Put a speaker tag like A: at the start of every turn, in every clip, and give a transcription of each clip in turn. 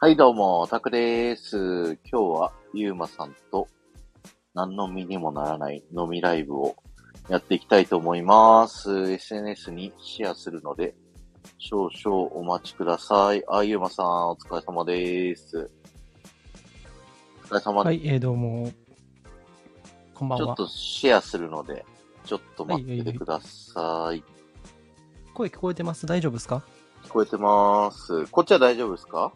A: はい、どうも、タクでーす。今日は、ゆうまさんと、何の身にもならない飲みライブをやっていきたいと思います。SNS にシェアするので、少々お待ちください。あ、ゆうまさん、お疲れ様でーす。お疲れ様
B: は
A: で
B: い、えー、どうも。こんばん
A: す。ちょ
B: は
A: っ。とシェアするので、ちょっと待っててください。
B: 声聞こえてます大丈夫ですか
A: 聞こえてます。こっちは大丈夫ですか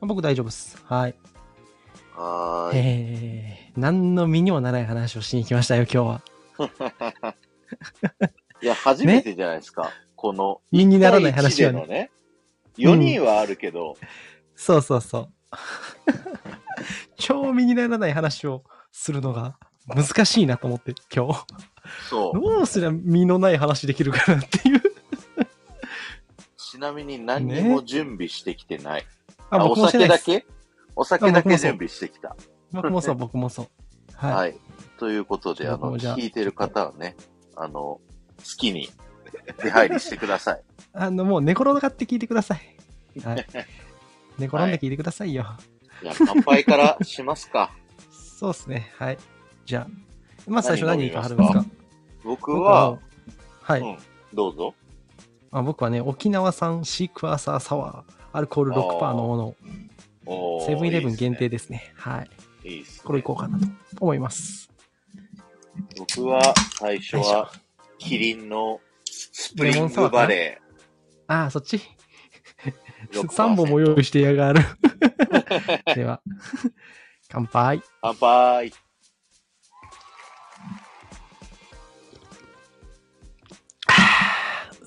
B: あ僕大丈夫です。はい。
A: はーい。
B: えー、何の身にもならない話をしに来ましたよ、今日は。
A: いや、初めてじゃないですか。この、
B: 身にならない話を
A: ね。
B: ね。
A: ね4人はあるけど、
B: そうそうそう。 超身にならない話をするのが難しいなと思って、今日。
A: そう。
B: どうすりゃ身のない話できるかなっていう。
A: ちなみに何にも準備してきてない。
B: あ、
A: あ、お
B: 僕もしてな
A: 酒
B: いで
A: だけ
B: す。
A: お酒だ
B: あ僕も
A: け
B: そう
A: 準備してきた。
B: 僕もそう、僕もそう。はい。
A: はい。ということで、あ
B: 僕
A: の、
B: もじゃあ
A: 聞いてる方はね、あの、好きに出入りしてくださ い。
B: あの、もう寝転がって聞いてください。 はい。寝転んで聞いてくださいよ。
A: じゃあ、乾杯からしますか。
B: そうですね。はい。じゃあ、まず最初
A: 何
B: 何
A: 飲み
B: か
A: ます
B: は
A: か
B: るんですか
A: 僕は、、
B: はい、
A: うん、どうぞ。
B: あ。僕はね、沖縄産シークワーサーサワー、アルコール
A: あ
B: 6%
A: ー
B: のものを、
A: おー
B: セブンイレブン限。
A: い
B: 定ですね。はい。
A: いっすねいいっすね
B: これいこうかなと思います。
A: 僕は、最初は、キリンのスプリングバレ
B: ああ、そっち
A: ー。
B: ?3 本も用意してやがる。 では、乾杯。
A: 乾杯。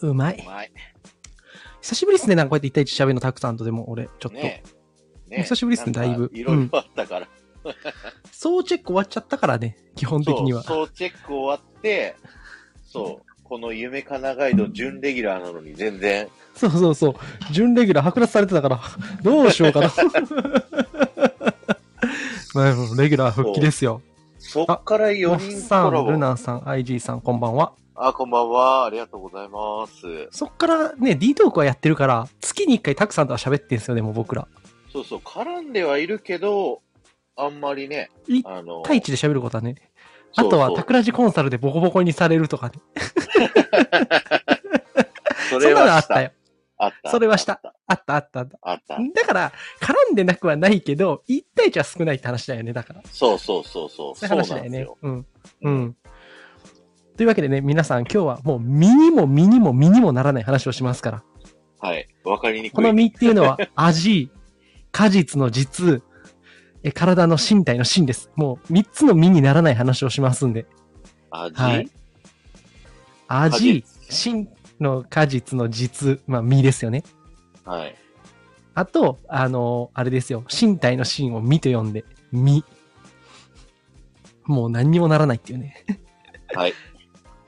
B: うま
A: う
B: い。
A: まい。
B: 久しぶりですね。なんかこうやって一対一喋るのたくさんとでも俺、ちょっと。
A: ねえ。
B: お久しぶりっすね
A: なんか
B: だいぶ
A: いろいろあったから。
B: そうチェック終わっちゃったからね、基本的には。
A: そう、そうチェック終わって、そう、この夢かなガイド、準レギュラーなのに全然、
B: そうそうそう。準レギュラー剥奪されてたから、どうしようか な。まあ、でもレギュラー復帰ですよ。
A: そっから
B: モ
A: 4
B: フ
A: 人
B: さ
A: コラ
B: ん、ル
A: ボ。
B: ナさん、IG さん、こんばんは。
A: あ、こんばんは。ありがとうございます。
B: そっからね、D トークはやってるから、月に1回たくさんとは喋ってんすよね、もう僕ら。
A: そうそう、絡んではいるけど、あんまりね、
B: い
A: あの、
B: 対一で喋ることはね。あ
A: そうそ
B: と
A: う
B: は、タクラジコンサルでボコボコにされるとかね。
A: そ
B: そん
A: れ
B: なの
A: は
B: あ
A: し。
B: ったたよ。
A: あった。
B: それはし
A: あ
B: た
A: った。
B: あったあったあった。
A: あった。
B: だから、絡んでなくはないけど、1対1は少ないって話だよね、だから。
A: そうそうそうそう。
B: そうい
A: そううなん
B: 話だよ
A: です
B: ね
A: よ。。
B: うん。うん。というわけでね、皆さん今日はもう身にも身にも身にもならない話をしますから。
A: はい。わかりにくい。
B: この身っていう のは味、果実の実、え体の身体の身です。もう3つの身にならない話をしますんで。
A: 味、
B: はい味、身の果実の実、まあ身ですよね。
A: はい。
B: あと、あのあれですよ。身体の身を身と呼んで、身。もう何にもならないっていうね。
A: はい。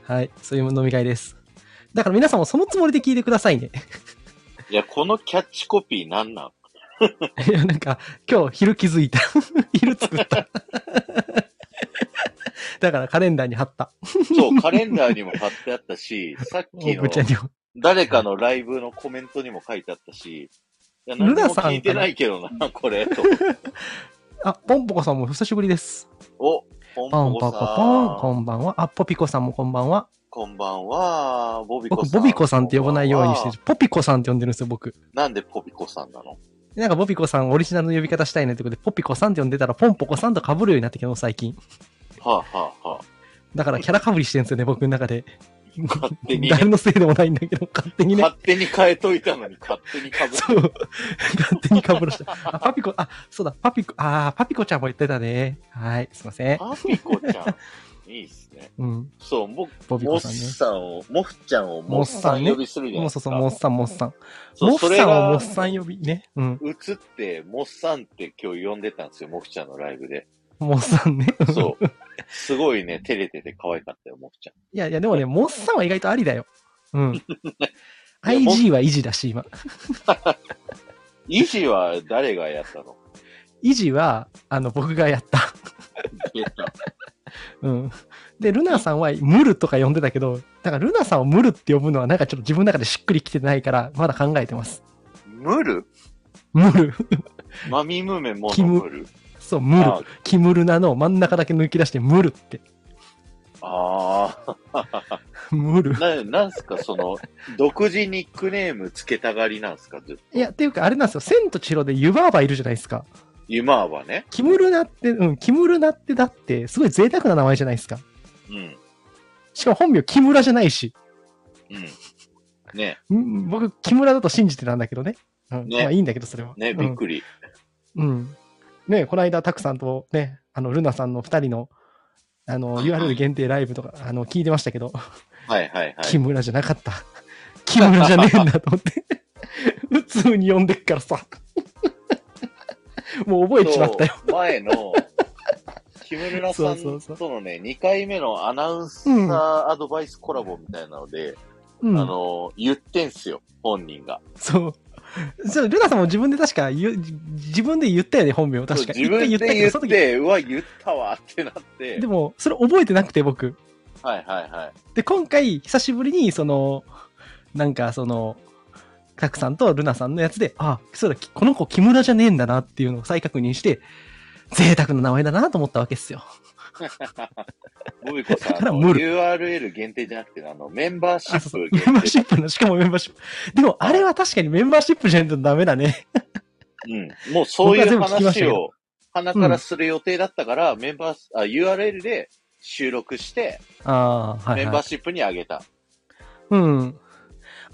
B: はい、そういう飲み会です。だから皆さんもそのつもりで聞いてくださいね。
A: いや、このキャッチコピーなんなん
B: いや、なんか、今日昼気づいた。 昼作った。 だからカレンダーに貼った。
A: そう、カレンダーにも貼ってあった し、さっき
B: 僕
A: の
B: ちゃんにも。
A: 誰かのライブのコメントにも書いてあったし、いや、何
B: ル
A: も
B: ナさんかな
A: 聞いてないけどな、こ れ、と。
B: あ、ポンポコさんも久しぶりです。
A: お、ポン
B: ポン
A: ポ
B: ポ
A: コ
B: コ
A: さ
B: ポン、
A: ん。
B: こんばんは。あ、ポピコさんもこんばんは。
A: こんばんは、ボビコ
B: 僕、
A: さん。
B: ボビコさんって呼ばないようにし
A: こ
B: て
A: んばんは
B: る。ポピコさんって呼んでるんですよ、僕。
A: なんでポビコさんなの
B: なんか、ボピコさんオリジナルの呼び方したいねってことで、ポピコさんって呼んでたら、ポンポコさんと被るようになってきたの、最近。
A: はあ、はあはあ、
B: だから、キャラ被りしてるんですよね、僕の中で。
A: 勝手にね、
B: 誰のせいでもないんだけど、勝手にね。
A: 勝手に変えといたのに勝手にかぶ
B: そう。 勝手にかぶらした。あ、パピコ、あ、そうだ、パピコ、あー、パピコちゃんも言ってたね。はい、すいません。
A: パピコちゃん。いいっすね。
B: うん。
A: そう、僕、
B: ボビ
A: モ
B: コ
A: ッ
B: さんね。
A: さんを、モフちゃんをモッさん呼びするじゃない
B: もう
A: です
B: そう
A: か。
B: そう、モッサン、モッサン。
A: そう
B: モ
A: そ
B: ッ
A: れ
B: サン
A: が
B: はモッサン呼びね。うん。
A: 映って、モッサンって今日呼んでたんですよ、モフちゃんのライブで。
B: モッサンね。うん
A: そう。すごいね、照れてて可愛かったよ、モフちゃん。
B: いやいや、でもね、モッサンは意外とありだよ。 うん。
A: やモ
B: IG は維持だし、今。
A: イジは誰がやったの
B: 維持は、あの、僕がやった。うん。で、ルナさんはムルとか呼んでたけど、だからルナさんをムルって呼ぶのはなんかちょっと自分の中でしっくりきてないから、まだ考えてます。
A: ムル
B: ムル。
A: マミムメも
B: キム
A: ムル。
B: そう、ムル
A: あ。
B: キムルナの真ん中だけ抜き出して、ムルって。
A: ああ。
B: ムル。
A: な、なんすか、その、独自ニックネームつけたがりなんすか、ずっと。
B: いや、っていうか、あれなんですよ。千と千尋でユバーバいるじゃないですか。
A: ユマーはね。
B: キムルナって、うん、キムルナってだって、すごい贅沢な名前じゃないですか。
A: うん。
B: しかも本名、木村じゃないし。
A: うん。ね、
B: うん、僕、木村だと信じてたんだけどね。うん、
A: ね
B: まあいいんだけど、それは。
A: ね、
B: うん
A: びっくり。
B: うん。ねこの間、タクさんとね、あの、ルナさんの二人の、あの、URL 限定ライブとか、あの、聞いてましたけど、
A: はいはいは
B: 木
A: い。
B: 村じゃなかった。木村じゃねえんだと思 って。普通に呼んでっからさ。 もう覚えちまったよ。
A: そう前の、木村さん
B: そうそう
A: とのね、2回目のアナウンサーアドバイスコラボみたいなので、
B: う
A: あ
B: ん。
A: の、言ってんすよ、本人が。
B: そう。そう、ルナさんも自分で確か言う、自分で言ったよね、本名を確か。
A: 自分で言っ
B: 一回言ったけど
A: て、うわ、言ったわってなって
B: その時。でも、それ覚えてなくて、僕。
A: はいはいはい。
B: で、今回、久しぶりに、その、なんか、その、タクさんとルナさんのやつで、あ、そうだ、きこの子、木村じゃねえんだなっていうのを再確認して、贅沢な名前だなと思ったわけですよ。
A: ボビコさん、
B: だ
A: あ
B: から
A: の
B: 無理
A: URL 限定じゃなくて、あの、メンバーシ
B: あ、そう
A: ッ
B: そう
A: プ。
B: メ
A: 限
B: ンバー
A: 定。
B: シップの、しかもメンバーシップ。でも、あれは確かにメンバーシップじゃないとダメだね。
A: うん。もうそういう
B: 僕は全部聞きま
A: 話
B: したけ
A: を
B: ど、
A: 鼻からする予定だったから、メンバー、あ、URL で収録して、
B: ああ、はい、
A: メン
B: は
A: バー
B: い。
A: シップにあげた。
B: うん。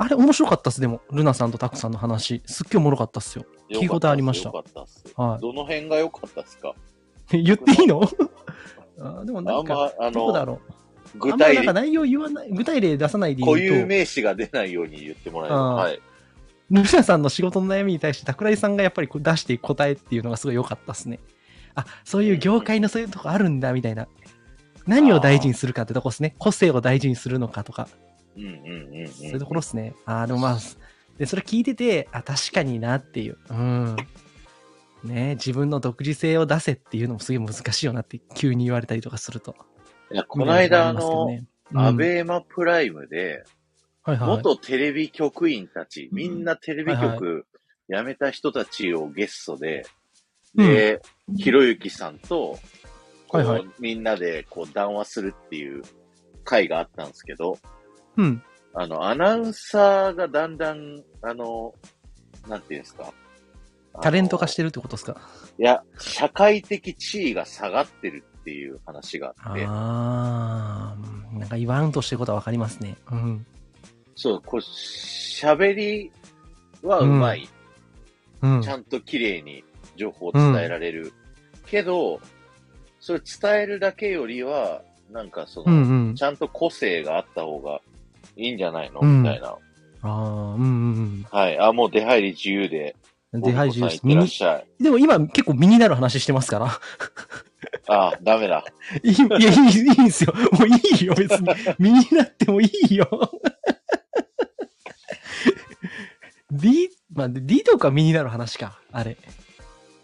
B: あれ、面白かったっす、でも。ルナさんとタクさんの話。すっげえおもろかったっすよ。
A: よ
B: 聞いたことありました
A: かったっすよかったっ
B: は
A: す。どの辺が良かったっすか
B: い。 言っていいのあーでもな
A: あ
B: ん
A: ん
B: か、
A: ま、あ
B: どこだ
A: の、
B: ろう。あ
A: 具
B: んま
A: 体
B: なんか
A: 的、
B: 内容言わない、具体例出さないで言うと。
A: 固有名詞が出ないように言ってもらえれば。
B: あー
A: はい。
B: ルナさんの仕事の悩みに対して、桜井さんがやっぱりこう出していく答えっていうのがすごい良かったですね。あ、そういう業界のそういうとこあるんだ、みたいな。何を大事にするかってとこですね。個性を大事にするのかとか、
A: うんうんうんうん。
B: そういうところですね。あーでもまあ、で、それ聞いてて、あ、確かになっていう。うん。ね自分の独自性を出せっていうのもすごい難しいよなって急に言われたりとかすると。
A: いや、この間、あ
B: みたい
A: の、
B: な
A: ア
B: のもりますけどね
A: ベーマプライムで、
B: うんはいはい
A: 元テレビ局員たち、
B: うん
A: みんなテレビ
B: はい
A: 局辞めた人たちをゲストで、
B: うん
A: で、ひろゆきさんと、こう
B: はいはい
A: みんなでこう談話するっていう会があったんですけど、
B: うん。
A: あの、アナウンサーがだんだん、あの、なんていうんですか。。
B: タレント化しててるってことですか。
A: いや、社会的地位が下がってるっていう話があって、
B: ああ、なんか言わんとしてることはわかりますね。うん。
A: そう、こう、喋りはうまい。
B: うん
A: ち。ゃんと綺麗に情報を伝えられる。けど、それ伝えるだけよりは、なんかその、
B: うんうん
A: ち。ゃんと個性があった方がいいんじゃないの
B: うん
A: みたいな。
B: ああ、うんうん
A: はい。あ、もう出入り自由で。
B: うん。出入り
A: ボビコ
B: です。
A: さんいって
B: ミ
A: らっ
B: ニ、
A: しゃい。
B: でも今結構身になる話してますから。
A: あ、ダメだ。
B: いい、いや、いい、いいんすよ。もういいよ、別 に。身になってもいいよ。D、まあ、D とか身になる話か、あれ。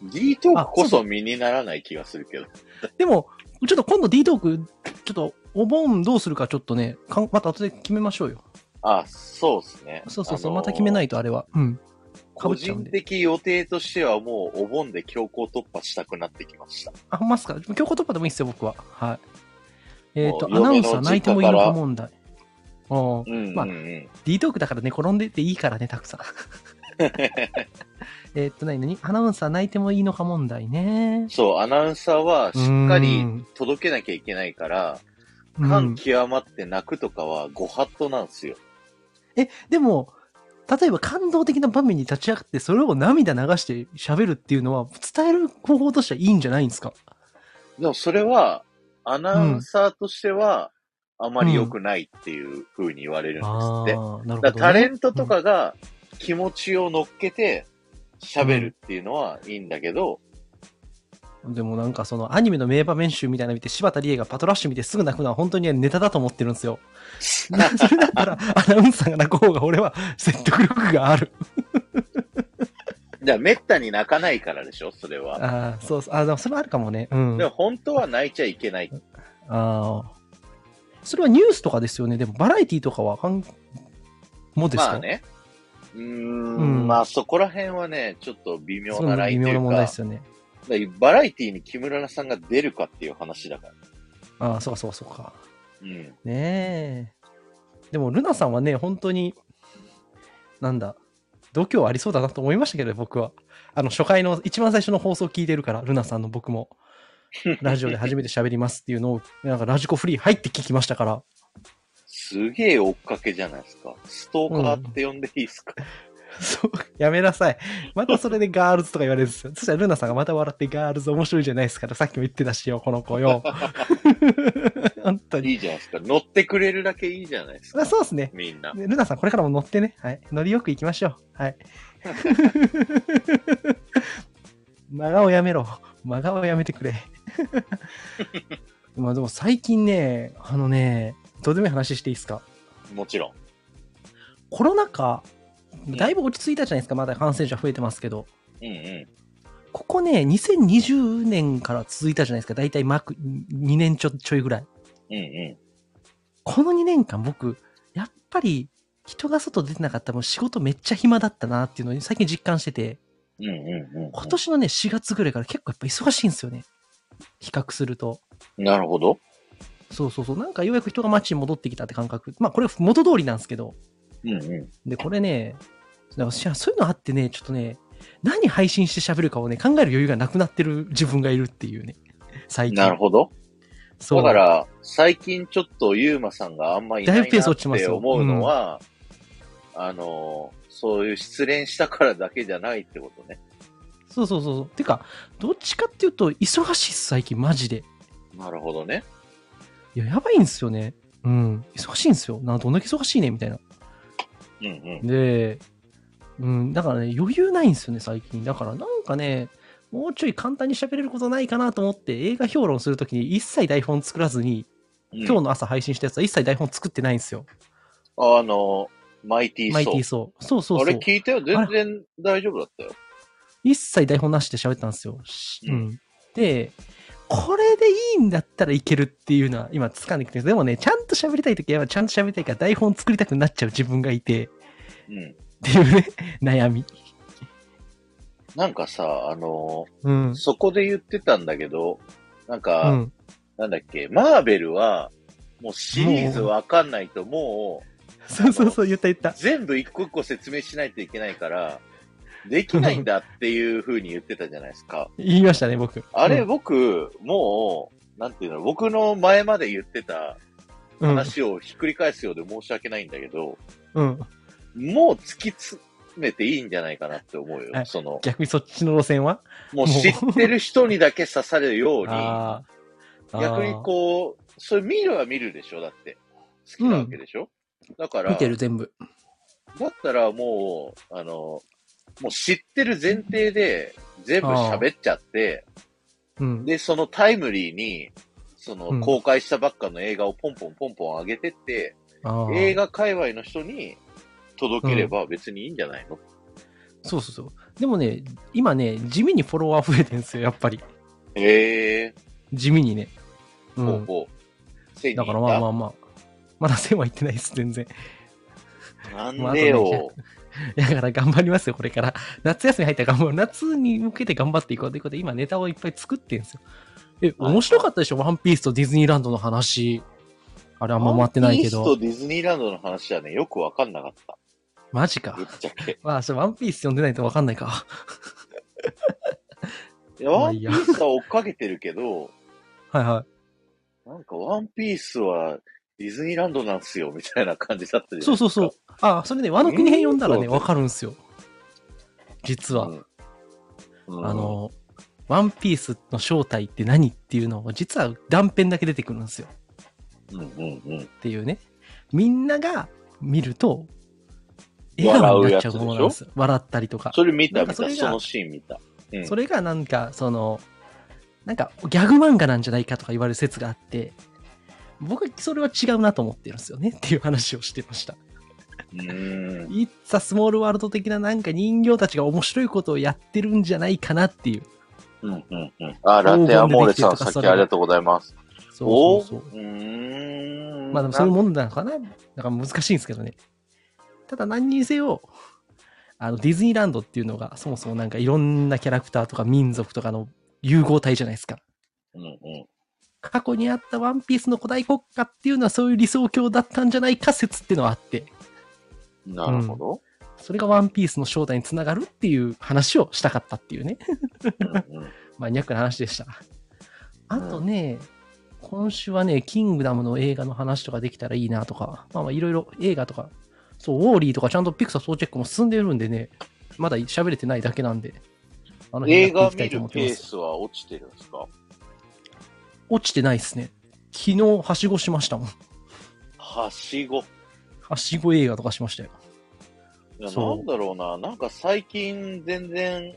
A: D トークこ
B: あそう
A: そ身にならない気がするけど。
B: でも、ちょっと今度 D トーク、ちょっとお盆どうするかちょっとね、かんまた後で決めましょうよ。
A: あ、そうですね。
B: そうそうそう、
A: あのー
B: また決めないとあれは。うん。被
A: 個
B: っちゃうん
A: 人
B: で
A: 的予定としてはもうお盆で強行突破したくなってきました。
B: あ、ほんまっすか今日言葉でもいいっすよ、僕は。はい。えっ、と、
A: も
B: ア
A: う
B: ナウンサー泣いてもいいの
A: 嫁の実家か
B: から問題。ああ、
A: うんうんうん。
B: まあ D トークだからね、転んでていいからね、たくさん。えっと、なになにアナウンサー泣いてもいいのか問題ね。
A: そう、アナウンサーはしっか
B: う
A: り
B: ん
A: 届けなきゃいけないから、
B: うん
A: 感極まって泣くとかはご法度なんですよ。
B: え、でも、例えば感動的な場面に立ち上がって、それを涙流して喋るっていうのは、伝える方法としてはいいんじゃないんですか
A: でもそれは、アナウンサーとしては、あまり良くないっていう風に言われるんです
B: あ
A: っ
B: あ
A: て。
B: ー、なるほど、
A: だ。
B: ね
A: からタレントとかが気持ちを乗っけて喋るっていうのはいいんだけど、
B: でもなんかそのアニメの名場面集みたいなの見て柴田理恵がパトラッシュ見てすぐ泣くのは本当にネタだと思ってるんですよ。それだったらアナウンサーが泣く方が俺は説得力がある。
A: じゃあめったに泣かないからでしょ、それは。
B: ああ、そうそう。あーでもそれはあるかもね。うん。
A: でも
B: あ
A: 本当は泣いちゃいけない。
B: あ。それはニュースとかですよね。でもバラエティとかはかんもですか
A: まあね。うーん
B: うん
A: まあそこら辺はね、ちょっと微妙
B: そ
A: な
B: の
A: ライ
B: 微
A: ンと
B: 妙
A: い
B: な
A: う
B: 問題
A: か
B: で、すよね。
A: だからバラエティに木村さんが出るかっていう話だから。
B: ああ、そうかそうかそうか。
A: うん。
B: ねえ。でも、ルナさんはね、本当に、なんだ、度胸ありそうだなと思いましたけど、僕は。あの、初回の、一番最初の放送聞いてるから、ルナさんの僕も、ラジオで初めて喋りますっていうのを、なんかラジコフリー入って聞きましたから、
A: すげえ追っかけじゃないですか。ストーカーって呼んでいいですか、
B: そう、やめなさい。またそれでガールズとか言われるんですよ。そしたらルナさんがまた笑ってガールズ面白いじゃないですから、さっきも言ってたしよ、この子よ。 本当に。
A: いいじゃないですか。乗ってくれるだけいいじゃないです
B: あ
A: か。
B: そうですね。
A: みんな。
B: ねルナさん、これからも乗ってね。はい。乗りよく行きましょう。はい。 真顔やめろ。真顔やめてくれ。 まあでも最近ね、あのね、どうでもいい話していいですか。
A: もちろん。
B: コロナ禍、だいぶ落ち着いたじゃないですか。まだ感染者増えてますけど。
A: うんうん。
B: ここね、2020年から続いたじゃないですか。だいたいマーク2年ちょちょいぐらい。
A: うんう
B: この2年間僕、やっぱり人が外出てなかった分仕事めっちゃ暇だったなっていうのに最近実感してて、
A: ん。うんうんうん。
B: 今年のね、4月ぐらいから結構やっぱ忙しいんですよね。比較すると。
A: なるほど。
B: そうそうそう。なんかようやく人が街に戻ってきたって感覚。まあこれ元通りなんですけど。
A: うんう
B: で、これね、なんかしそういうのあってね、ちょっとね、何配信して喋るかをね、考える余裕がなくなってる自分がいるっていうね。最
A: ん。
B: 近。
A: なるほど。
B: そう
A: だから、最近ちょっとユーマさんがあんまいないな
B: だ
A: いっ
B: ぶペース落ちます
A: て
B: よ
A: 思うのは、あの、そういう失恋したからだけじゃないってことね。
B: そうそうそうそう。てか、どっちかっていうと、忙しいっす、最近、マジで。
A: なるほどね。
B: いや、やばいんですよね。うん。忙しいんですよ。な、どんだけ忙しいね、みたいな。
A: うんうん。
B: で、うん、だからね、余裕ないんですよね、最近。だから、なんかね、もうちょい簡単に喋れることないかなと思って、映画評論するときに一切台本作らずに、今日
A: の。
B: の朝配信したやつは一切台本作ってないんですよ。
A: あの、マイティーソー。
B: マイティーソー。そうそう
A: あ
B: そ
A: れ
B: う。
A: 聞いたよ。全然大丈夫だったよ。
B: 一切台本なしで喋ったんですよ。し
A: う
B: うんん、で、これでいいんだったらいけるっていうのは今掴んできてるんですでもね、ちゃんと喋りたいときはちゃんと喋りたいから台本作りたくなっちゃう自分がいて、っ
A: うん。
B: ていうね、 悩み。
A: なんかさ、あの、
B: うん。
A: そこで言ってたんだけど、なん
B: う
A: か、
B: ん、
A: なんだっけ、マーベルは、もうシリーズわかんないともう、
B: そうそうそう、言った言った。
A: 全部一個一個説明しないといけないから、できないんだっていう風に言ってたじゃないですか。
B: 言いましたね、僕。
A: あれ、
B: うん
A: 僕、もう、なんていうの、僕の前まで言ってた
B: うん。
A: 話をひっくり返すようで申し訳ないんだけど、
B: うん。
A: もう突き詰めていいんじゃないかなって思うよ。
B: はい
A: その、
B: 逆にそっちの路線は
A: もう知ってる人にだけ刺されるように、
B: あーあー。
A: 逆にこう、それ見るは見るでしょだって。好きなわけでしょ、だから、
B: 見てる全部。
A: だったらもう、あの、もう知ってる前提で全部喋っちゃって、
B: うん。
A: で、そのタイムリーに、そうの
B: ん
A: 公開したばっかの映画をポンポンポンポン上げてって、
B: あー
A: 映画界隈の人に届ければ別にいいんじゃないの、
B: そうそうそう。でもね、今ね、地味にフォロワー増えてるんですよ、やっぱり。
A: ええ
B: 地味にね。う。
A: ー、ほうんほう。1000人いた
B: だからまあまあまあ。まだ1000は行ってないです、全然。
A: なんでよ。
B: いやだから頑張りますよ、これから。夏休み入ったら頑張る。夏に向けて頑張っていこうということで、今ネタをいっぱい作ってるんですよ。え、
A: はい
B: 面白かったでしょワンピースとディズニーランドの話。あれあんま回ってないけ
A: ワン
B: ど。
A: ピースとディズニーランドの話はね、よくわかんなかった。
B: マジか
A: ぶっ。ちゃけ。
B: まあ、そうワンピース読んでないとわかんないか。
A: いや、
B: ま
A: ワ
B: あ
A: ン
B: いい
A: ピ
B: や
A: ースは追っかけてるけど、
B: はいは
A: なんかワンピースはディズニーランドなんすよ、みたいな感じだったじゃない
B: い。
A: ですか。
B: そうそうそう。あ、それね、ワノ国編読んだらね、
A: うん
B: わかるんすよ。実は、
A: うん。うん
B: あ、の、ワンピースの正体って何っていうのを、実は断片だけ出てくるんですよ。
A: うんうん
B: っていうね、みんなが見ると、笑顔になっちゃうものなんですよ。笑ったりと
A: う
B: か
A: ん。。それ見た
B: なん
A: 見た、そ
B: かそれが
A: のシーン見た。うん
B: それがなんか、その、なんかギャグ漫画なんじゃないかとか言われる説があって、僕はそれは違うなと思ってるんですよねっていう話をしてました。
A: うーん。
B: It's a small world 的ななんか人形たちが面白いことをやってるんじゃないかなっていう。
A: うんうんうん。あ、ラテアモーレさん、さっきありがとうございます。
B: そうそうそう
A: おーうーん。
B: まあでもそういうもんなのかなだから難しいんですけどね。ただ何にせよ、あのディズニーランドっていうのがそもそもなんかいろんなキャラクターとか民族とかの融合体じゃないですか。
A: うんうん。
B: 過去にあったワンピースの古代国家っていうのはそういう理想郷だったんじゃないか説っていうのはあって、
A: なるほど。
B: それがワンピースの正体につながるっていう話をしたかったっていうね。
A: うんうん。
B: マニアックな話でした。あとね、今週はね、キングダムの映画の話とかできたらいいなとか、まあまあいろいろ映画とか、そう、ウォーリーとかちゃんとピクサー総チェックも進んでるんでね、まだ喋れてないだけなんで、 あの
A: 映
B: 辺
A: 画
B: やっ
A: 見
B: ていきたいと思
A: る
B: って
A: ペ
B: ま
A: ー
B: す。
A: スは落ちてるんですか
B: 落ちてないですね。昨日、はしごしましたもん。
A: はしご。
B: はしご映画とかしましたよ。
A: いや
B: そ
A: な
B: うん
A: だろうな。なんか最近全然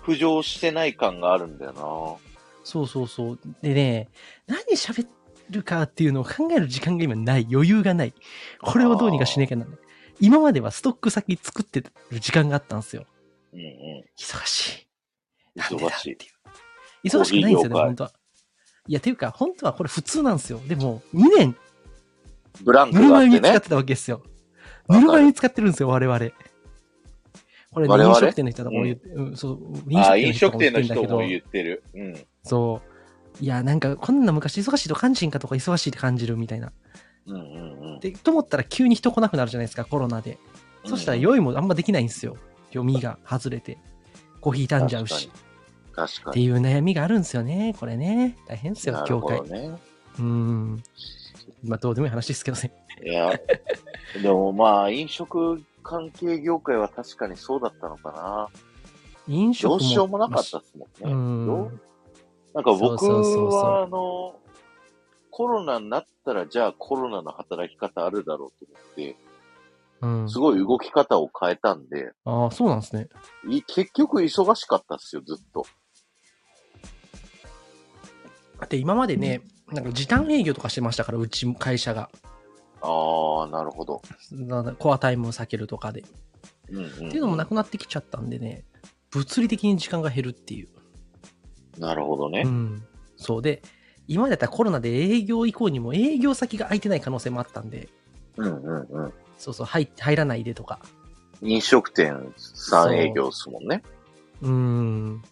A: 浮上してない感があるんだよ
B: そうそうそう。でね、何喋るかっていうのを考える時間が今ない。余裕がない。これをどうにかしなきゃならない。今まではストック先作ってる時間があったんですよ。
A: な。うんうん。
B: 忙しい。なんで
A: 忙
B: だって
A: し
B: い。。
A: いう
B: 忙しくないんです
A: コーヒ
B: よね、
A: ー業界
B: 本当は。いや、ていうか、本当はこれ普通なんですよ。でも、2年、
A: ブラン
B: ぬ
A: ク
B: る
A: があ
B: ま
A: っ
B: 湯
A: て
B: に使っ
A: ね。
B: てたわけですよ。
A: わかる
B: ぬるま湯に使ってるんですよ、我々。これね、
A: 我々
B: 飲食店の人だから言って、うん、そう、
A: ああ、飲食店の
B: 人だ
A: 人
B: け
A: も
B: ど
A: 言ってる。うん。
B: そう。いや、なんか、こんな昔忙しいと感じんかとか忙しいって感じるみたいな。
A: うんうんうん。
B: で、と思ったら急に人来なくなるじゃないですか、コロナで。そしたら
A: い
B: 酔いもあんまできないんですよ。読みが外れて。コーヒー傷んじゃうし。。
A: 確か
B: って
A: に。
B: いう悩みがあるんですよね。これね。大変ですよ
A: な、る
B: 業
A: ほ
B: 界
A: ど。ね。
B: うん。まあ、どうでもいい話ですけどね。
A: いや、 でもまあ、飲食関係業界は確かにそうだったのかな。
B: 飲食
A: ど
B: も。
A: うしようもなかった
B: ま
A: ですも
B: あう
A: ね。
B: ん
A: ど
B: ん
A: う。なんか
B: そう
A: 僕
B: そうそうそう
A: は、あの、コロナになったら、じゃあコロナの働き方あるだろうと思って、
B: うん。
A: すごい動き方を変えたんで、
B: ああ、そうなんですね。
A: い結局忙しかったっすよ、ずっと。
B: で、今までね、なんか時短営業とかしてましたから、うちも会社が。
A: あー、なるほど。
B: なんだコアタイムを避けるとかで。
A: うんうん、
B: っていうのもなくなってきちゃったんでね、物理的に時間が減るっていう。
A: なるほどね
B: う。ん。そうで、今までだったらコロナで営業以降にも営業先が空いてない可能性もあったんで、
A: うんうんうん。
B: そうそう、入入らないでとか。
A: 飲食店さん営業っすもんね。
B: うん。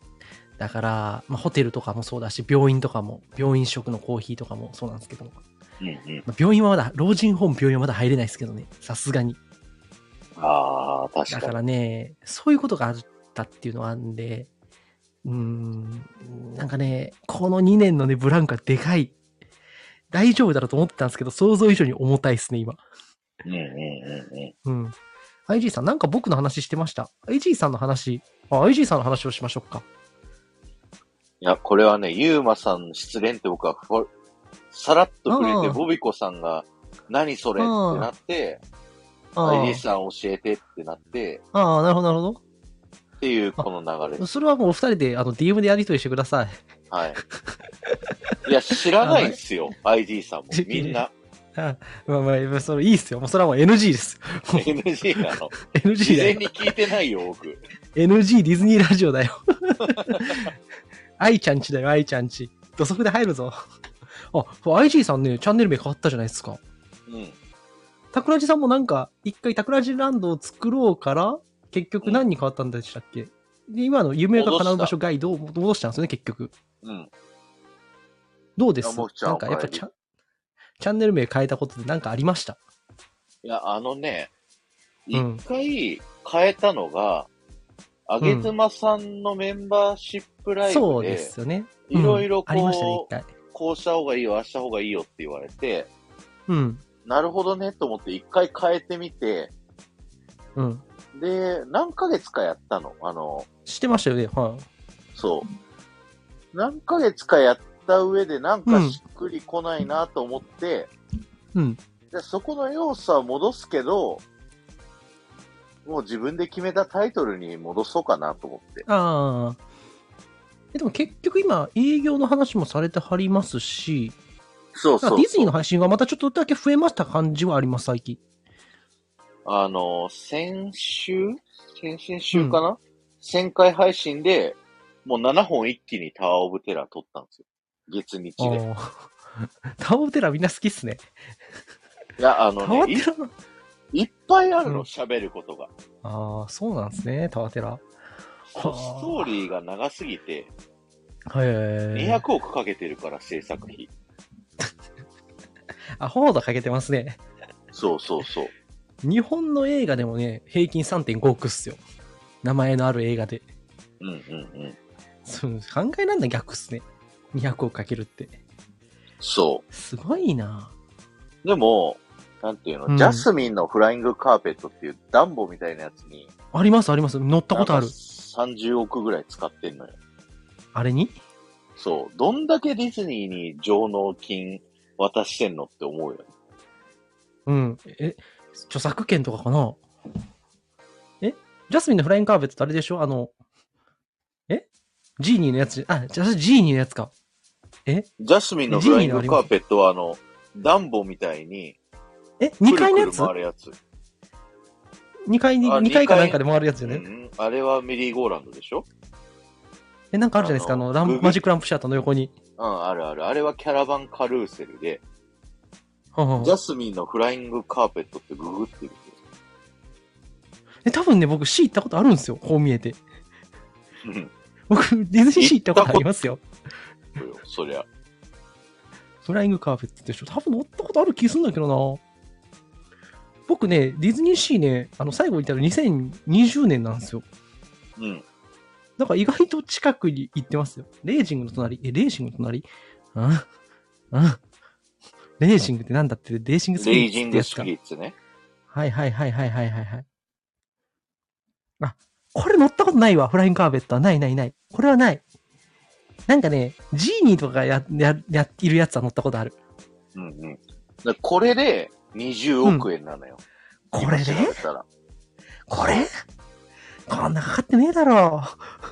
B: だから、まあ、ホテルとかもそうだし、病院とかも、病院食のコーヒーとかもそうなんですけども。
A: うんうん。
B: まあ病院はまだ、老人ホーム病院はまだ入れないですけどね、さすがに。
A: あー、
B: だ
A: 確
B: か
A: かに。
B: らね、そういうことがあったっていうのはあるんで、うーん、なんかね、この2年のね、ブランクはでかい。大丈夫だろうと思ってたんですけど、想像以上に重たいですね、今。
A: うんうんうんうん。
B: うん。IG さん、なんか僕の話してました。IG さんの話、あ、IG さんの話をしましょうか。
A: いや、これはね、ゆうまさん失恋って僕はふわ、さらっと触れ
B: う
A: て、
B: ん
A: ボビコさんが、何それってなって、
B: あー
A: ID さん教えてってなって、
B: あー、なるほど、なるほ
A: っていうこの流れ
B: ど。。それはもうお二人で、あの、DM でやりとりしてください。
A: はい。いや、知らないんすよ、ID さんも。みん な。
B: まあまあ、それいいっすよ。もうそれはもう NG です。 もう
A: NG な の。事
B: NG だ
A: 前
B: よ。
A: に聞いてないよ、僕。
B: NG ディズニーラジオだよ。 愛ちゃんちだよ、愛ちゃんち。土足で入るぞ。あ、IG さんね、チャンネル名変わったじゃないですか。
A: うん。
B: タクラジさんもなんか、一回タクラジランドを作ろうから、結局何に変わったんでしたっけ、で今の夢が叶う場所ガイドを戻したんですよね、結局。
A: うん。
B: どうです
A: いやもうちゃん
B: なんかやっぱ
A: お帰り
B: チャンチャンネル名変えたことで何かありました
A: いや、あのね、
B: うん
A: 一回変えたのが、あげずまさんのメンバーシップライ
B: そ
A: ブ
B: うで
A: で、
B: すよね。
A: いろいろ
B: うんありましたね、一
A: こう、
B: 回。
A: こうした方がいいよ、ああした方がいいよって言われて、
B: うん。
A: なるほどねと思って一回変えてみて、
B: うん。
A: で、何ヶ月かやったの。あの、
B: してましたよね、はい。
A: そう。何ヶ月かやった上でなんかしっくりこないなと思って、
B: うん。
A: でそこの要素は戻すけど、もう自分で決めたタイトルに戻そうかなと思って。
B: ああ。えでも結局今、営業の話もされてはりますし、
A: そう
B: なん
A: そ
B: か
A: う
B: ディズニーの配信がまたちょっとだけ増えました感じはあります、最近。
A: あの、先週先々週かな、?1000 回配信で、もう7本一気にタワーオブテラー撮ったんですよ。月日で。
B: あー タオテラみんな好きっすね。
A: いや、あ
B: タ
A: の
B: オ
A: ね
B: テ、ラの、
A: いいっぱいある
B: うん
A: の、喋ることが。
B: ああ、そうなんですね、タワテラ。
A: そうストーリーが長すぎて、
B: へえ。
A: 200億かけてるから、制作費。
B: アホほどかけてますね。
A: そうそうそう。
B: 日本の映画でもね、平均3.5億っすよ。名前のある映画で。
A: うんうんうん。
B: そう考えなんだ逆っすね。200億かけるって。
A: そ
B: すごいな
A: う。でも、なんていうの、
B: うん
A: ジャスミンのフライングカーペットっていうダンボみたいなやつに、
B: ありますあります。乗ったことある
A: なんか。30億ぐらい使ってんのよ。
B: あれに
A: そう。どんだけディズニーに上納金渡してんのって思うよね。
B: うん。え、著作権とかかなえジャスミンのフライングカーペットってあれでしょあの、えジーニーのやつ、あ、ジャスジーニーのやつか。え
A: ジャスミンのフライングカーペットは、あの、ダンボみたいに、
B: え ?2 階のやつ
A: くるくる回るやつ。
B: ?2 階に、
A: あ
B: 二階か
A: 二
B: な
A: 階
B: んかで回るやつ
A: う
B: よね。
A: ん、あれはメリーゴーランドでしょ
B: え、なんかあるじゃないですか。あの、ラ
A: あの
B: ンマジックランプシャッターの横に。
A: うん、あるある。あれはキャラバンカルーセルで、
B: はんはん
A: ジャスミンのフライングカーペットってググってみて。
B: え、多分ね、僕 C 行ったことあるんですよ。こう見えて。
A: うん
B: 僕、ディズニーシー行ったことありますよ。
A: そうよそりゃ。
B: フライングカーペットでしょ多分乗ったことある気すんだけどな。僕ね、ディズニーシーね、あの、最後に行ったの2020年なんですよ。
A: うん。
B: なんか意外と近くに行ってますよ。レージングの隣。え、レージングの隣ああレージングってなんだって、レージングスピ
A: レ
B: リッ
A: イ
B: ツって
A: ジ
B: や
A: ン
B: つ
A: グ
B: か
A: スピリッツね。
B: はいはいはいはいはいはいはい。あ、これ乗ったことないわ、フライングカーペットは。ないないない。これはない。なんかね、ジーニーとかがや、や、や、いるやつは乗ったことある。
A: うんうん。だからこれで20億円なのよ。
B: これで
A: 今調べたら
B: これこんなかかってねえだろ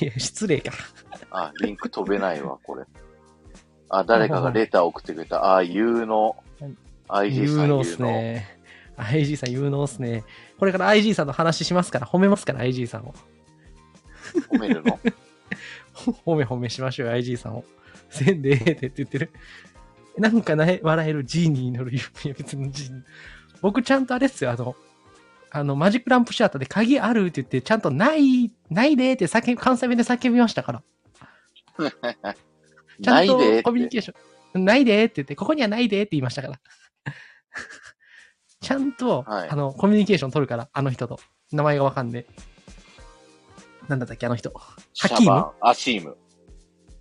B: う。いや、失礼か。
A: あ、リンク飛べないわ、これ。あ、誰かがレター送ってくれた。あ、有能。IG さ
B: 有
A: ん
B: 能っ
A: 有
B: す
A: 能。
B: ね。IG さん有能っすね。これから IG さんの話しますから、褒めますから、IG さんを。
A: 褒める の
B: 褒め褒めしましょうよ、IG さんを。せんでええでって言ってる。なんかない笑えるジーニーに乗る夢、いや別のジーニー。僕ちゃんとあれっすよ、あの、あの、マジックランプシアターで鍵あるって言って、ちゃんとない、ないでーって叫び、関西弁で叫びましたから。ちゃ
A: なんいで
B: と
A: って
B: コミュニケーション、ないでーって言って、ここにはないでーって言いましたから。 ちゃんと、
A: はい
B: あの、コミュニケーション取るから、あの人と。名前がわかんで。なんだったっけ、あの人。
A: シ
B: ハ
A: ャ
B: キーム
A: バン、アシーム。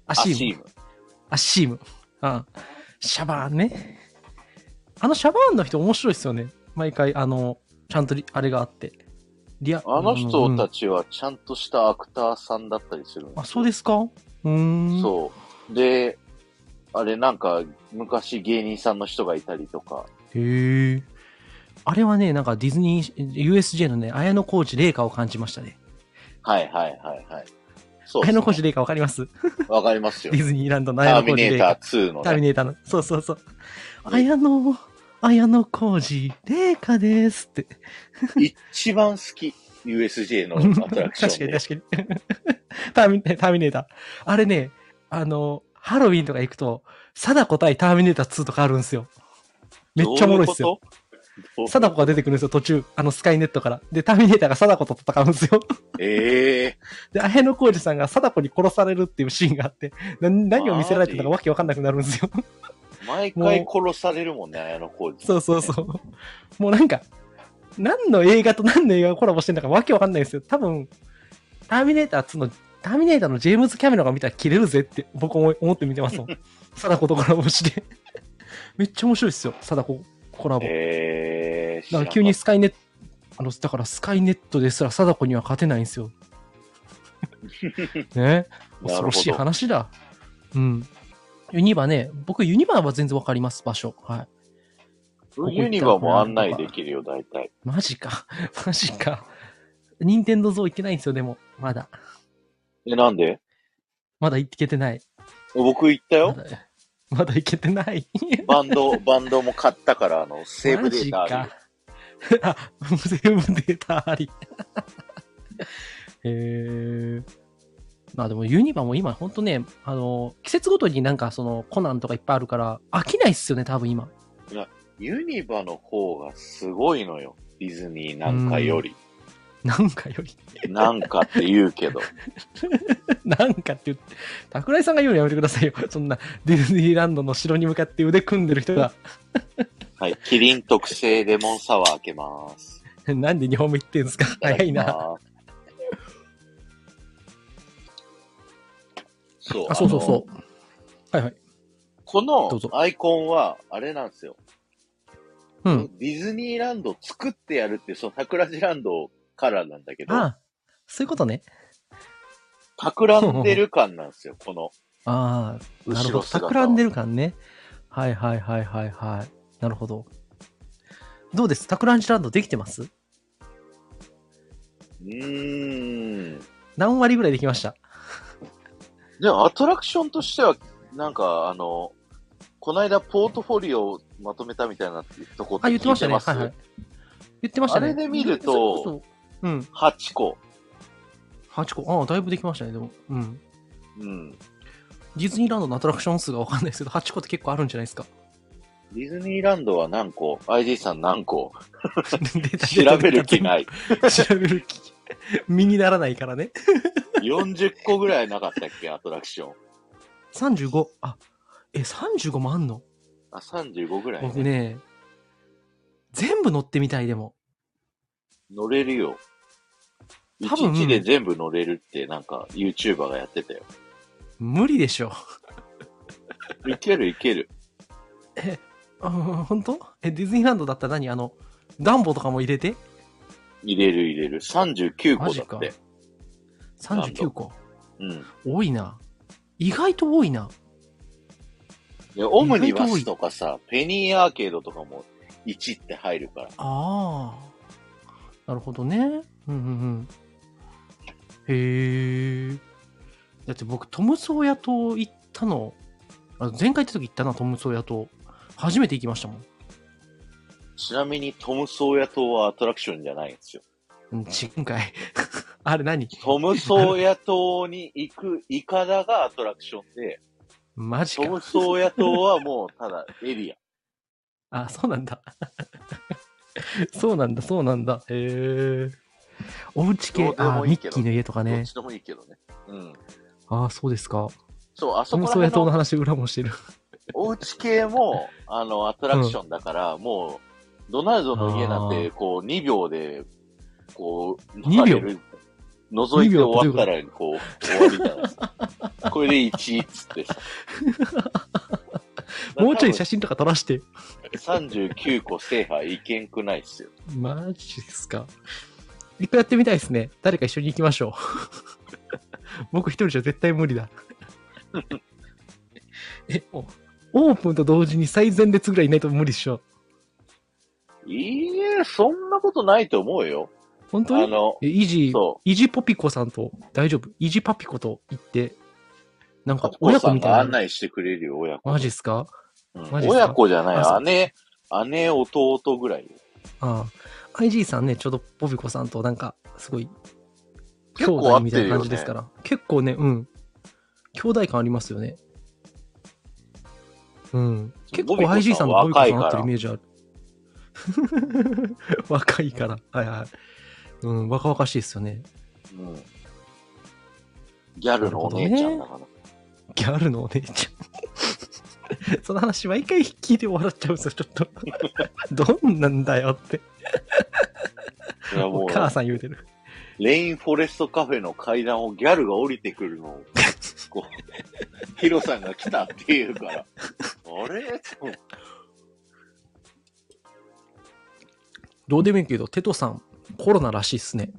B: ア
A: ア
B: シ
A: シ
B: ー
A: ー
B: ム。
A: ム。
B: あ、シーム。うん。シャバーンね。あのシャバーンの人面白いですよね。毎回、あの、ちゃんとリあれがあって。リア
A: あの人た
B: ち。
A: ちはちゃんとしたアクターさんだったりするんですよ
B: あ、そうですかうーん。う。
A: そう。で、あれなんか、昔芸人さんの人がいたりとか。
B: へえ。あれはね、なんかディズニー、USJ のね、綾小路麗華を感じましたね。
A: はいはいはいはい。そうです
B: 綾
A: ね、
B: 小路麗華わかります
A: わかります
B: デ
A: よ。
B: ィズニーランドの
A: タ
B: 綾
A: ーミ
B: 小路
A: ネ
B: 麗
A: ータ
B: 華。
A: ー2の
B: ターミ
A: ね。
B: ネーターの。そうそうそう。綾野、綾小路麗華ですって。
A: 一番好き。USJ のアトラクションで。
B: 確かに確かに。 ターミターミネーター。あれね、あの、ハロウィンとか行くと、貞子対ターミネーター2とかあるんですよ。めっちゃおもろいっすよ。
A: どういうこと。
B: 貞子が出てくるんですよ、途中。あの、スカイネットから。で、ターミネーターが貞子と戦うんですよ。
A: ええ
B: で、綾野浩二さんが貞子に殺されるっていうシーンがあって、な何を見せられてるのかわけわかんなくなるんですよ。
A: 毎回殺されるもんね、綾野浩二。
B: そうそうそう。もうなんか、何の映画と何の映画がコラボしてんだかわけわかんないですよ。多分、ターミネーター2の、ターミネーターのジェームズ・キャメロンが見たら切れるぜって僕思い思って見てま すもん。貞子とコラボして。めっちゃ面白いですよ、貞子コラボ。
A: ええー。
B: だから急に
A: 知
B: スカイネット、あの、だからスカイネットですら貞子には勝てないんで すよ。ね
A: らなかった
B: 恐ろしい
A: なる
B: 話だ。うん。ユニバね、僕ユニバは全然わかります、場所。はい。
A: ほどユニバも案内できるよ、大体。
B: マジか。 マジか。任天堂像行けないんですよ、でも。まだ。
A: え、なんで
B: まだ行けてない。
A: 僕行った
B: ま
A: よ。
B: だまだ行けてない。
A: バンド、バンドも買ったから、あの、セーブデータあ
B: マ
A: る
B: ジか。 あ、セーブデータあり。へえ。まあでもユニバも今ほんとね、あの、季節ごとになんかそのコナンとかいっぱいあるから飽きないっすよね、多分今。
A: ユニバの方がすごいのよ。ディズニーなんかより。
B: なんかより、
A: なんかって言うけど。
B: なんかって言って、桜井さんが言うのやめてくださいよ。そんな、ディズニーランドの城に向かって腕組んでる人が、
A: はい。キリン特製レモンサワー開けます。
B: なんで日本も行ってんす か
A: ただ
B: 早い
A: きます
B: な。。
A: そう。
B: あ、そうそう
A: あの
B: そ。う。はいはい。
A: こ
B: どうぞ
A: のアイコンは、あれなんですよ。
B: うん。
A: ディズニーランドを作ってやるって、その桜地ランドカラーなんだけど、
B: ああ、そういうことね。
A: 企んでる感なんですよ、この
B: ああ、
A: 後
B: なるほど。
A: ろ姿は。
B: 企んでる感ね。はいはいはいはいはい。なるほど。どうです企んじランドできてます
A: うーん。
B: 何割ぐらいできました
A: でもアトラクションとしては、なんか、あの、こないだポートフォリオをまとめたみたいなとこ
B: あ、言ってましたね。
A: 聞いて
B: はいはい。言ってましたね。
A: あれで見ると
B: それこそ、うん。
A: 8個。
B: 8個。ああ、だいぶできましたね、でも。うん。
A: うん。
B: ディズニーランドのアトラクション数がわかんないですけど、8個って結構あるんじゃないですか。
A: ディズニーランドは何個 ?IG さん何個 調
B: 調。
A: べる気ないい。
B: 調べる気。身にならないからね。
A: 40個ぐらいなかったっけアトラクション。
B: 35。あ、え、35もあんの
A: あ、35ぐらい、
B: 僕
A: ね。
B: ね、全部乗ってみたい、でも。
A: 乗れるよ。
B: 多分
A: 1日で全部乗れるって、なんか、YouTuber がやってたよ。
B: 無理でしょ。
A: いけるいける。
B: うん本当え、ディズニーランドだったら何あの、ダンボとかも入れて
A: 入れる入れる。39
B: マ
A: 個
B: ジ
A: だ
B: か
A: って。
B: ?39 個。
A: うん。
B: 多いな。意外と多いな。
A: で、オムニバスとかさ、ペニーアーケードとかも1って入るから。
B: ああ。なるほどね。うんうんうん。へえ。だって僕、トム・ソーヤ島行ったの、あ前回行った時行ったな、トム・ソーヤ島。初めて行きましたもん。
A: ちなみにトム・ソーヤ島はアトラクションじゃないんですよ。
B: うん、今回。 あれ何
A: トム・ソーヤ島に行くイカダがアトラクション で、
B: マジ
A: トム・
B: か。
A: ソーヤ島はもうただエリア。
B: あ、そうなんだ。 そうなんだ、そうなんだ。へえ。おうち
A: ど
B: 系
A: う、で
B: あ
A: もい
B: ミ
A: い
B: ッ
A: けど
B: キーの家とか
A: どっ
B: ね
A: ち。でもいいけどね。うん。
B: ああ、そうですか。
A: そう、あ
B: ト
A: そこ
B: ム・
A: ら
B: ソーヤ
A: 辺
B: 島の
A: の
B: 話、裏 もしてる。
A: おうち系も、あの、アトラクションだから、もう、ドナルドの家なん
B: あ
A: て、
B: ー
A: こう、2秒で、こう、
B: 2秒。
A: 回れる覗いて終わったら、こう、終わりじゃないですか。これで1っつってさ
B: もうちょい写真とか撮らして。
A: 39個制覇いけんくないっすよ。
B: マジですか。一回やってみたいですね。誰か一緒に行きましょう。 僕一人じゃ絶対 無理だ。え、おオープンと同時に最前列ぐらいいないと無理っしょ。
A: いいえ、そんなことないと思うよ。
B: 本当
A: あ
B: に
A: の、
B: えイジ
A: そ、
B: イジポピコさんと、大丈夫イジパピコと行って、なん
A: パ
B: か
A: ピコ
B: 親子
A: さん
B: み
A: が
B: たい
A: 案
B: な。
A: 内してくれるよ、親子。
B: マジっすか
A: うん
B: マジっすか
A: 親子じゃ
B: あそ
A: な
B: う
A: い。姉、姉、弟ぐらいよ。
B: ああ。IG さんね、ちょうどポピコさんとなんか、すごい、兄
A: 結構合
B: 弟
A: っ
B: み
A: て
B: たい
A: る
B: な
A: よね
B: 感じですから。結構ね、うん。兄弟感ありますよね。うん。結構
A: ボビコさん
B: IG さんの
A: は
B: ポピコ
A: 若いか
B: さん
A: ら
B: 合ってるイメージある。 若いから。はいはい。うん、若々しいですよね。
A: うん。ギャルのお姉ちゃんだから。
B: ギャルのお姉ちゃん。その話、毎回聞いて笑っちゃうんですよ、ちょっ と。どんなんだよって。
A: いやも
B: お
A: う、
B: 母さん言うてる。
A: レインフォレストカフェの階段をギャルが降りてくるのを、こう、ヒロさんが来たっていうから、あれ
B: どうでもいいけど、テトさん、コロナらしいっすね。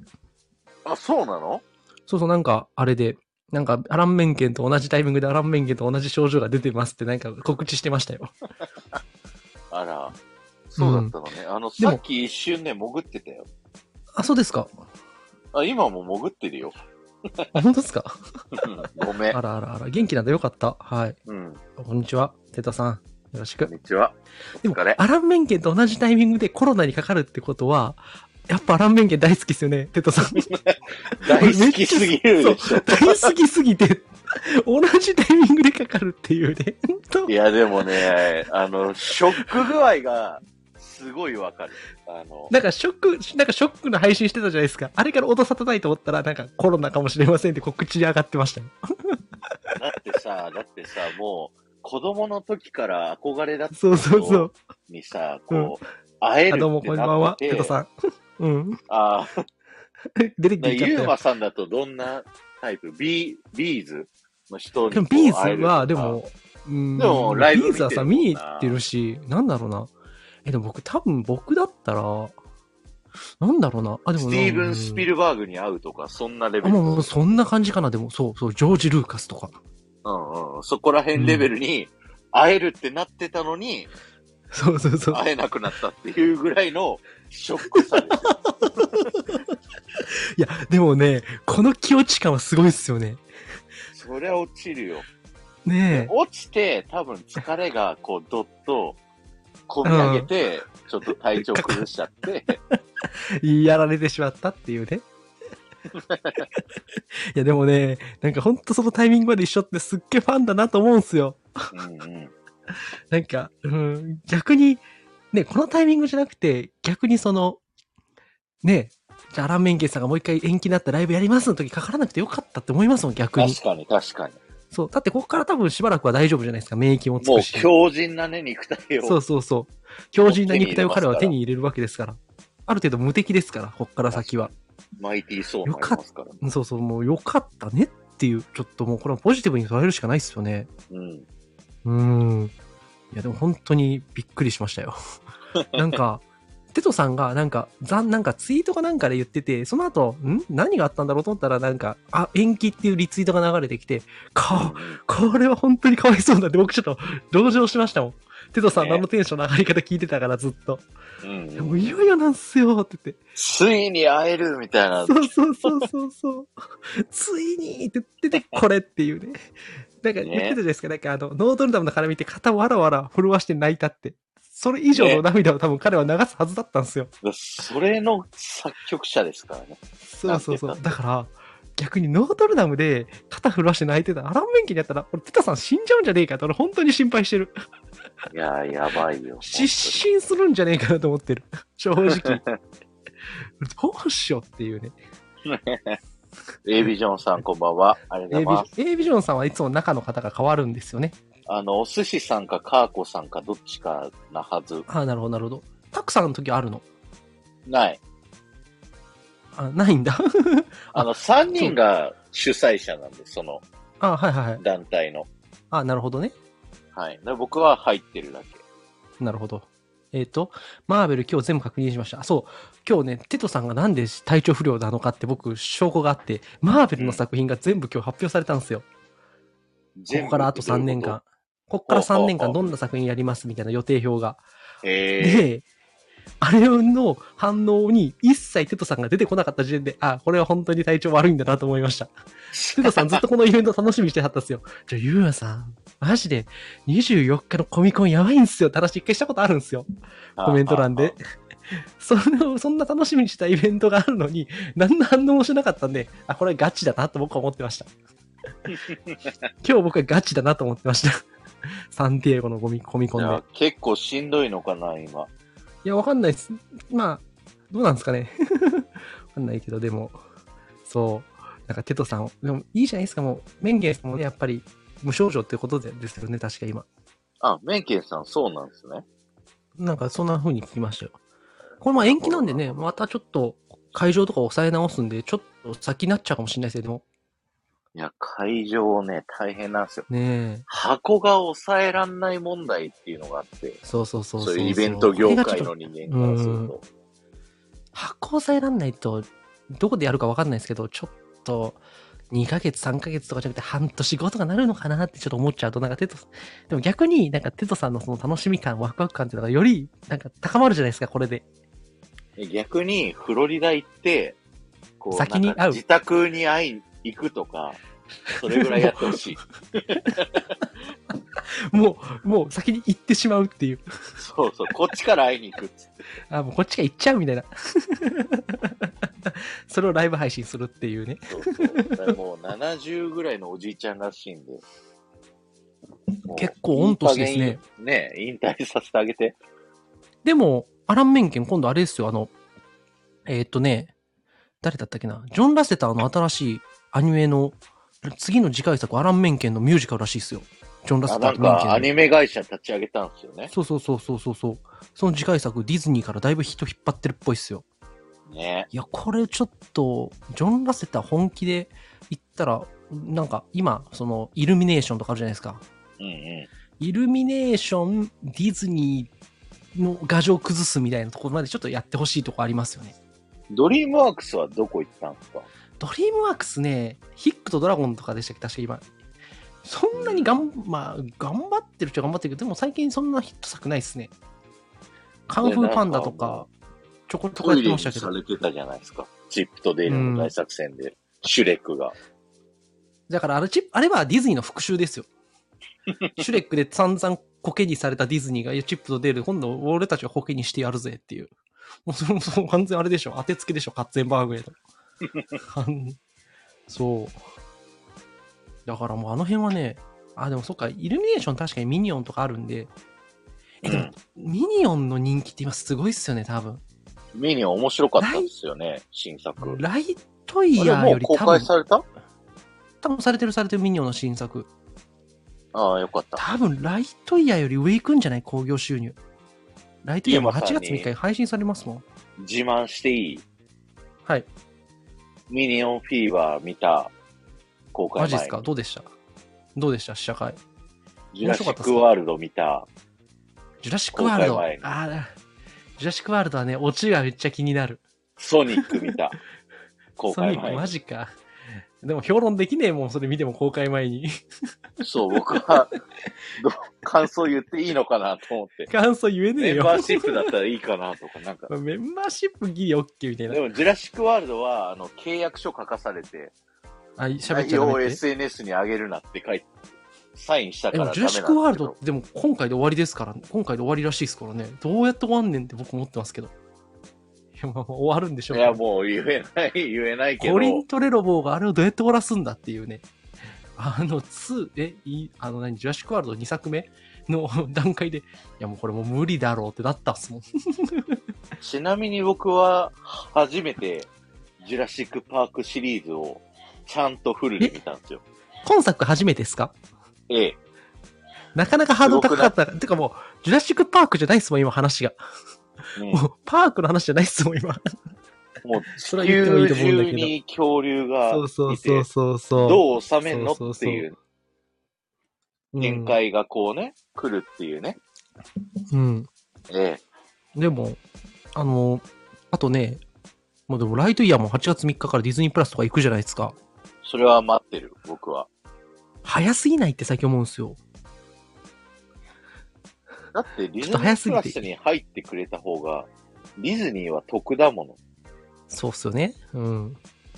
A: あ、そうなの
B: そうそう、なんか、あれで、なんか、アラン・メンケンと同じタイミングでアラン・メンケンと同じ症状が出てますって、なんか告知してましたよ。
A: あら、そうだったのね。あの、
B: でも
A: さっき一瞬ね、潜ってたよ。
B: あ、そうですか。
A: あ、今も潜ってるよ。
B: あ本当ですか。
A: ごめん
B: あ。らあらあら、元気なんだよかった。はい。
A: うん、
B: こんにちは、テトさん。よろし
A: こ
B: く
A: ん。にちは。
B: で
A: お
B: も
A: 疲れ、
B: アラン・メンケンと同じタイミングでコロナにかかるってことは、やっぱアラン・メンケン大好きですよね、テトさん。
A: 大好きすぎるでしょ。
B: 大好きすぎて、同じタイミングでかかるっていうね。
A: いや、でもね、あの、ショック具合が、すごいわかる。あの、
B: なんかショック、なんかショックの配信してたじゃないですか。あれから音沙汰ないと思ったら、なんかコロナかもしれませんってこう口に上がってましたよ。
A: だってさ、だってさ、もう、子供の時から憧れだった
B: そうそうそう。
A: にさ、こう、会える
B: あ、
A: って
B: ど
A: な
B: うも
A: って
B: こんばんは、
A: て
B: ペトさん。うん。
A: ああ、
B: 出てき
A: だ
B: て言っ
A: ユ
B: ちゃ
A: ー
B: ったよ
A: マ。さんだとどんなタイプビー、ビーズの人に
B: で
A: こ
B: も
A: う
B: ビ
A: 会え
B: ー
A: る
B: ズ
A: と
B: は、
A: か
B: で、も、うん
A: でもライブ
B: ビ
A: 見
B: ーズは
A: てる
B: さ、
A: もんな
B: 見に行ってるし、なんだろうな。え、でも僕多分僕だったら、なんだろうな。あ、で
A: ス
B: もな
A: ティーブン・スピ
B: うん
A: ルバーグに会うとか、そんなレベ
B: あ、
A: ル。
B: もうもうそんな感じかな。でも、そうそう、ジョージ・ルーカスとか。
A: うんうん。そこら辺レベルに会えるってなってたのに、
B: そうそうそう。
A: 会えなくなったっていうぐらいのショックさですよ。
B: いや、でもね、この気落ち感はすごいですよね。
A: そりゃ落ちるよ。
B: ね
A: 落ちて、多分疲れがこう、どっと、込み上げて、ちょっと体調崩しちゃ って、
B: え、やられてしまったって いうね。いや、でもね、なんかほんとそのタイミングまで一緒ってすっげえファンだなと思うんすよ。
A: うんうん、
B: なんか、うん、逆に、ね、このタイミングじゃなくて、逆にその、ね、じゃあアラン・メンケンさんがもう一回延期になったライブやりますの時かからなくてよかったって思いますもん、逆に
A: 確。かに確かに。
B: そう。だってここから多分しばらくは大丈夫じゃないですか、免疫もつ
A: もう
B: くし。
A: 強靭なね、肉体
B: そ
A: を
B: うそうそう。強靭な肉体を彼は手に入れるわけですから。ある程度無敵ですから、こっから先は。
A: マイティーソーになりますから。
B: そうそう、もう良かったねっていう、ちょっともうこれはポジティブに捉えるしかないですよね。
A: うん。
B: うーん。いや、でも本当にびっくりしましたよ。 なんか、テトさんが、なんか、ざん、なんかツイートかなんかで言ってて、その後、ん何があったんだろうと思ったら、なんか、あ、延期っていうリツイートが流れてきて、か、これは本当にかわいそうなんで、僕ちょっと、同情しましたもん。テトさん、
A: ね
B: あのテンションの上がり方聞いてたから、ずっと。
A: うん
B: もういよいよなんすよって言って。
A: ついに会えるみたいな。
B: そうそうそうそうそう。ついにって言ってて、これっていうね。なんか言ってたじゃないですか。なんかあの、ノートルダムの絡みって肩をわらわら震わして泣いたって。それ以上の涙を多分彼は流すはずだったんですよ。
A: それの作曲者ですからね。
B: そうそうそ
A: な。
B: うん
A: て
B: だから、逆にノートルダムで肩震わして泣いてたアランメンキにやったら、俺、テタさん死んじゃうんじゃねえかって俺本当に心配してる。
A: いやー、やばいよ。
B: 失神するんじゃねえかなと思ってる。正 直。どうしようっていうね。
A: A ビジョンさん、こんばんは。ありがと
B: A
A: う
B: ビ
A: ございます。
B: ジョン A ビジョンさんはいつも中の方が変わるんですよね。
A: あの、お寿司さんか、カーコさんか、どっちかなはず。
B: ああ、なるほど、なるほど。たくさんの時あるの
A: ない。
B: あ、ないん だ。
A: あの、3人が主催者なんで、その
B: あはいはいはい。
A: 団体の。
B: あなるほどね。
A: はい。で僕は入ってるだけ。
B: なるほど。えっ、と、マーベル今日全部確認しました。あそう、今日ね、テトさんがなんで体調不良なのかって僕、証拠があって、マーベルの作品が全部今日発表されたんですよ。ここからあと3年間。ここから3年
A: ああ
B: 間
A: あ
B: どんな作品やりますみたいな予定表が。
A: ええ
B: で、あれの反応に一切テトさんが出てこなかった時点で、あ、これは本当に体調悪いんだなと思い ました。テトさんずっとこのイベント楽しみにしてはったんですよ。じゃ、ゆうやさん、マジで24日のコミコンやばいんすよって話一回したことあるんですよ。コメント欄で。 そのそんな楽しみにしたイベントがあるのに、何の反応もしなかったんで、あ、これはガチだなと僕は思って ました。今日僕はガチだなと思ってました。サンディエゴのゴミコミコ
A: い
B: ンで
A: や。結構しんどいのかな、今。
B: いや、わかんないです。まあ、どうなんです かね。わかんないけど、でも、そう。なんか、テトさんを、でも、いいじゃないですか、もう、メンゲンさんもね、やっぱり、無症状ってことでですよね、確か今。
A: あ、メンケンさん、そうなんですね。
B: なんか、そんな風に聞きましたよ。これ、まあ、延期なんでね、またちょっと、会場とか抑え直すんで、ちょっと先になっちゃうかもしれないですけども、
A: いや、会場ね、大変なんですよ。
B: ねえ、
A: 箱が抑えらんない問題っていうのがあって、
B: そうそうそう
A: そう
B: そう
A: いうイベント業
B: あれが
A: 界
B: ち
A: の
B: ょっと
A: 人間からすると。
B: 発行抑えらんないと、どこでやるかわかんないですけど、ちょっと、2ヶ月、3ヶ月とかじゃなくて、半年後とかなるのかなってちょっと思っちゃうと、なんかテト、でも逆になんかテトさんのその楽しみ感、ワクワク感っていうのがより、なんか高まるじゃないですか、これで。
A: 逆に、フロリダ行って、こう、
B: 先に
A: なんか
B: 会う
A: 自宅に会いに行くとか、それぐらいやってほしい。
B: もう、もう先に行ってしまうっていう。
A: そうそう、こっちから会いに行くっつって。
B: あ、もうこっちが行っちゃうみたいな。 それをライブ配信するっていうね。
A: そうそう。だからもう70ぐらいのおじいちゃんらしいんで。もう
B: 結構御年で
A: いい加
B: すね。
A: 減ね、引退させてあげて。
B: でも、アラン・メンケン、今度あれですよ、あの、えーっとね、誰だったっけな、ジョン・ラセターの新しいアニメの、次の次回作、アラン・メンケンのミュージカルらしいですよ。ジョン・ラ
A: あ
B: セ
A: な
B: ター
A: ん
B: とメンケン
A: か、
B: の
A: アニメ会社立ち上げたんですよね。
B: そうそうそうそうそうそう。その次回作、ディズニーからだいぶ人引っ張ってるっぽいっすよ。
A: ね。
B: いや、これちょっと、ジョン・ラセター本気で言ったら、なんか今、その、イルミネーションとかあるじゃないですか。
A: うんうん。
B: イルミネーション、ディズニーの画像を崩すみたいなところまでちょっとやってほしいとこありますよね。
A: ドリームワークスはどこ行ったんですか
B: ドリームワークスね、ヒックとドラゴンとかでしたっけ確か今。そんなにがん、まあ、頑張ってるっちゃ頑張ってるけど、でも最近そんなヒット作ないっすね。カンフーパンダとか、ちょこちょこ
A: ト
B: やっ
A: イ
B: て
A: レ
B: ま
A: に
B: したけ
A: さ
B: ど。
A: れてたじゃないですか。チップとデールの大作戦で、シュレックが。
B: だからあれチ、あれはディズニーの復讐で すよ。シュレックで散々コケにされたディズニーが、いやチップとデール、今度俺たちがコケにしてやるぜっていう。もうそれもそう完全あれでしょ。当てつけでしょ、カッツェンバーグへと。あのそう。だからもうあの辺はね、あ、でもそっか、イルミネーション確かにミニオンとかあるんで、え、でも、ミニオンの人気って今すごいっすよね、多分。
A: ミニオン面白かったですよね、新作。
B: ライトイ
A: あれ
B: ヤー
A: も
B: よ
A: う
B: り
A: 公
B: 多
A: 開
B: 分、
A: された
B: 多分されてるされてるミニオンの新作。
A: ああ、よかった。
B: 多分ライトイヤーより上行くんじゃない興行収入。ライトイヤーも
A: いやまさ
B: 8
A: に
B: 月3日に配信されますもん。
A: 自慢していい
B: はい。
A: ミニオンフィーバー見た公開前
B: マジですかどうでしたどうでした試写会。
A: ジュラシ
B: 面白かっ
A: ッ
B: たっす
A: ク
B: か
A: ワールド見た。
B: ジュラシックワー
A: 公
B: ルド。あ
A: 開前に
B: あー、ジュラシックワールドはね、オチがめっちゃ気になる。
A: ソニック見 た。公
B: ソ
A: 開
B: ニック
A: 前
B: マジか。でも評論できねえもん、それ見ても公開前に。
A: そう、僕は、ど感想言っていいのかなと思って。
B: 感想言えね
A: メ
B: え
A: ン
B: よ。
A: バーシップだったらいいかなとか、なんか。
B: メンバーシップギリオッケーみたいな
A: で。も、ジュラシックワールドは、あの、契約書書かされて、
B: あ、喋っ
A: 内
B: ちゃダ
A: 容
B: メ
A: を
B: って。
A: SNS に上げるなって書いて、サインした
B: で
A: からダ
B: も
A: メなんです
B: ジュラシ
A: けど。
B: ックワールドってでも今回で終わりですから、今回で終わりらしいですからね。どうやって終わんねんって僕思ってますけど。いや、まあまあ終わるんでしょう
A: い
B: けど
A: や、もう言えない、言えないけど
B: コ、リントレロボーがあれをどうやって終わらすんだっていうね。あの、2、え、いあの何、ジュラシックワールド2作目の段階で、いやもうこれもう無理だろうってなったっすもん。
A: ちなみに僕は、初めて、ジュラシックパークシリーズを、ちゃんとフルで見たんですよ。
B: 今作初めてですか
A: ええ。
B: なかなかハードル高かった。てかもう、ジュラシックパークじゃないっすもん、今 話が。
A: うん
B: もう、パークの話じゃないっすもん、今。
A: もう、
B: それ
A: 地
B: は言ってもいい
A: 球
B: と思うんだ
A: 中に恐
B: けど
A: 竜がいて、
B: そうそうそうそうそう。
A: どう収めんの
B: そう
A: っ
B: そ
A: て
B: うそう
A: いう
B: うん
A: 展。開がこうね、来るっていうね。
B: うん。
A: ええ。
B: でも、あの、あとね、もうでも、ライトイヤーも8月3日からディズニープラスとか行くじゃないですか。
A: それは待ってる、僕は。
B: 早すぎないって最近思うんですよ。
A: だって、ディズ
B: ちょっ
A: ニ
B: と早
A: ー
B: す
A: プ
B: ぎ
A: ラ
B: て
A: スに入ってくれた方が、ディズニーは得だもの。
B: そうっすよね。うん。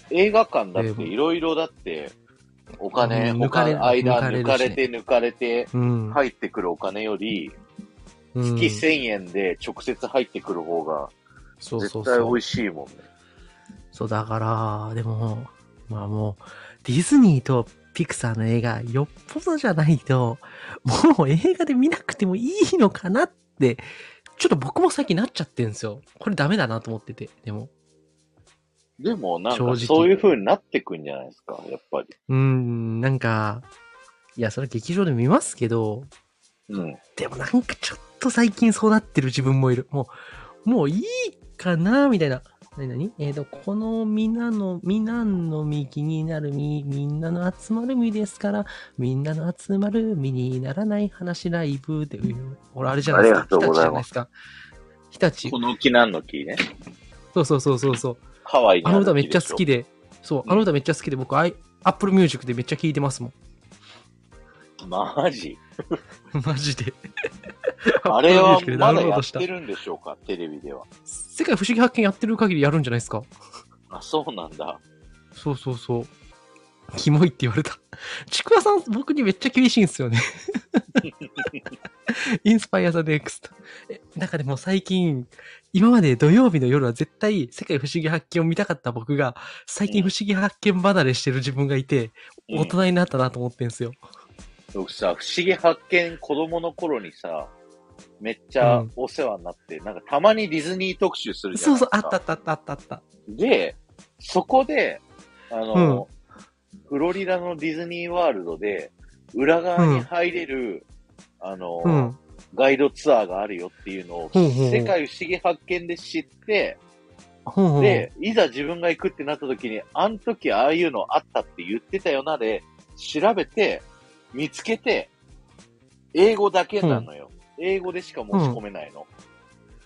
A: 映画館だっ
B: え
A: て
B: え
A: いろいろだって、お金、
B: うん
A: お金
B: 抜かれ
A: 間
B: 抜
A: 抜
B: か
A: かれ
B: れる
A: て抜かれて、
B: うん。
A: 入ってくるお金より、
B: い
A: 月1000円で直接入ってくる方が、
B: そう
A: 絶
B: そう
A: 対美
B: そう。
A: 味しいもんね。
B: そう、だから、でも、まあもう、ディズニーとピクサーの映画、よっぽどじゃないと、もう映画で見なくてもいいのかなって、ちょっと僕も最近なっちゃってんですよ。これダメだなと思ってて、でも。
A: でも、なん
B: 正
A: か
B: 直
A: そういう風になってくんじゃないですか、やっぱり。
B: うーん、なんか、いや、それは劇場で見ますけど、
A: うん。
B: でもなんかちょっと最近そうなってる自分もいる。もう、もういいかなみたいな。なになにえっ、と、このみんなの、みんなのみ気になるみ、みんなの集まるみですから、みんなの集まるみにならない話ライブで、うん俺あれじゃないですか。。
A: ありがとうございます
B: 日立じゃないですか。日立。
A: この木なんの木ね。
B: そうそうそうそうそう。
A: ハワイに
B: あの歌めっちゃ好き
A: で
B: で、そう、あの歌めっちゃ好きで、僕、アイアップルミュージックでめっちゃ聴いてますもん。
A: しょ。マジ
B: マジで。
A: あれ
B: Apple
A: は
B: Music でダ
A: ま
B: ウン
A: だ
B: ロー
A: や
B: ド
A: っ
B: した
A: てるんでしょうかテレビでは。
B: 世界不思議発見やってる限りやるんじゃないですか。
A: あ、そうなんだ。
B: そうそうそう。キモいって言われた。 ちくわさん、僕にめっちゃ厳しいんですよね。 インスパイアザネクスト。えなんかでも最近、今まで土曜日の夜は絶対世界不思議発見を見たかった僕が、最近不思議発見離れしてる自分がいて、
A: うん
B: 大人になったなと思ってんすよ。
A: 僕さ、不思議発見、子供の頃にさ、めっちゃ
B: うん
A: お世話になって、なんかたまにディズニー特集するじゃ
B: そ
A: ないうです
B: そ
A: か
B: う、。あったあったあったあったあった。
A: で、そこで、あの、フロリダのディズニーワールドで、裏側に入れる、あの、
B: うん。
A: ガイドツアーがあるよっていうのを、
B: ほうほう
A: 世界不思議発見で知って、
B: ほうほう。
A: で、いざ自分が行くってなった時に、あの時ああいうのあったって言ってたよなで、調べて、見つけて、英語だけなのよ。英語でしか申し込めないの。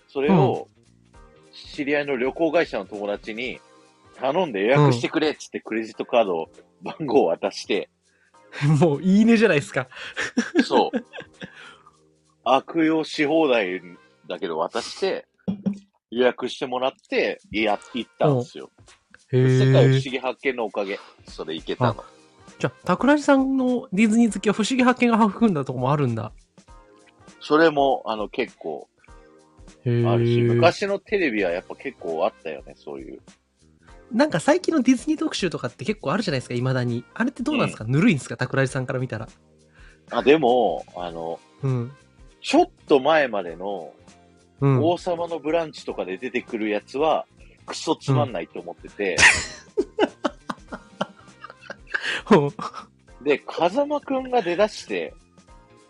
A: それを、知り合いの旅行会社の友達に、頼んで予約してくれっつってクレジットカードを番号を渡して、
B: もう、いいねじゃないですか。
A: そう。悪用し放題だけど渡して、予約してもらって、いや、行ったんですよ。
B: へ
A: 世界不思
B: え。
A: 議発見のおかげ、それいけたの。
B: じゃあ、桜井さんのディズニー好きは不思議発見が育んだとこもあるんだ。
A: それも、あの、結構
B: へえ。
A: あるし、昔のテレビはやっぱ結構あったよね、そういう。
B: なんか最近のディズニー特集とかって結構あるじゃないですか、未だに。あれってどうなんですか、ぬるいんですか、桜井さんから見たら。
A: あ、でも、あの、
B: うん。
A: ちょっと前までの、
B: うん。
A: 王様のブランチとかで出てくるやつは、クソつまんないと思ってて、で、風間くんが出だして、
B: うん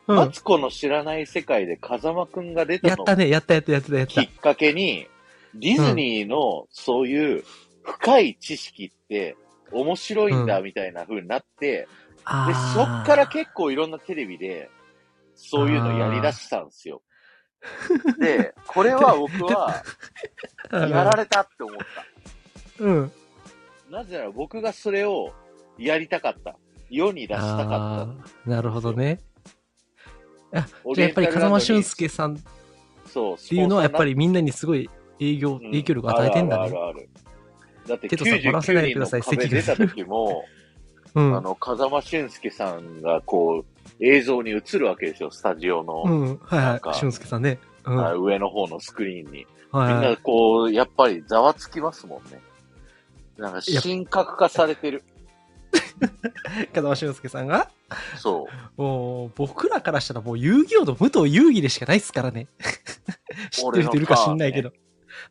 A: マツコの知らない世界で風間くんが出
B: や
A: た
B: っ
A: のを
B: たね、やったやったやったやっ
A: き
B: た
A: っ。かけに、ディズニーのそういう深い知識って面白いんだ
B: う
A: みたいな風になって、
B: あ
A: で、
B: ー
A: そっから結構いろんなテレビで、そういうのやり出したんですよ。で、これは僕はやられたって思った。
B: うん。
A: なぜなら僕がそれをやりたかった。世に出したかっ
B: あーなるほどね。
A: た。オ
B: じゃあやっぱり
A: リエンタ
B: 風
A: ルランド
B: 間
A: に
B: 俊介さんっ
A: そう、って
B: いうのはやっぱりみんなにすごい影響、影響力を与えてんだ
A: ある
B: ね。
A: あるある。だって
B: テトさん笑わせないで
A: 99人
B: くだ
A: の
B: さい
A: 壁出た時も、
B: う
A: あ
B: ん。
A: の、風間俊介さんがこう、映像に映るわけですよ、スタジオの、
B: うん。
A: なん
B: はいは
A: か
B: い。俊介さんね。うん。
A: あ
B: はい
A: 上の方のスクリーンに。みん
B: は。
A: ないこう、やっぱりざわつきますもんね。なんか、神格化されてる。
B: 風間俊介さんが
A: そ
B: もう、僕らからしたらもう遊戯王の武藤遊戯でしかないっすか らね。知ってる人いるか知んないけど。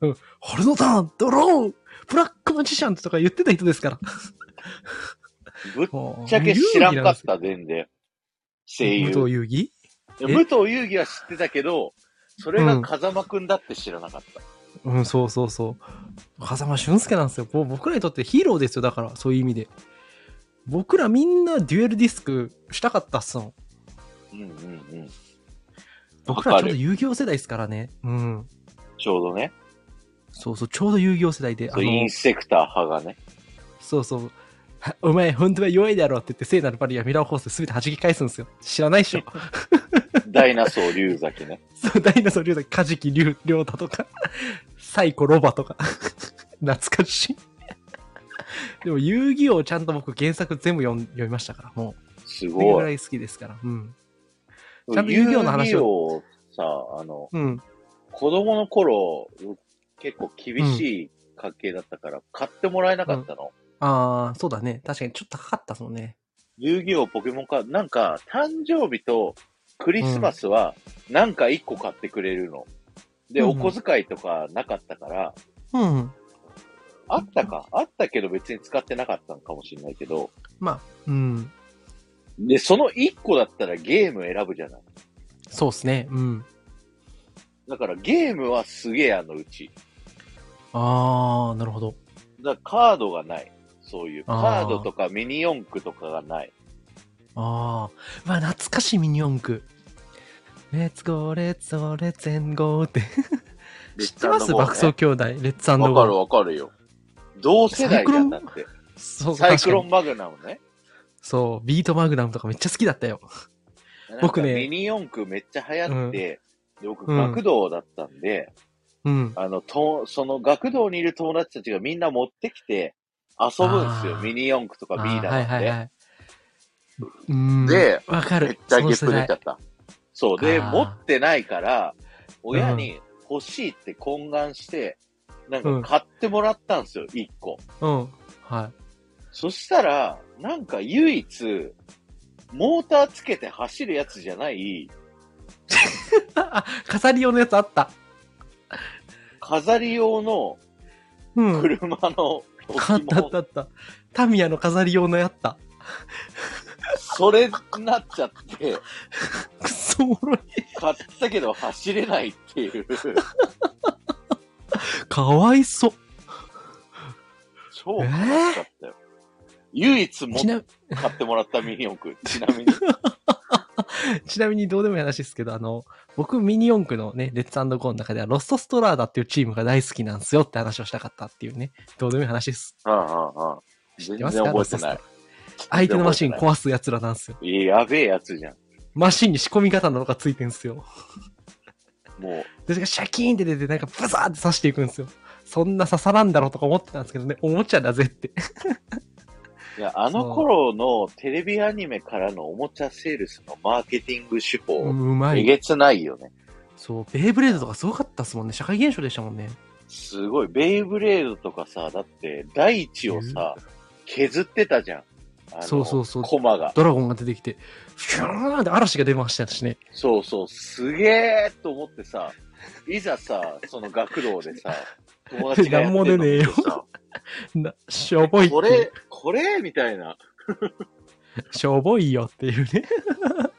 B: うん。俺のターン、ドローブラックマジシャンとか言ってた人ですから。
A: う。ぶっ
B: もう
A: ちゃけ知らんかっ
B: 武
A: た、全然。声優。
B: 藤遊戯
A: いや武藤遊戯は知ってたけど、それが風間くんだって知らなかった。
B: うん、そうそうそう。風間俊介なんですよ。もう僕らにとってヒーローですよ。だから、そういう意味で。僕らみんなデュエルディスクしたかったっすもん。
A: うんうんうん。
B: 僕ら
A: わ
B: ち
A: か
B: ょ
A: る
B: うど遊戯王世代ですからね。うん。
A: ちょうどね。
B: そうそう、ちょうど遊戯王世代で。あ
A: そうイ
B: の
A: ン、セクター派がね。
B: そうそう。はお前、本当は弱いだろって言って、聖なるパリはミラーホースすべて弾き返すんですよ。知らないっしょ。
A: ダイナソー龍崎ね。
B: そう、ダイナソー、リュウダ、カジキ、リュウ、リョウタとか、サイコ、ロバとか。懐かしい。でも、遊戯王ちゃんと僕原作全部読ん読みましたから、もう。
A: す
B: っていうぐ
A: ご
B: ら
A: い。
B: い好きですから。うん。 ち
A: ち
B: ゃ
A: ゃ
B: ん
A: ん
B: と
A: と
B: 遊
A: 遊戯
B: 戯王
A: 王
B: の
A: の
B: 話
A: 話
B: を
A: をさ、あの、
B: うん。
A: 子供の頃、結構厳しい家系だったから、買ってもらえなかったの。
B: ああ、そうだね。確かにちょっと高かったですもんね。
A: 遊戯王、ポケモンか、なんか、誕生日とクリスマスは、なんか一個買ってくれるの。で、
B: うん
A: お小遣いとかなかったから、
B: うん。
A: あったか、あったけど別に使ってなかったのかもしれないけど、
B: まあ、うん。
A: で、その一個だったらゲーム選ぶじゃない。
B: そうっすね。うん。
A: だからゲームはすげえあのうち。
B: ああ、なるほど。
A: だからカードがない。そういう。
B: あー
A: カードとかミニ四駆とかがない。
B: ああ。まあ、懐かしいミニ四駆。レッツゴー、レッツゴー、レッツエンゴーって。知ってます、爆走兄弟、レッツゴー。
A: わかるわかるよ。同世代じゃんだ って。
B: そう、
A: サイクロ
B: 確か
A: ンマグナムね。
B: にそう、ビートマグナムとかめっちゃ好きだったよ。僕ね
A: なんかミニ四駆めっちゃ流行って、で僕、
B: うん
A: 学童だったんで、
B: うん。
A: あの、と、その学童にいる友達たちがみんな持ってきて遊ぶんですよ。
B: あー
A: ミニ四駆とかビーダ
B: あ
A: ーなん
B: はいはい
A: で。
B: はい。うん。
A: で、
B: わかる。
A: めっちゃゲッ
B: そ
A: プ
B: の世
A: 出
B: 代
A: ちゃった。そう。で、
B: あー
A: 持ってないから、親に欲しいって懇願して、なんか買ってもらったんですよ、一個。
B: うん。はい。
A: そしたら、なんか唯一、モーターつけて走るやつじゃない、
B: あ、飾り用のやつあった。
A: 飾り用の
B: うん。
A: 車の
B: あったあったあった。タミヤの飾り用のやった。
A: それになっちゃって、
B: くそおもろい。
A: 買ったけど走れないっていう、
B: かわいそう。
A: 超悲しかったよ。唯一も
B: ちな
A: 買ってもらったミニ四駆。ちなみに。
B: ちなみにどうでもいい話ですけど、あの、僕ミニ四駆のね、レッツゴーの中ではロストストラーダっていうチームが大好きなんですよって話をしたかったっていうね、どうでもいい話です。
A: うんうんうん。全然
B: 知って
A: 覚
B: ま
A: え
B: すか
A: てない。
B: 相手のマシン壊す奴らなんですよ。
A: いややべえやつじゃん。
B: マシンに仕込み型のがついてんすよ。
A: も
B: で、それがシャキーンって出て、なんかブザーって刺していくんですよ。そんな刺さらんだろうとか思ってたんですけどね、おもちゃだぜって。
A: う、いや、あの頃のテレビアニメからのおもちゃセールスのマーケティング手
B: う
A: 法、
B: ま
A: え
B: い。
A: げつないよね。
B: そう、ベイブレードとかすごかったっすもんね。社会現象でしたもんね。
A: すごい。ベイブレードとかさ、だって、大地をさ、削ってたじゃん。あの
B: そうそうそう
A: コマが。
B: ドラゴンが出てきて、フューンって嵐が出ましたしね。
A: そうそう、すげえと思ってさ、いざさ、その学童でさ、友達がやってるの見てさ、
B: な、しょぼいってい
A: こ
B: う。
A: れ、これみたいな。
B: しょぼいよっていうね。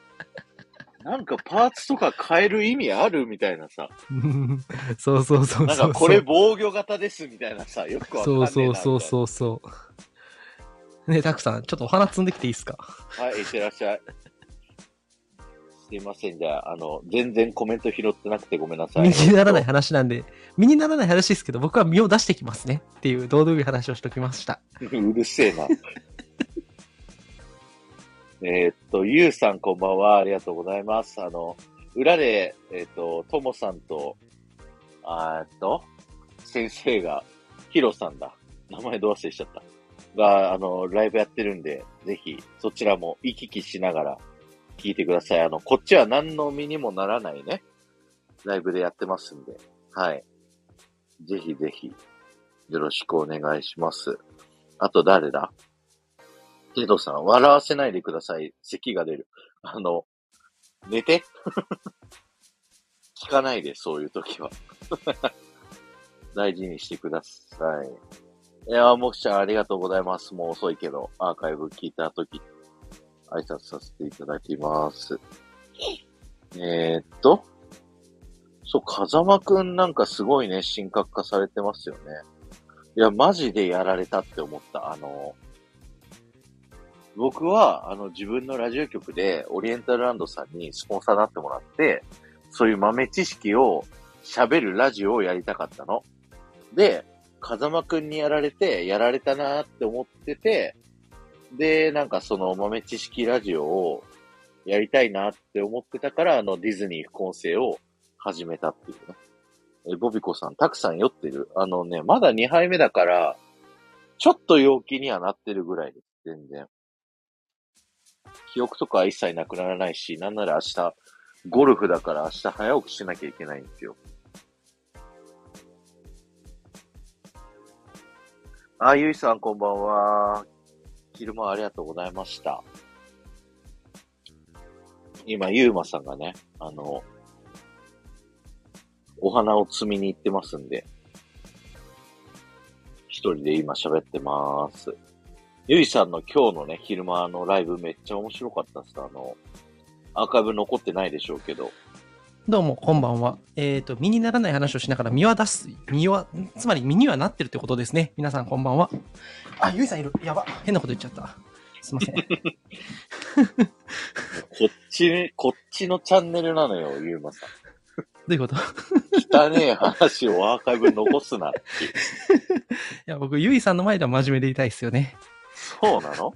A: なんかパーツとか変える意味あるみたいなさ。
B: うんそうそうそうそう。
A: なんかこれ防御型ですみたいなさ、よくわかんねえ
B: そう
A: な
B: そうそう
A: う。
B: そうそう。ねえ、たくさん、ちょっとお花摘んできていいですか
A: はい、いってらっしゃい。すいません、じゃあ、あの、全然コメント拾ってなくてごめんなさ
B: 身
A: い。
B: にならない話なんで、身にならない話ですけど、僕は身を出してきますねっていう、堂々いい話をしときました。
A: うるせえな。えーっと、ゆうさんこんばんは。ありがとうございます。あの、裏で、えーっと、ともさんと、あーえっと、先生が、ひろさんだ。名前どう忘れしちゃった。が、あの、ライブやってるんで、ぜひ、そちらも行き来しながら聞いてください。あの、こっちは何の身にもならないね。ライブでやってますんで。はい。ぜひぜひ、よろしくお願いします。あと誰だテドさん、笑わせないでください。咳が出る。あの、寝て聞かないで、そういう時は。 大事にしてください。いやー、もくちゃんありがとうございます。もう遅いけど、アーカイブ聞いた時、挨拶させていただきます。えー、っと、そう、風間くんなんかすごいね、神格化されてますよね。いや、マジでやられたって思った。あの、僕は、あの、自分のラジオ局で、オリエンタルランドさんにスポンサーになってもらって、そういう豆知識を喋るラジオをやりたかったの。で、風間くんにやられて、やられたなーって思ってて、で、なんかその豆知識ラジオをやりたいなって思ってたから、あの、ディズニー副音声を始めたっていうね。え、ボビコさん、たくさん酔ってる。あのね、まだ2杯目だから、ちょっと陽気にはなってるぐらいです、全然。記憶とかは一切なくならないし、なんなら明日、ゴルフだから明日早起きしなきゃいけないんですよ。あ、ゆいさんこんばんは。昼間ありがとうございました。今、ゆうまさんがね、あの、お花を摘みに行ってますんで、一人で今喋ってます。ゆいさんの今日のね、昼間のライブめっちゃ面白かったっす。あの、アーカイブ残ってないでしょうけど、
B: どうも、こんばんは。えっ、と、身にならない話をしながら身は出す、身は、つまり身にはなってるってことですね。皆さん、こんばんは。あ、ゆいさんいる。やば。変なこと言っちゃった。すいま せん。
A: こっちね、こっちのチャンネルなのよ、ゆうまさん。
B: どういうことい
A: 汚ねえ話をアーカイブに残すな。
B: や、僕、ゆいさんの前では真面目でいたいですよね。
A: そうなの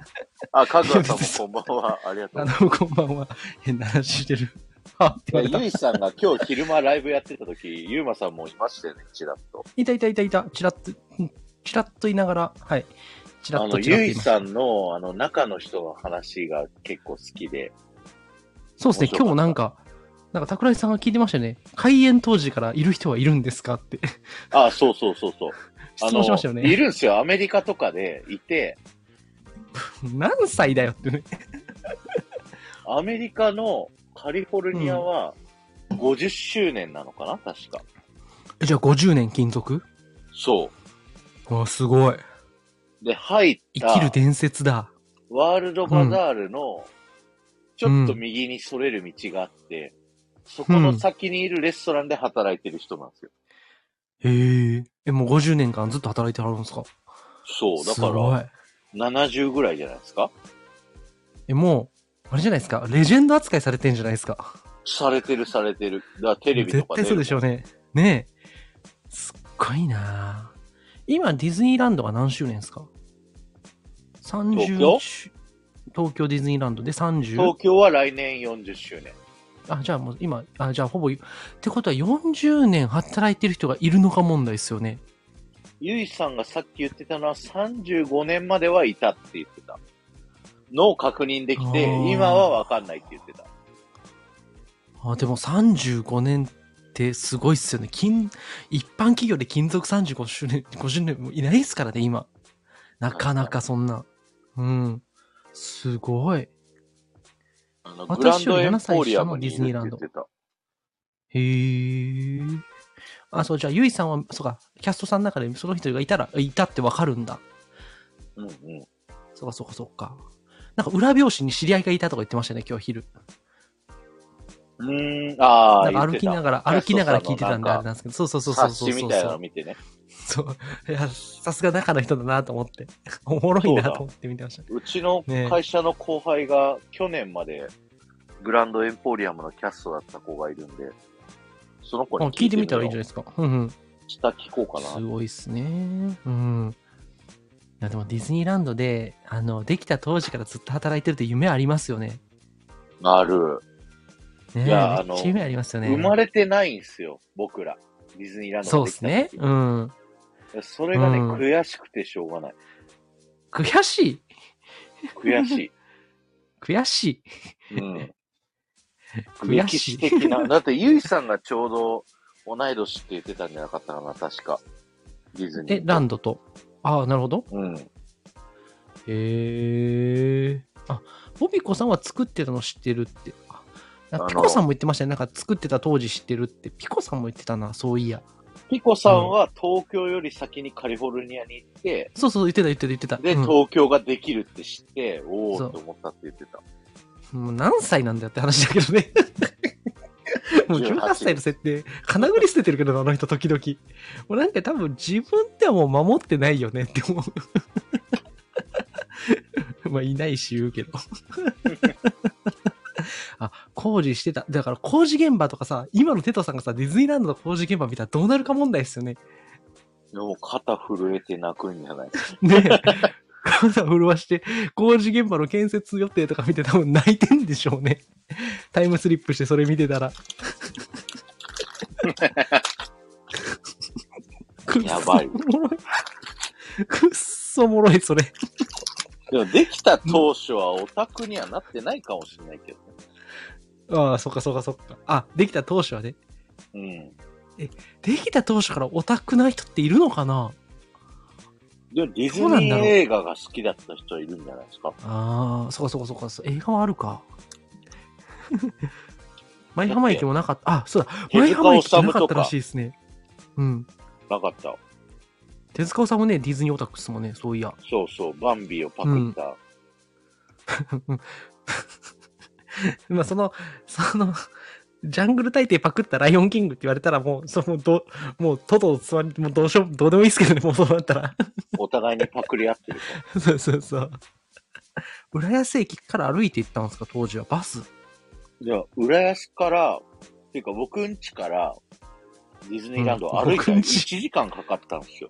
A: あ、かぐわさんもこんばん は。ありがと
B: あ
A: うござい
B: の、こんばんは。変な話してる。 あって言わ
A: ま
B: れ
A: すい
B: た
A: や。。ゆいさんが今日昼間ライブやってた時、ゆうまさんもいましたよね、ちらっと。
B: いたいたいたいた。チラッと、うんチラッと言いながら、はい。チラ
A: あ
B: ッと
A: の、
B: チラッと
A: ゆ
B: 言
A: い
B: いました。
A: さんの、あの、中の人の話が結構好きで、
B: そうです
A: 面白かっ
B: ね、今
A: た
B: 日なんか、なんか桜井さんが聞いてましたよね。開園当時からいる人はいるんですかって。
A: あ、そうそうそうそう。あ
B: 質
A: の
B: 問しましたよ
A: い
B: ね。
A: るんですよ。アメリカとかでいて、
B: 何歳だよってね。
A: アメリカのカリフォルニアは、 50周年なのかな確か。
B: えじゃあ50年勤続
A: そ
B: あすごい。
A: う。で、入っ
B: 生き
A: た
B: る伝説だ。
A: ワールドバザールの、ちょっと右にそれる道があって、そこの先にいるレストランで働いてる人なんですよ。
B: へえ。え、もう50年間ずっと働いてはるんですか
A: そう、だ
B: すご
A: か
B: い。
A: ら、70ぐらいじゃないですか
B: え、もう、あれじゃないですか。レジェンド扱いされてんじゃないですか。
A: されてるされてる。だからテレビと
B: 絶
A: か
B: 対そうでしょう
A: ね。
B: ね。ねえ。すっごいなあ今、ディズニーランドが何周年ですか ?30
A: 東京
B: 周東京ディズニーランドで 30?
A: 東京は来年40周年。
B: あ、じゃあもう今、あ、じゃあほぼ、ってことは40年働いてる人がいるのか問題ですよね。
A: ゆいさんがさっき言ってたのは35年まではいたって言ってた。のを確認できて
B: あ、ー
A: 今はわかんないって言ってた。
B: あ、でも35年ってすごいっすよね。金、一般企業で勤続35周年、50年もいないですからね、今。なかなかそんな。うん。すごい。
A: あのグラン
B: 私よ
A: ド
B: り
A: エン
B: 7歳
A: ポリア
B: 下
A: ム
B: の
A: に
B: デ
A: い
B: ィ
A: るって
B: ズニー
A: 言
B: ラン
A: っ
B: ド
A: てた。
B: へえ。あ、そう、じゃあ、ゆいさんは、そうか、キャストさんの中でその人がいたら、いたってわかるんだ。
A: うんうん。
B: そうか、そうか、そうか。なんか裏表紙に知り合いがいたとか言ってましたね、今日昼。
A: うーん、あ
B: な
A: あ、
B: んか歩きながら、歩きながら聞いてたんであれ
A: だ。
B: なんですけど、そうそうそうそう
A: 冊
B: そう
A: 子
B: そ
A: み
B: う
A: たいなの見てね。
B: そう。いや、さすが中の人だなと思って、 おもろいなと思って見てました。
A: うちの会社の後輩が去年までグランドエンポリアムのキャストだった子がいるんで、その子
B: あ
A: に
B: 聞いてみたらいいんじゃ
A: ゃ
B: ないですか。うんうん。
A: 下聞こうかな。
B: すごいっすね。うん。いや、でもディズニーランドで、あの、できた当時からずっと働いてるって夢ありますよね。
A: なる。
B: ね
A: いやあ
B: め
A: の
B: っちゃ夢ありますよね。
A: 生まれてないんすよ、僕ら。ディズニーランド
B: そう
A: がで
B: で
A: き
B: す
A: た時
B: ね。うん。
A: それがね、
B: うん
A: 悔しくてしょうがない。
B: 悔しい。
A: 悔し
B: 悔し
A: い。 うん。
B: 悔しい
A: 歴史的な。だって、ゆいさんがちょうど同い年って言ってたんじゃなかったかな、確か。ディズ
B: い。
A: ニー。
B: で、ランドと。ああ、なるほど。
A: うん。
B: へえ。あ、ボビコさんは作ってたの知ってるって。あ
A: あの
B: ピコさんも言ってましたね。なんか作ってた当時知ってるって。ピコさんも言ってたな、そういや。
A: ピコさんは東京より先にカリフォルニアに行って、
B: そうそう、言ってた言ってた言ってた。
A: で、
B: うん
A: 東京ができるって知って、おお
B: そう
A: って思ったって言ってた。
B: もう何歳なんだよって話だけどね。もう18歳の設定、金繰り捨ててるけどな、あの人、時々。もうなんか多分自分ってはもう守ってないよねって思う。 まあ、いないし言うけど。あ、工事してた。だから工事現場とかさ、今のテトさんがさ、ディズニーランドの工事現場見たらどうなるか問題ですよね。
A: でも肩震えて泣くんじゃない
B: ねえ。体を震わして、工事現場の建設予定とか見て多分泣いてんでしょうね。タイムスリップしてそれ見てたら。くっ そ
A: やばい
B: おもろいくっそおもろい、それ。
A: でも、できた当初はオタクにはなってないかもしれないけど
B: ああ、そっかそっかそっか。あ、できた当初はね。
A: ね。
B: できた当初からオタクな人っているのか
A: う
B: な
A: ん。でも、ディズ
B: そうなん
A: ニ
B: だ
A: ー
B: ろう
A: 映画が好きだった人はいるんじゃないですか。
B: ああ、そっかそっかそっかそっか。映画はあるか。 舞浜駅もなかった。あ、そうだ。舞
A: 手
B: 浜
A: 塚
B: 駅
A: 治
B: な
A: 虫
B: かっ
A: と
B: た
A: から
B: しいですね。うん。
A: なかった。
B: 手塚さんもね、ディズニーオタクっすもんね、そういや。
A: そうそう、バンビをパクった。
B: まあ、その、その、ジャングル大帝パクったライオンキングって言われたらもう、そのどう、もう、トトをつまり、もうどうしよう、どうでもいいですけどね、もうそうなったら。
A: お互いにパクり合ってるか
B: そうそうそう。浦安駅から歩いて行ったんですか、当時は。バス。
A: ら。では、浦安から、っていうか僕ん家から、ディズニーランド
B: うん
A: 歩いて
B: 僕ん
A: 1
B: 家
A: 時間かかったんですよ。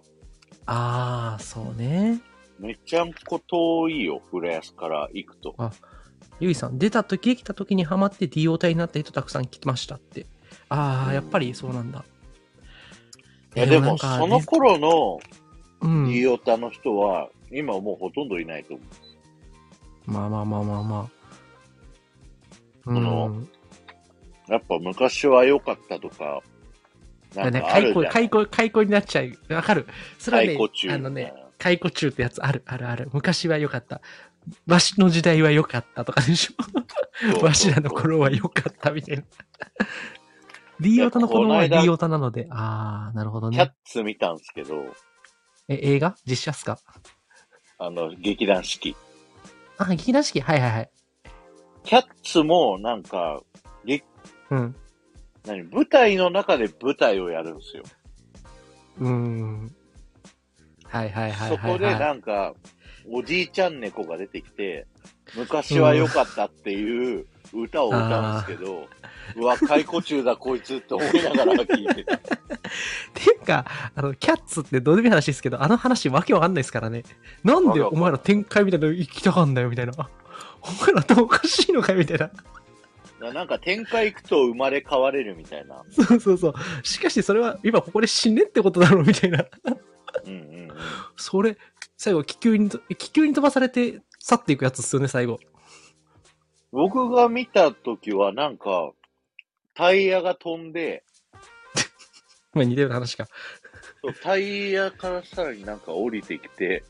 B: ああ、そうね。
A: めちゃんこ遠いよ、浦安から行くと。
B: ゆいさん、出た時、できた時にハマって DO 体になった人たくさん来ましたって。ああ、やっぱりそうなんだ。
A: いや、でも、
B: なんか
A: その頃の
B: うん
A: リオタの人は、今もうほとんどいないと思う。
B: まあまあまあまあまあ。
A: の
B: うん
A: やっぱ昔は良かったとか、な
B: だ
A: ん
B: ね、
A: かあ
B: 解
A: るじ
B: 雇、
A: ゃん。
B: 解雇、解雇になっちゃう。わかる。それはね
A: 解雇、中
B: あのね、解雇中ってやつある、あるある。昔は良かった。わしの時代は良かったとかでしょ。わしらの頃は良かったみたいな。 D オタの子供
A: い
B: は
A: やこの間
B: D オタなので、あー、なるほど
A: キャッ
B: ね。
A: ツ見たんすけど、
B: え、映画実写っすか
A: あの、劇団四季。
B: あ、劇団四季はいはいはい。
A: キャッツもなんか、
B: うん。
A: 何、舞台の中で舞台をやるんですよ。
B: うーん。はいはいはい
A: そ
B: はい、
A: こで
B: はい。
A: なんか、おじいちゃん猫が出てきて、昔は良かったっていう歌を歌うんですけど、うわ、解雇中だこいつって思いながら聞いて た。
B: っていうか、あの、キャッツってどうでもいい話ですけど、あの話わけわかんないですからね。なんで
A: わかるわか
B: お
A: る
B: 前ら展開みたいなの行きたかんだよ、みたいな。 お前らっておかしいのかよ、みたいな。
A: ななんか展開行くと生まれ変われるみたいな。
B: そうそうそう。しかしそれは今ここで死ねってことだろう、みたいな。
A: うんうんうん。
B: それ、最後気球にと、気球に飛ばされて去っていくやつっすよね、最後。
A: 僕が見た時はなんか、タイヤが飛んで、
B: まあ似たような話か。
A: そうタイヤからさらになんか降りてきて、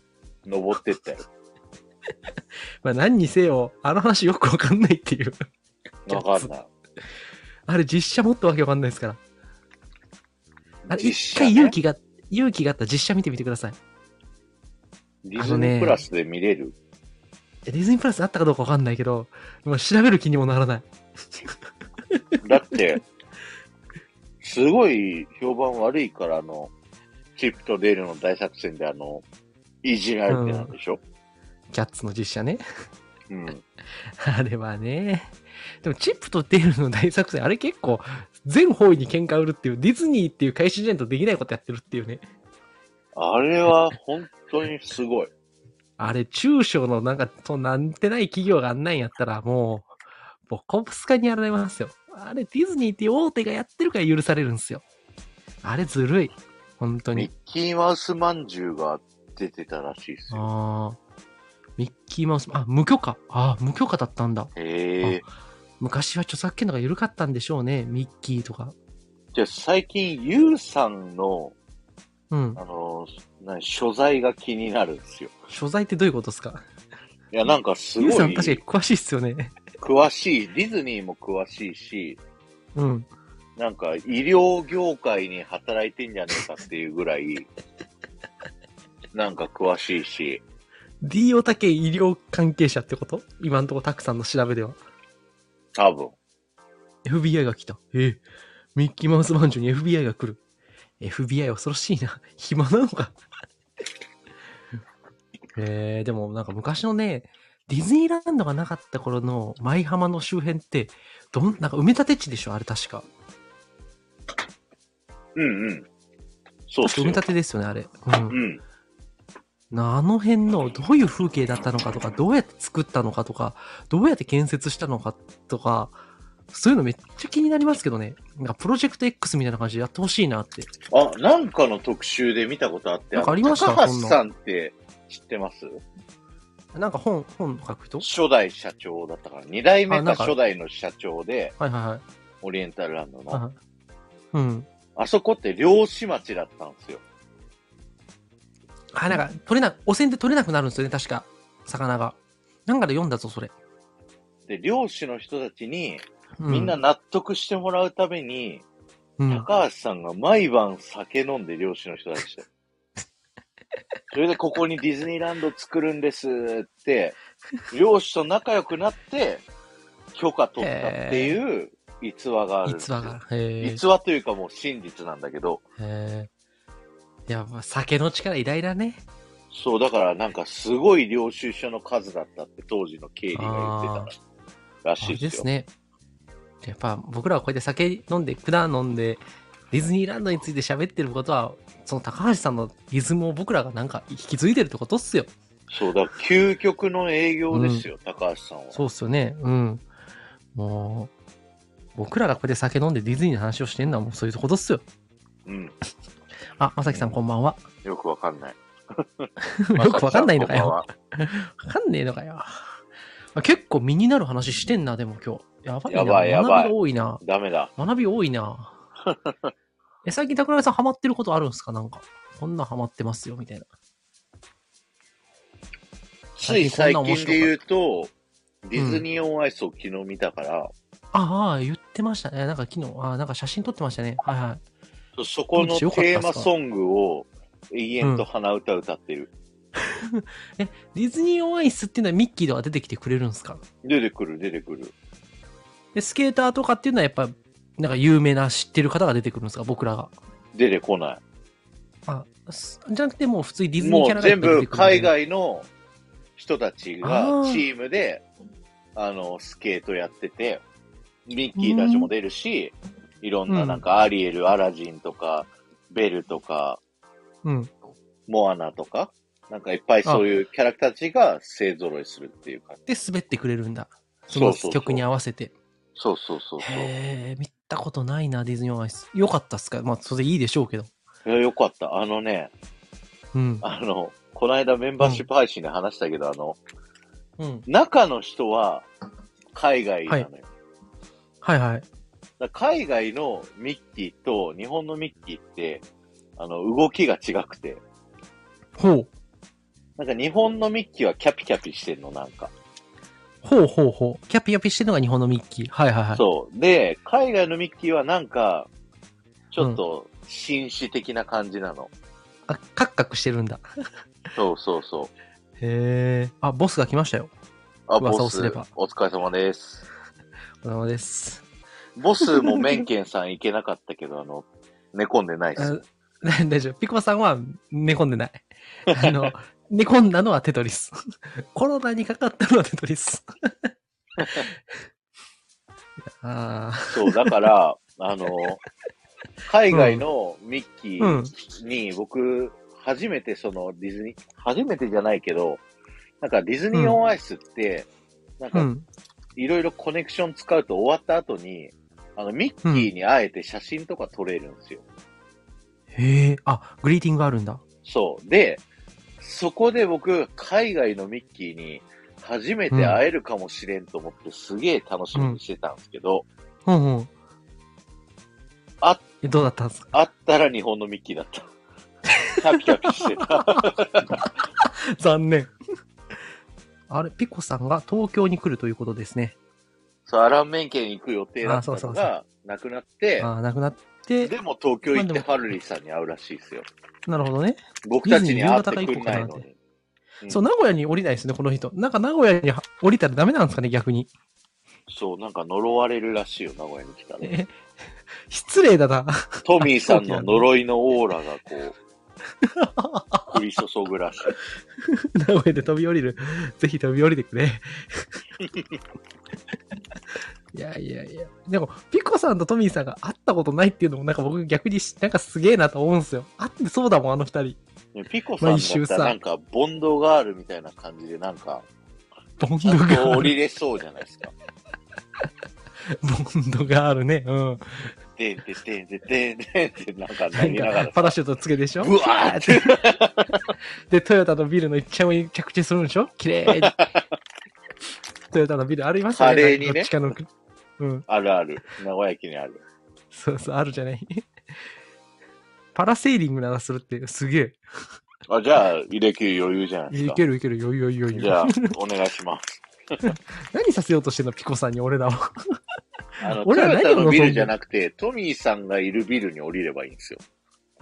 A: 登ってったよ。
B: まあ何にせよ、あの話よくわかんないっていう。
A: わかんない。
B: あれ実写もっとわけわかんないですから。あれ一
A: 実写
B: 回
A: ね
B: 勇気が、勇気があったら実写見てみてください。
A: ディズニープラスで見れる。
B: えディズニープラスあったかどうかわかんないけど、まあ調べる気にもならない。
A: だ って、すごい評判悪いから、あの、チップとデールの大作戦であの、いじられてなんでしょ、
B: キャッツの実写ね。
A: うん、
B: あれはね。でも、チップとデールの大作戦、あれ結構、全方位に喧嘩売るっていう、ディズニーっていう開始時点とできないことやってるっていうね。
A: あれは本当にすごい。
B: あれ、中小のなんか、となんてない企業があんなんやったら、もう、ボコブスカにやられますよ。あれ、ディズニーっていう大手がやってるから許されるんですよ。あれ、ずるい。本当
A: ミッ
B: に。
A: キーマウスまんじゅうが出てたらしいですよ。
B: ああ。ミッキーマウス、あ、無許可。ああ、無許可だったんだ。
A: へえ。
B: 昔は著作権とか緩かったんでしょうね。ミッキーとか。
A: じゃあ最近、ゆうさんの、
B: うん。
A: あの、な所在が気になるんですよ。
B: 所在ってどういうことですか
A: いや、なんかす
B: ゆう
A: ご
B: さん
A: い、
B: 確かに詳しいっすよね。
A: 詳しい、ディズニーも詳しいし、
B: うん。
A: なんか医療業界に働いてんじゃねえかっていうぐら い、なんか詳しいし、
B: D オタ系医療関係者ってこと今んとこたくさんの調べでは。
A: 多分。
B: FBI が来た。ええミッキーマウスバンジョに FBI が来る。FBI 恐ろしいな。 暇なのか。えー、でもなんか昔のね、ディズニーランドがなかった頃の舞浜の周辺って、どん、なんか埋め立て地でしょあれ確か。
A: うんうん。そうっす
B: 埋め
A: よ。
B: 立てですよね、あれ。うん
A: う。ん。
B: なあの辺のどういう風景だったのかとか、どうやって作ったのかとか、どうやって建設したのかとか、そういうのめっちゃ気になりますけどね。なんかプロジェクト X みたいな感じでやってほしいなって。
A: あ、なんかの特集で見たことあって、
B: なんかありました
A: の高
B: そん
A: 橋
B: な
A: さんって知ってます
B: なんか本、本書く人
A: 初代社長だったから、二代目
B: あ
A: か
B: なんか
A: 初代の社長で、
B: はいはいはい
A: オリエンタルランド。の。
B: あうん。
A: あそこって漁師町だったんですよ。
B: あ、なんか取れな、汚染で取れなくなるんですよね、確か。魚が。なんかで読んだぞ、それ。
A: で、漁師の人たちに、
B: う
A: みんな、納得してもらうために、
B: うん。
A: 高橋さんが毎晩酒飲んで漁師の人た ちと。それでここにディズニーランド作るんですって、漁師と仲良くなって、許可取ったっていう逸話があるんです
B: 逸
A: よ。
B: 話が。へえ
A: 逸話というかもう真実なんだけど、。
B: へーいや、まあ、酒の力偉大だね。
A: そう、だからなんかすごい領収書の数だったって当時の経理が言ってたら
B: あ
A: し
B: れ
A: いで
B: です
A: よ。
B: すね。やっぱ僕らはこうやって酒飲んで、管飲んで、ディズニーランドについて喋ってることは、その高橋さんのリズムを僕らがなんか引き継いでるってことっすよ。
A: そう、だから究極の営業ですよ、高橋さんは。
B: そうっすよね。うん。もう、僕らがここで酒飲んでディズニーの話をしてんのはもうそういうことっすよ。
A: うん。
B: あ、まさきさんこんばんは。
A: よくわかんない。
B: よくわかんないのかよ。わ
A: まさ
B: かんねえのかよ。あ結構身になる話してんな、でも今日。やばいな。
A: やばいやばい
B: 学びが多いな
A: き。さん。ダメだ。
B: 学び多 いな。え、最近桜井さんハマってることあるんですかなんか。こんなハマってますよ、みたいな。
A: つい
B: 最
A: 最
B: 近こんな面白かった
A: 近で言うと、ディズニーオンアイスを昨日見たから、
B: ああ、言っってましたね。なんか昨日、あなんか写真撮ってましたね。はいはい。
A: そそこのテーマソングを永遠と鼻歌歌ってる。
B: ディズニーオンアイスっていうのはミッキーとか出てきてくれるんですか
A: 出てくる、出てくる。
B: で、スケーターとかっていうのはやっぱ、なんか有名な知ってる方が出てくるんですか僕らが。
A: 出てこな
B: あ、すじゃなくてもう普通にディ
A: い。
B: ズニー
A: も
B: キ
A: う
B: ャラがや
A: 全
B: っぱ出
A: 部
B: てくるんで
A: 海外の人たちが
B: あー
A: チームで、あの、スケートやってて、ミッキーたちも出るし、いろんななんかアリエル、アラジンとか、ベルとか、
B: うん。
A: モアナとか、なんかいっぱいそういうキャラクターたちが勢揃いするっていう感じ。
B: で、滑ってくれるんだ。そ
A: そう
B: の
A: そうそう
B: 曲に合わせて。
A: そうそうそうそう。
B: へえ、見たことないな、ディズニーオンアイス。よかったっすかまあ、それでいいでしょうけど。
A: いやよかった。あのね、
B: うん。
A: あの、この間メンバーシップ配信で話したけど、あの、
B: うん。
A: 中の人は海外なのよ。
B: はいはい。
A: だから海外のミッキーと日本のミッキーって、あの、動きが違くて。
B: ほう。
A: なんか日本のミッキーはキャピキャピしてんの、なんか。
B: ほうほうほう。キャピキャピしてるのが日本のミッキー。はいはいはい。
A: そう。で、海外のミッキーはなんか、ちょっと、紳士的な感じなの。
B: あ、カクカクしてるんだ。
A: そうそうそう。
B: へえ。あ、ボスが来ましたよ。
A: あ、
B: 噂を
A: ボス
B: すれば、
A: お疲れ様です。
B: お疲れ様です。
A: ボスもメンケンさん行けなかったけど、あ の、寝込んでないっす
B: あ。 だ大丈夫。ピコさんは寝込んでない。あの、 寝込んだのはテトリス。 コロナにかかったのはテトリス。 ああ、
A: そう、だ から、あの、海外のミッキ
B: うん
A: ーに、僕、初めてそのディズニー、初めてじゃないけど、なんかディズニーオンアイスって、なん
B: う
A: か
B: ん。
A: いろいろコネクション使うと終わった後に、あの、ミッキーに会えて写真とか撮れるんですよ。
B: へえ、あ、グリーティングあるんだ。
A: そう。で、そこで僕、海外のミッキーに初めて会えるかもしれんと思って、すげえ楽しみにしてたんですけど、
B: うんうん。
A: あ
B: えどうだったんですか
A: 会ったら日本のミッキーだった。 キャピキャピしてた。
B: 残念。 あれ、ピコさんが東京に来るということですね。
A: そう、アランメン県行く予定だった
B: あそ
A: の
B: うそうそ
A: が、なくなって、
B: ああ、なくなって、
A: でも東京行っ
B: まあ
A: て
B: でも
A: ハルリーさんに会うらしいですよ。
B: なるほどね。
A: 僕たちに会ってくんないのに。うん
B: そう、名古屋に降りないですね、この人。なんか名古屋に降りたらダメなんですかね、逆に。
A: そう、なんか呪われるらしいよ、名古屋に来 たら。
B: え失礼だな。
A: トミーさんの呪いのオーラがこ う、降り注ぐらしい。
B: 名古屋で飛び降りる。ぜひ飛び降り てくれ。いやいやいや。でも、ピコさんとトミーさんが会ったことないっていうのも、なんか僕逆にし、なんかすげえなと思うんですよ。会ってそうだもん、あの二人。
A: ねピコさんだ
B: 毎週
A: った
B: さ
A: らなんか、ボンドガールみたいな感じで、なんか、
B: ボン
A: ちゃ
B: ド
A: んと
B: があ
A: 降
B: る。
A: りれそうじゃないですか。
B: ボンドがあるね。うん。
A: でんてでんてでんてんてんって、なんかなりなが
B: なん
A: ら
B: か、パラシュートつけてでしょ
A: ブワーって。
B: で、トヨタのビルの一丁目に着地するんでしょ綺 麗に。トヨタのビルありますよね。
A: 華麗にね
B: どっちかの国。うん。
A: あるある。名古屋駅にある。
B: そうそう、あるじゃない。 パラセーリングならするってすげえ。
A: あ、じゃあ、入れ給余裕じゃないです
B: い
A: か。
B: けるいける、よいよいよい
A: じゃあ
B: よ。、
A: お願いします。
B: 何させようとしてんの、ピコさんに俺らを。
A: あの、ト
B: 俺ら
A: ヨ
B: 何を
A: タのビ
B: 望ん
A: ル
B: で
A: じゃなくて、トミーさんがいるビルに降りればいいんですよ。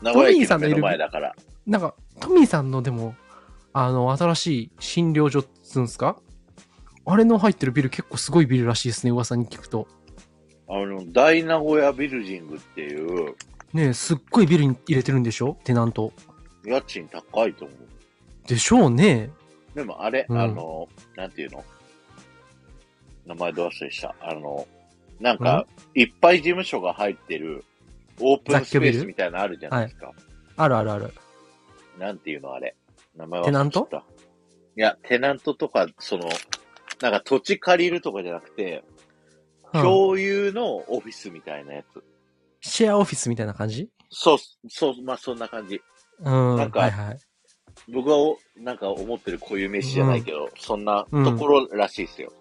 A: 名古屋
B: トミ
A: 駅
B: ー
A: の
B: さんの
A: 目
B: い
A: の
B: るビル
A: 前だから。
B: なんか、トミーさんのでも、あの、新しい診療所っつうんすかあれの入ってるビル結構すごいビルらしいですね、噂に聞くと。
A: あの、大名古屋ビルジングっていう、
B: ねえ、すっごいビルに入れてるんでしょテナント。
A: 家賃高いと思う。
B: でしょうね。
A: でもあれ、
B: うん
A: あの、なんていうの名前どう忘れした。あの、なんか、いっぱい事務所が入ってる、オープンスペースみたいなのあるじゃないですか。
B: あるあるある。
A: なんていうのあれ。名前は
B: テナント
A: いや、テナントとか、その、なんか土地借りるとかじゃなくて、
B: うん
A: 共有のオフィスみたいなやつ。
B: シェアオフィスみたいな感じ
A: そう、そう、まあそんな感じ。
B: うん。
A: なんか
B: はいはい。
A: 僕はお、なんか思ってる固有名詞じゃないけど、そんな
B: うん
A: ところらしいですよ。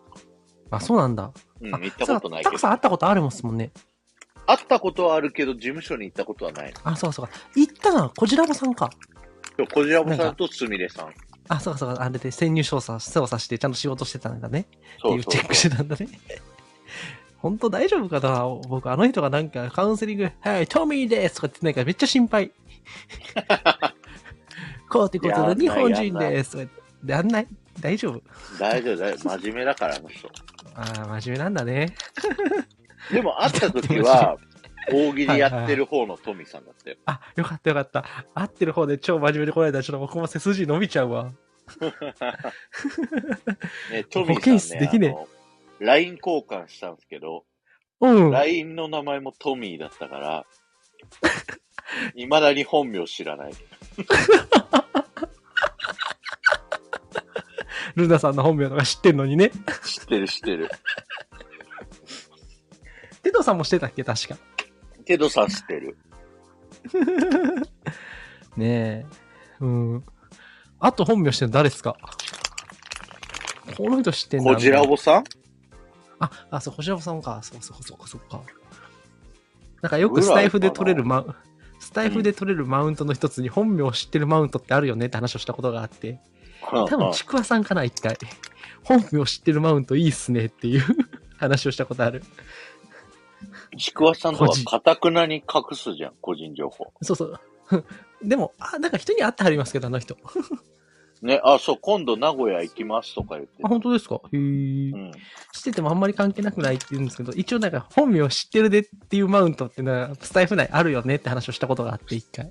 B: あ、そうなんだ。
A: うん、
B: あ
A: 行ったことない
B: そ
A: け
B: うだタカ
A: ど
B: さん。会ったことあるもんすもんね。
A: 会ったことはあるけど、事務所に行ったことはない。
B: あ、そうかそうか。行ったのはこちらもさんか。
A: 今日、こじらぼ
B: な
A: さ
B: ん
A: ん
B: か
A: とすみれさん。
B: あ、そうかそうか。あれで潜入捜査、捜査してちゃんと仕事してたんだね。って
A: そ
B: いうう
A: そう
B: チェックしてたんだね。本当大丈夫かな僕、あの人がなんかカウンセリング、はい、トミーですとかってなんかめっちゃ心配。こうってこと
A: や
B: で
A: んない
B: 日本人ですとかって。やんない大丈夫
A: 大丈夫、大丈夫。真面目だから、あの 人。
B: ああ、真面目なんだね。
A: でも会った時 は、大喜利やってる方のトミさんだったよ。
B: あ、よかったよかった。合ってる方で超真面目に来られたら、ちょっと僕も背筋伸びちゃうわ。
A: ね、トミ
B: 保健室
A: さん
B: で
A: ね、
B: きねえ
A: あの、LINE 交換したんですけど、
B: うん。
A: LINE の名前もトミーだったから、 いまだに本名知らない。
B: ルナさんの本名とか知ってんのにね。
A: 知ってる知ってる。
B: テトさんもしてたっけ確か。
A: テドさん知ってる。
B: ねえ。うん。あと本名してるの誰ですかこの人知ってんだ。
A: こじらぼさん
B: あ、あ、そう、星ラボさんか。そうそうそうか、そうか。なんかよくスタイフで取れるマウスタイフで取れるマウントの一つに本名を知ってるマウントってあるよねって話をしたことがあって、
A: うん
B: 多分ちくわさんかな、一回。本名を知ってるマウントいいっすねっていう 話をしたことある。
A: うんちくわさんと
B: こ
A: は
B: じ
A: かたくなに隠すじゃん、個人情報。
B: そうそう。 でも、あ、なんか人に会ってはりますけど、あの人。
A: ね、あ、そう、今度名古屋行きますとか言って
B: あ、
A: た。
B: 本当ですかへえ
A: う。ん。
B: しててもあんまり関係なくないって言うんですけど、一応なんか本名を知ってるでっていうマウントっていうのは、スタイフ内あるよねって話をしたことがあって、一回。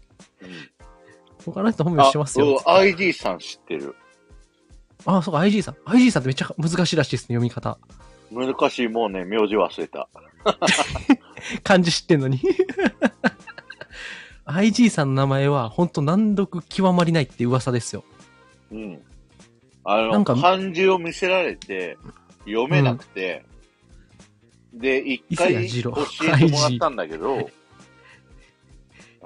B: 他の人本名知ってますよ。
A: あうん ID さん知ってる。
B: あそうか、IG さん。IG さんってめっちゃ難しいらしいですね、読み方。
A: 難しい、もうね、名字忘れた。
B: 漢字知ってんのに。IG さんの名前は、ほんと難読極まりないって噂ですよ。
A: うん。あ
B: な
A: の、
B: んか
A: 漢字を見せられて、読めなくて、で、一回
B: 伊勢
A: 教
B: 谷
A: えて
B: 二郎
A: もらったんだ けど、あ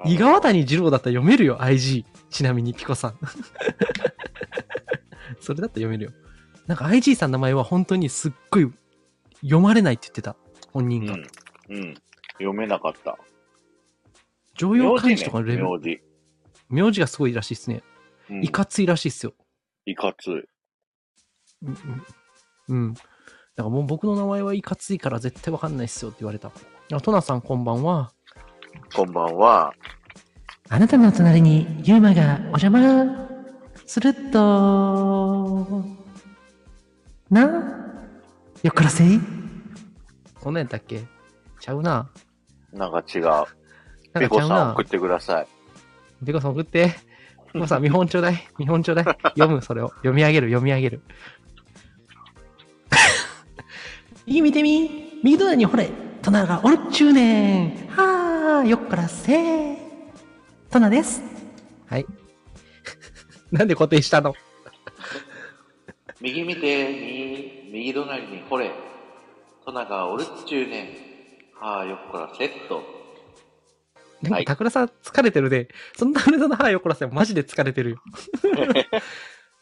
A: の
B: 伊賀谷二郎だったら読めるよ、IG。ちなみに、ピコさん。 それだったら読めるよ。なんか IG さんの名前は本当にすっごい読まれないって言ってた、本
A: う
B: 人が。
A: ん。うん。読めなかった。
B: 常用
A: 名字ね
B: 漢字とかのレベル、
A: 名字。
B: 名字がすごいらしいですね。
A: うん
B: いかついらしいですよ。
A: いかつい。
B: うん。うんうん。だからもう僕の名前はいかついから絶対わかんないっすよって言われた。あトナさんこんばんは。
A: こんばんは。
B: あなたの隣にユーマがお邪魔すると、なよっからせいこんなんやったっけちゃうな。
A: なんか違う。
B: な
A: ペ
B: んかち
A: コ
B: ゃ
A: さ
B: う
A: ん
B: な
A: 送っ。てください。
B: ペコさん送って。ペコさん見本ちょうだい。見本ちょうだい。読む、それを。読み上げる、読み上げ る。右見てみ右隣にほれトナがおるっちゅうねんはあよっからせートナですはい。 なんで固定したの
A: 右見て、右、右隣に掘れ。トナがおるっちゅうねん。はあ、よっからセット。
B: なん
A: は
B: か、
A: い
B: タクラさん疲れてるで、そんなタクラさんの歯よこらせ、マジで疲れてるよ。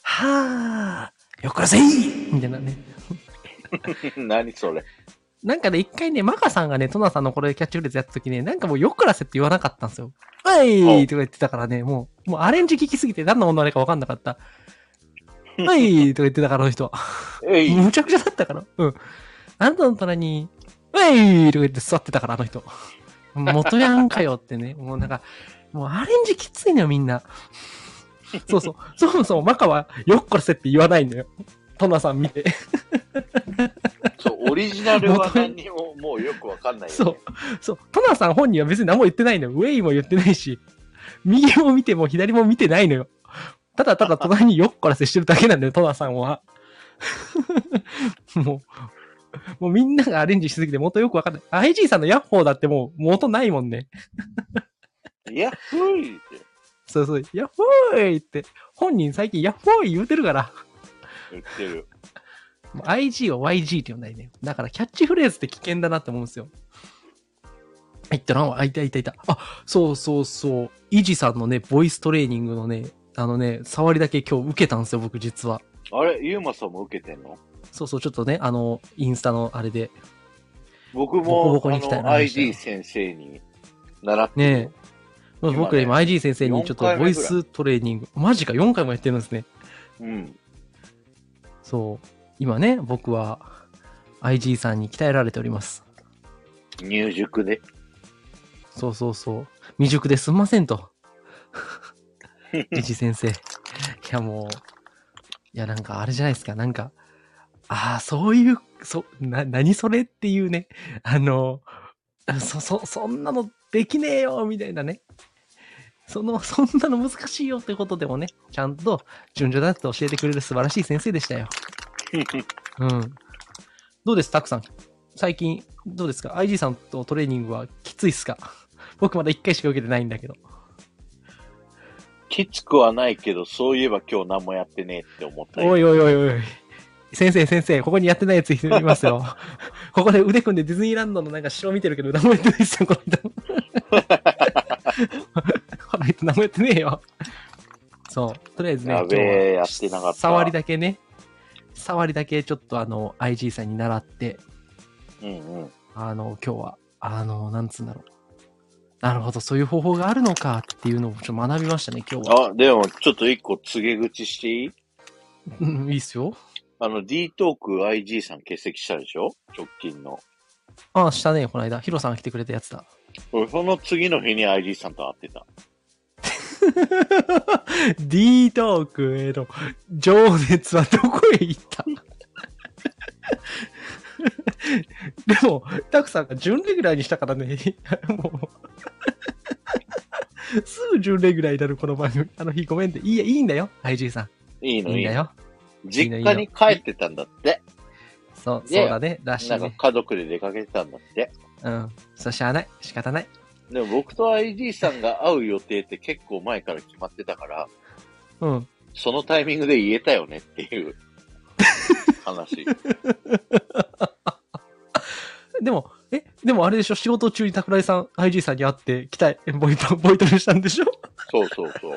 B: はあ、よこらせいみたいなね。
A: 何それ。
B: なんかね、一回ね、マカさんがね、トナさんのこれキャッチフレーズやった時ね、なんかもうよこらせって言わなかったんですよ。はい
A: お
B: とか言ってたからね、もう、もうアレンジ聞きすぎて何の女の子かわかんなか った。はいとか言ってたから、あの人は。
A: え い。
B: むちゃくちゃだったから。うん。あなたの隣に、ウェイとか言って座ってたから、あの人。元ヤンかよってね。もうなんか、もうアレンジきついのよ、みんな。そうそう。そもそもマカは、よっこらせって言わないんだよ。トナさん見て。
A: そう、オリジナルは何にももうよくわかんないよ、ね。
B: そう。そう。トナさん本人は別に何も言ってないのよ。ウェイも言ってないし、 右も見ても左も見てないのよ。ただただ隣によっこらせしてるだけなんだよ、トナさんは。 もう、もうみんながアレンジしすぎて元よくわかんない。IG さんのヤッホーだってもう元ないもんね。
A: いや、ふいって
B: そうそう、ヤッホーイって、本人最近ヤッホーイ言うてるから、
A: 言ってる。
B: もう IG を YG って呼んだりね。だからキャッチフレーズって危険だなって思うんですよ。いったな、あ、いたいたいた。あ、そうそうそう。イジさんのね、ボイストレーニングのね、あのね、触りだけ今日受けたんですよ、僕実は。
A: あれ、ゆうまさんも受けてんの
B: そうそう、ちょっとね、あの、インスタのあれで。
A: 僕
B: ボコボ
A: も、
B: コに行きたい
A: あ
B: な
A: の、ID 先生に習ってる
B: ねえ。
A: ね
B: 僕ら今 IG 先生にちょっ
A: 4
B: と
A: 回目ぐ
B: ボ
A: らい
B: イストレーニング、マジか4回もやってるんですね。
A: うん。
B: そう。今ね、僕は IG さんに鍛えられております。
A: 入塾で。
B: そうそうそう。未熟ですんませんと。理事先生。いやもう、いやなんかあれじゃないですか、なんか、ああ、そういう、そ、な、何それっていうね、あの、そ、そ、そんなのできねえよ、みたいなね。その、そんなの難しいよってことでもね、ちゃんと順序だって教えてくれる素晴らしい先生でしたよ。うん。どうです、たくさん。最近、どうですか ?IG さんとトレーニングはきついっすか 僕まだ1回しか受けてないんだけど。
A: きつくはないけど、そういえば今日何もやってねえって思ったよ
B: おいおいおいおい。先生、先生、ここにやってないやついますよ。 ここで腕組んでディズニーランドのなんか城見てるけど、何もやってないっすよ、この人。この人何もやってねえよ。そう、とりあえずね、
A: やべえ
B: 今
A: や
B: 日は
A: ってなかった
B: 触りだけね、触りだけちょっとあの、IG さんに習って、
A: うんうん。
B: あの、今日は、あの、なんつうんだろう。なるほど、そういう方法があるのかっていうのをちょっと学びましたね、今日は。
A: あ、でもちょっと一個告げ口していい
B: うん、いいっすよ。
A: あの、D トーク IG さん欠席したでしょ直近の。
B: あ、したね、この間。ヒロさんが来てくれたやつだ。
A: 俺、その次の日に IG さんと会ってた。
B: D トークへの情熱はどこへ行った でも、タクさんが準レギュラーにしたからね、 もう、すぐ準レギュラーになるこの番組。あの日ごめんで、いいや、いいんだよ、IG さ
A: いい
B: ん。
A: の
B: いい
A: い
B: ん
A: い
B: だ
A: の。
B: よ。
A: 実家に帰ってたんだって。
B: そう、
A: いや
B: そうだね、らしい
A: なんか
B: ね。
A: 家族で出かけてたんだって。
B: うん。そうしゃあない。仕方ない。
A: でも僕と IG さんが会う予定って結構前から決まってたから、
B: うん。
A: そのタイミングで言えたよねっていう 話。
B: でも、え、でもあれでしょ仕事中に桜井さん、IG さんに会って、来たい、ボイト、ボイトレしたんでしょ
A: そうそうそう。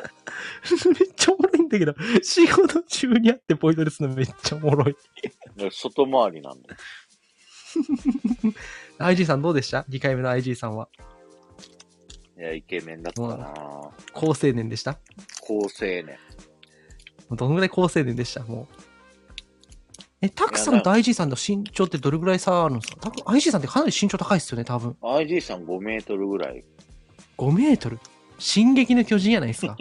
B: めっちゃおもろいんだけど、仕事中に会ってボイトレするのめっちゃおもろい。
A: で外回りなんだ。
B: IG さんどうでした ?2 回目の IG さんは。
A: いや、イケメンだったな、
B: う高青年でした
A: 高青年。
B: どのぐらい高青年でしたもう。え、タクさんと IG さんの身長ってどれぐらい差あるんですかタク、IG さんってかなり身長高いっすよね、多分。
A: IG さん5メートルぐらい。
B: 5メートル進撃の巨人やないですか。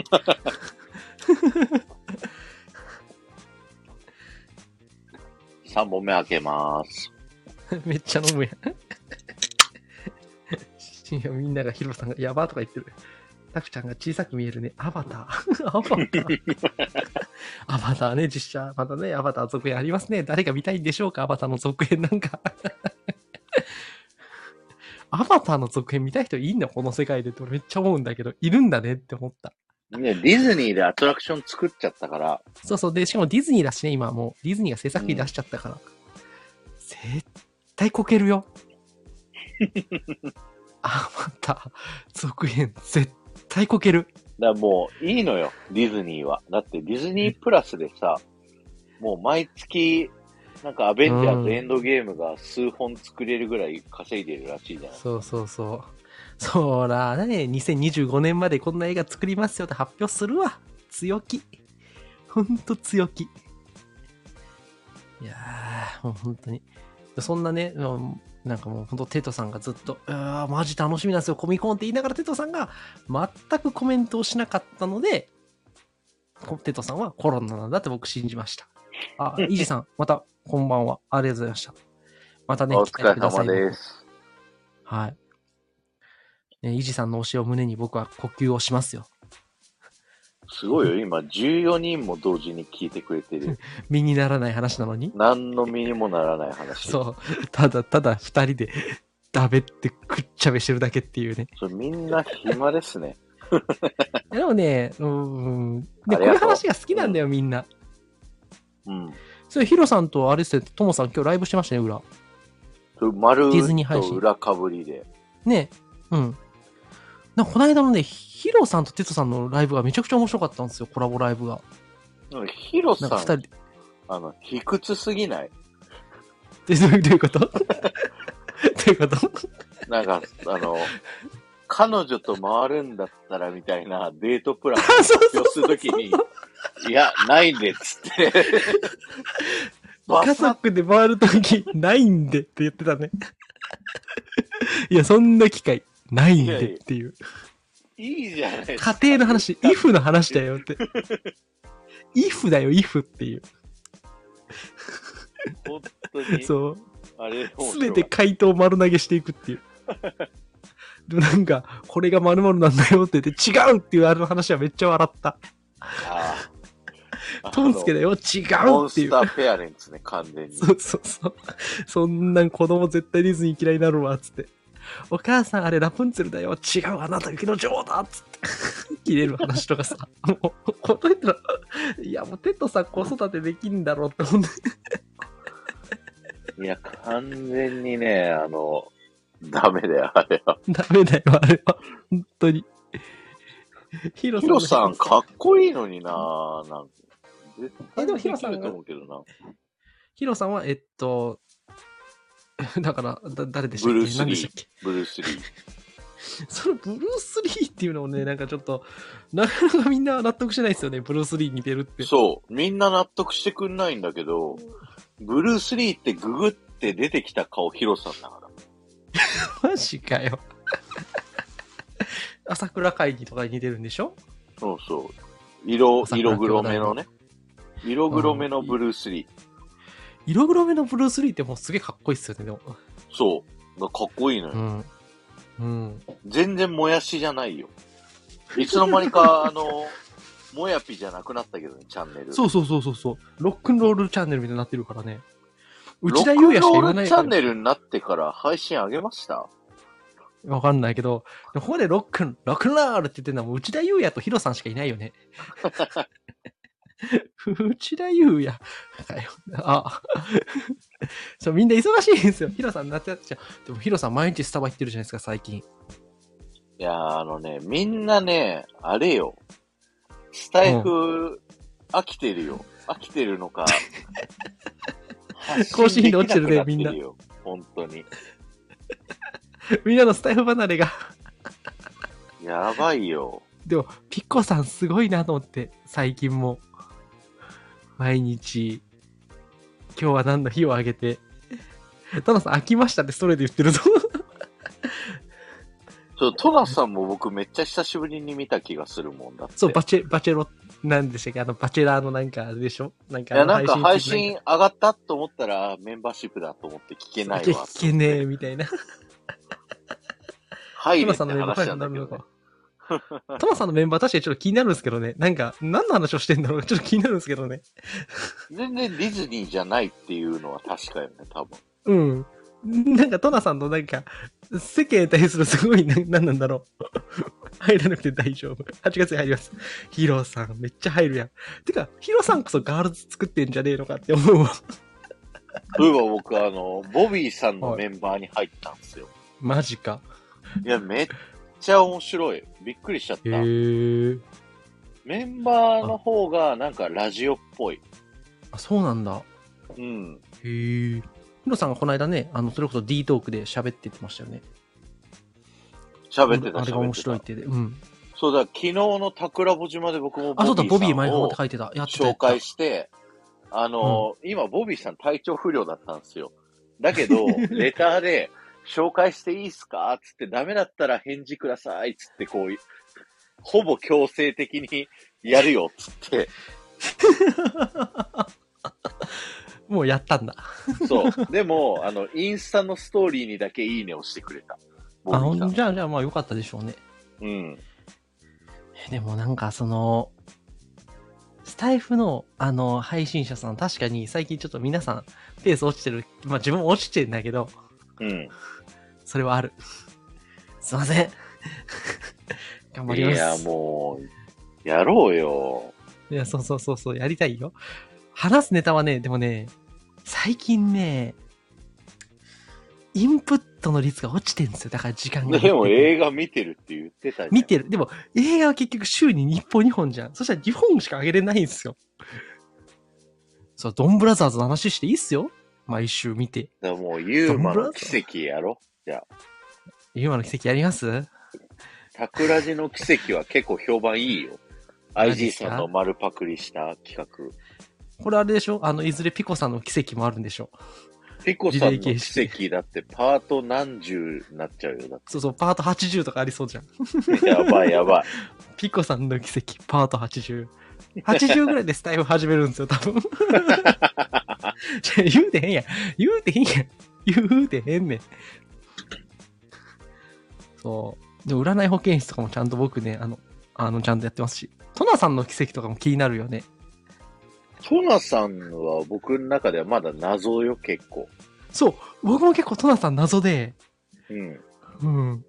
A: 3本目開けます。
B: めっちゃ飲むやん。いやみんながヒロさんがやばーとか言ってる。タクちゃんが小さく見えるね。アバター。ア バター。アバターね、実写。またね、アバター続編ありますね。誰が見たいんでしょうかアバターの続編なんか。 アバターの続編見たい人いいんだこの世界でって俺めっちゃ思うんだけど、いるんだねって思った。
A: ね、ディズニーでアトラクション作っちゃったから、
B: そうそう。で、しかもディズニーだしね、今もう。ディズニーが制作費出しちゃったから。絶対こけるよ。あ、また、続編、絶対こける。
A: だからもういいのよ、ディズニーは。だってディズニープラスでさ、もう毎月、なんかアベンジャーズエンドゲームが数本作れるぐらい稼いでるらしいじゃない、
B: そうそうそう。そらね、2025年までこんな映画作りますよって発表するわ。強気。ほんと強気。いやー、もう本当に。そんなね、もうなんかもう本当テトさんがずっと、うわーマジ楽しみなんですよ、コミコンって言いながらテトさんが全くコメントをしなかったので、こテトさんはコロナなんだって僕信じました。 あ、イージさん、またこんばんは。ありがとうございました。またね、
A: お
B: 来て
A: 疲れ
B: くださ
A: 様
B: い
A: です。
B: はい。ね、イジさんの教えを胸に僕は呼吸をしますよ。
A: すごいよ、今14人も同時に聞いてくれてる。
B: 身にならない話なのに。
A: 何の身にもならない話。
B: そう。ただただ二人で、だべってくっちゃべしてるだけっていうね。
A: それみんな暇ですね。
B: でもね、うーん。
A: ありがと
B: で、こ
A: う
B: ういう話が好きなんだよ、みんな。
A: うん。
B: それ、ヒロさんとあれですよ、トモさん今日ライブしてましたね、裏。
A: それ丸
B: ディズニー配
A: と
B: 信
A: 裏かぶりで。
B: ね。うん。なんかこの間のね、ヒロさんとテトさんのライブがめちゃくちゃ面白かったんですよ、コラボライブが。
A: なんかヒロ
B: な
A: さ
B: んか二人
A: ん、あの、卑屈すぎない
B: で。 でどういうどういうこと どういうこと
A: なんか、あ の、彼女と回るんだったらみたいなデートプランを
B: あ そう
A: 発表するときに、いや、ないんでっつ って。バ
B: 家
A: サッ
B: 族で回るとき、ないんでって言ってたね。いや、そんな機会ないんでっていう。
A: いいじゃないですか。
B: 家庭の話、
A: 言
B: if
A: った
B: の話だよって。if だよ、if っていう。
A: 本当に。
B: そう。
A: あれ、面
B: す
A: 白
B: べ
A: い
B: て回答を丸投げしていくっていう。でもなんか、これが〇〇なんだよって言って、違うっていうあれの話はめっちゃ笑った。
A: あー
B: トンスケ
A: で
B: だよ、違うっていう。
A: モンスターペアレンツね、完全に。
B: そうそうそう。そんなん子供絶対ディズニー嫌いになるわ、つって。お母さんあれラプンツェルだよ。違う、あなた雪の女王だっつって。 切れる話とかさ。もう、この人ら、いや、もうテッドさん子育てできんだろうって思うんだけ
A: いや、完全にね、あの、ダメだよ、あれは。
B: どダメだよ、あれは。本当に。ヒロ
A: ヒロさん、
B: か
A: かっこいいのにななんか。絶対
B: えでもヒロさん
A: できると思うけどな。
B: ヒロさんは、えっと、だから、だ誰でしたっけ
A: ブルース・
B: 何で
A: リ
B: したっ
A: ー
B: け。
A: ブルース・リー。
B: そのブルース・リーっていうのをね、なんかちょっと、なかなかみんな納得しないですよね、ブルース・リーに似てるって。
A: そう。みんな納得してくんないんだけど、ブルース・リーってググって出てきた顔ヒロさんだから。
B: マジかよ。 朝倉会議とかに似てるんでしょ
A: そうそう。色、
B: 朝倉
A: 色黒めのね。色黒めのブルース・リー。
B: 色黒めのブルース・リーってもうすげえかっこいいっすよね、でも。
A: そう。だからかっこいいのよ。
B: ん。うん。
A: 全然もやしじゃないよ。いつの間に か、あの、もやぴじゃなくなったけどね、チャンネル。
B: そうそうそうそうそう。ロックンロールチャンネルみたいになってるからね。内田優也しか
A: ロック
B: 言わないか
A: ンロールチャン
B: ら。
A: ネルになってから配信上げました
B: わかんないけど、ここでロックン、ロックンロールって言ってるのはもう内田優也とヒロさんしかいないよね。 内田優也。かよあ、 そうみんな忙しいんですよ。ヒロさんなっちゃっちゃう。でもヒロさん毎日スタバ行ってるじゃないですか、最近。
A: いやー、あのね、みんなね、あれよ。スタイフ、飽きてるよ。飽きてるのか。
B: 更新頻度落ちてるね
A: 発信できくってるよ。本当に。
B: みんなのスタイフ離れが。
A: やばいよ。
B: でも、ピッコさんすごいなと思って、最近も。毎日、今日は何の日をあげて。タナさん飽きましたってそれで言って るぞ。
A: ちょ、トナさんも僕めっちゃ久しぶりに見た気がするもんだって。
B: そう、バチェ、バチェロ、なんでしたっけあの、バチェラーのなんかあれでしょなん
A: い
B: かあ
A: や、
B: の
A: なんか配
B: 中に
A: 信上がったと思ったら、メンバーシップだと思って聞けないわ。
B: 聞けねえ、みたいな。ト
A: 入れ
B: マ
A: って
B: さんのメンバー
A: 話
B: 誰
A: な
B: に
A: ん
B: な
A: だけど、
B: るの
A: ね
B: か。。トマさんのメンバー確かにちょっと気になるんですけどね。なんか、何の話をしてんだろうちょっと気になるんですけどね。
A: 全然ディズニーじゃないっていうのは確かよね、多分。
B: うん。なんか、トナさんのなんか、世間に対するすごい、ななんなんだろう。 入らなくて大丈夫。8月に入ります。ヒロさん、めっちゃ入るやん。てか、ヒロさんこそガールズ作ってんじゃねえのかって思うわ。
A: そういえば僕、あの、ボビーさんのメンバーに入ったんですよ。
B: マジか。
A: いや、めっちゃ面白い。びっくりしちゃった
B: へ。え。
A: メンバーの方が、なんかラジオっぽい。
B: あ、そうなんだ。
A: うん。
B: へえ。ヒロさんがこの間ね、あの、それこそ D トークで喋ってってましたよね。
A: 喋ってた、
B: あれが
A: 喋
B: 面
A: って。
B: 白いったて。うん。
A: そうだ、昨日の桜穂島で僕も
B: あ、そうだ、ボ
A: ボ
B: ビ
A: ビー
B: ー
A: さ
B: 前
A: ん
B: 浜っ
A: を
B: て書いてた。やってた。や
A: 紹
B: ってた
A: 介して、あの、今、ボビーさん体調不良だったんですよ。だけ ど、レターで、紹介していいっすかつって、ダメだったら返事くださいつって、こう、ほぼ強制的にやるよつって、
B: もうやったんだ。
A: そう。でも、あの、インスタのストーリーにだけいいねをしてくれた。ボビ
B: あ、ほ
A: ーさ
B: ん
A: ん。
B: じゃあ、じゃあ、まあ、よかったでしょうね。
A: うん。
B: でもなんかその、スタイフの、あの、配信者さん、確かに最近ちょっと皆さん、ペース落ちてる。まあ自分も落ちてるんだけど、
A: うん。
B: それはある。 すいません。 頑張
A: い
B: ります。い
A: や
B: や、、
A: もう、やろうよ。
B: そうそうそうそう、やりたいよ。話すネタはね、でもね、最近ね、インプットの率が落ちてるんですよ。だから時間が。
A: でも映画見てるって言ってたじゃん。
B: 見てる。でも、映画は結局週に日本2本じゃん。そしたら2本しか上げれないんですよ。そう、ドンブラザーズの話していいっすよ。毎週見て。
A: だからもう、ユーマの奇跡やろ
B: 今の奇跡やります
A: 桜地の奇跡は結構評判いいよ。
B: マジ
A: IG
B: っすか
A: さんの丸パクリした企画。
B: これあれでしょあの、いずれピコさんの奇跡もあるんでしょ
A: ペコさんの
B: リレー形
A: 奇
B: 式
A: 跡だってパート何十になっちゃうよ。だ
B: そうそう、パート80とかありそうじゃん。
A: って やばいやばい。
B: ピコさんの奇跡、パート80。80ぐらいでスタイフ始めるんですよ、多分。 じゃあ言うてへんやん。言うてへんやん。言うてへんねん。そう。でも、占い保健室とかもちゃんと僕ね、あの、あの、ちゃんとやってますし。トナさんの奇跡とかも気になるよね。
A: トナさんは僕の中ではまだ謎よ、結構。
B: そう。僕も結構トナさん謎で、
A: うん。
B: うん。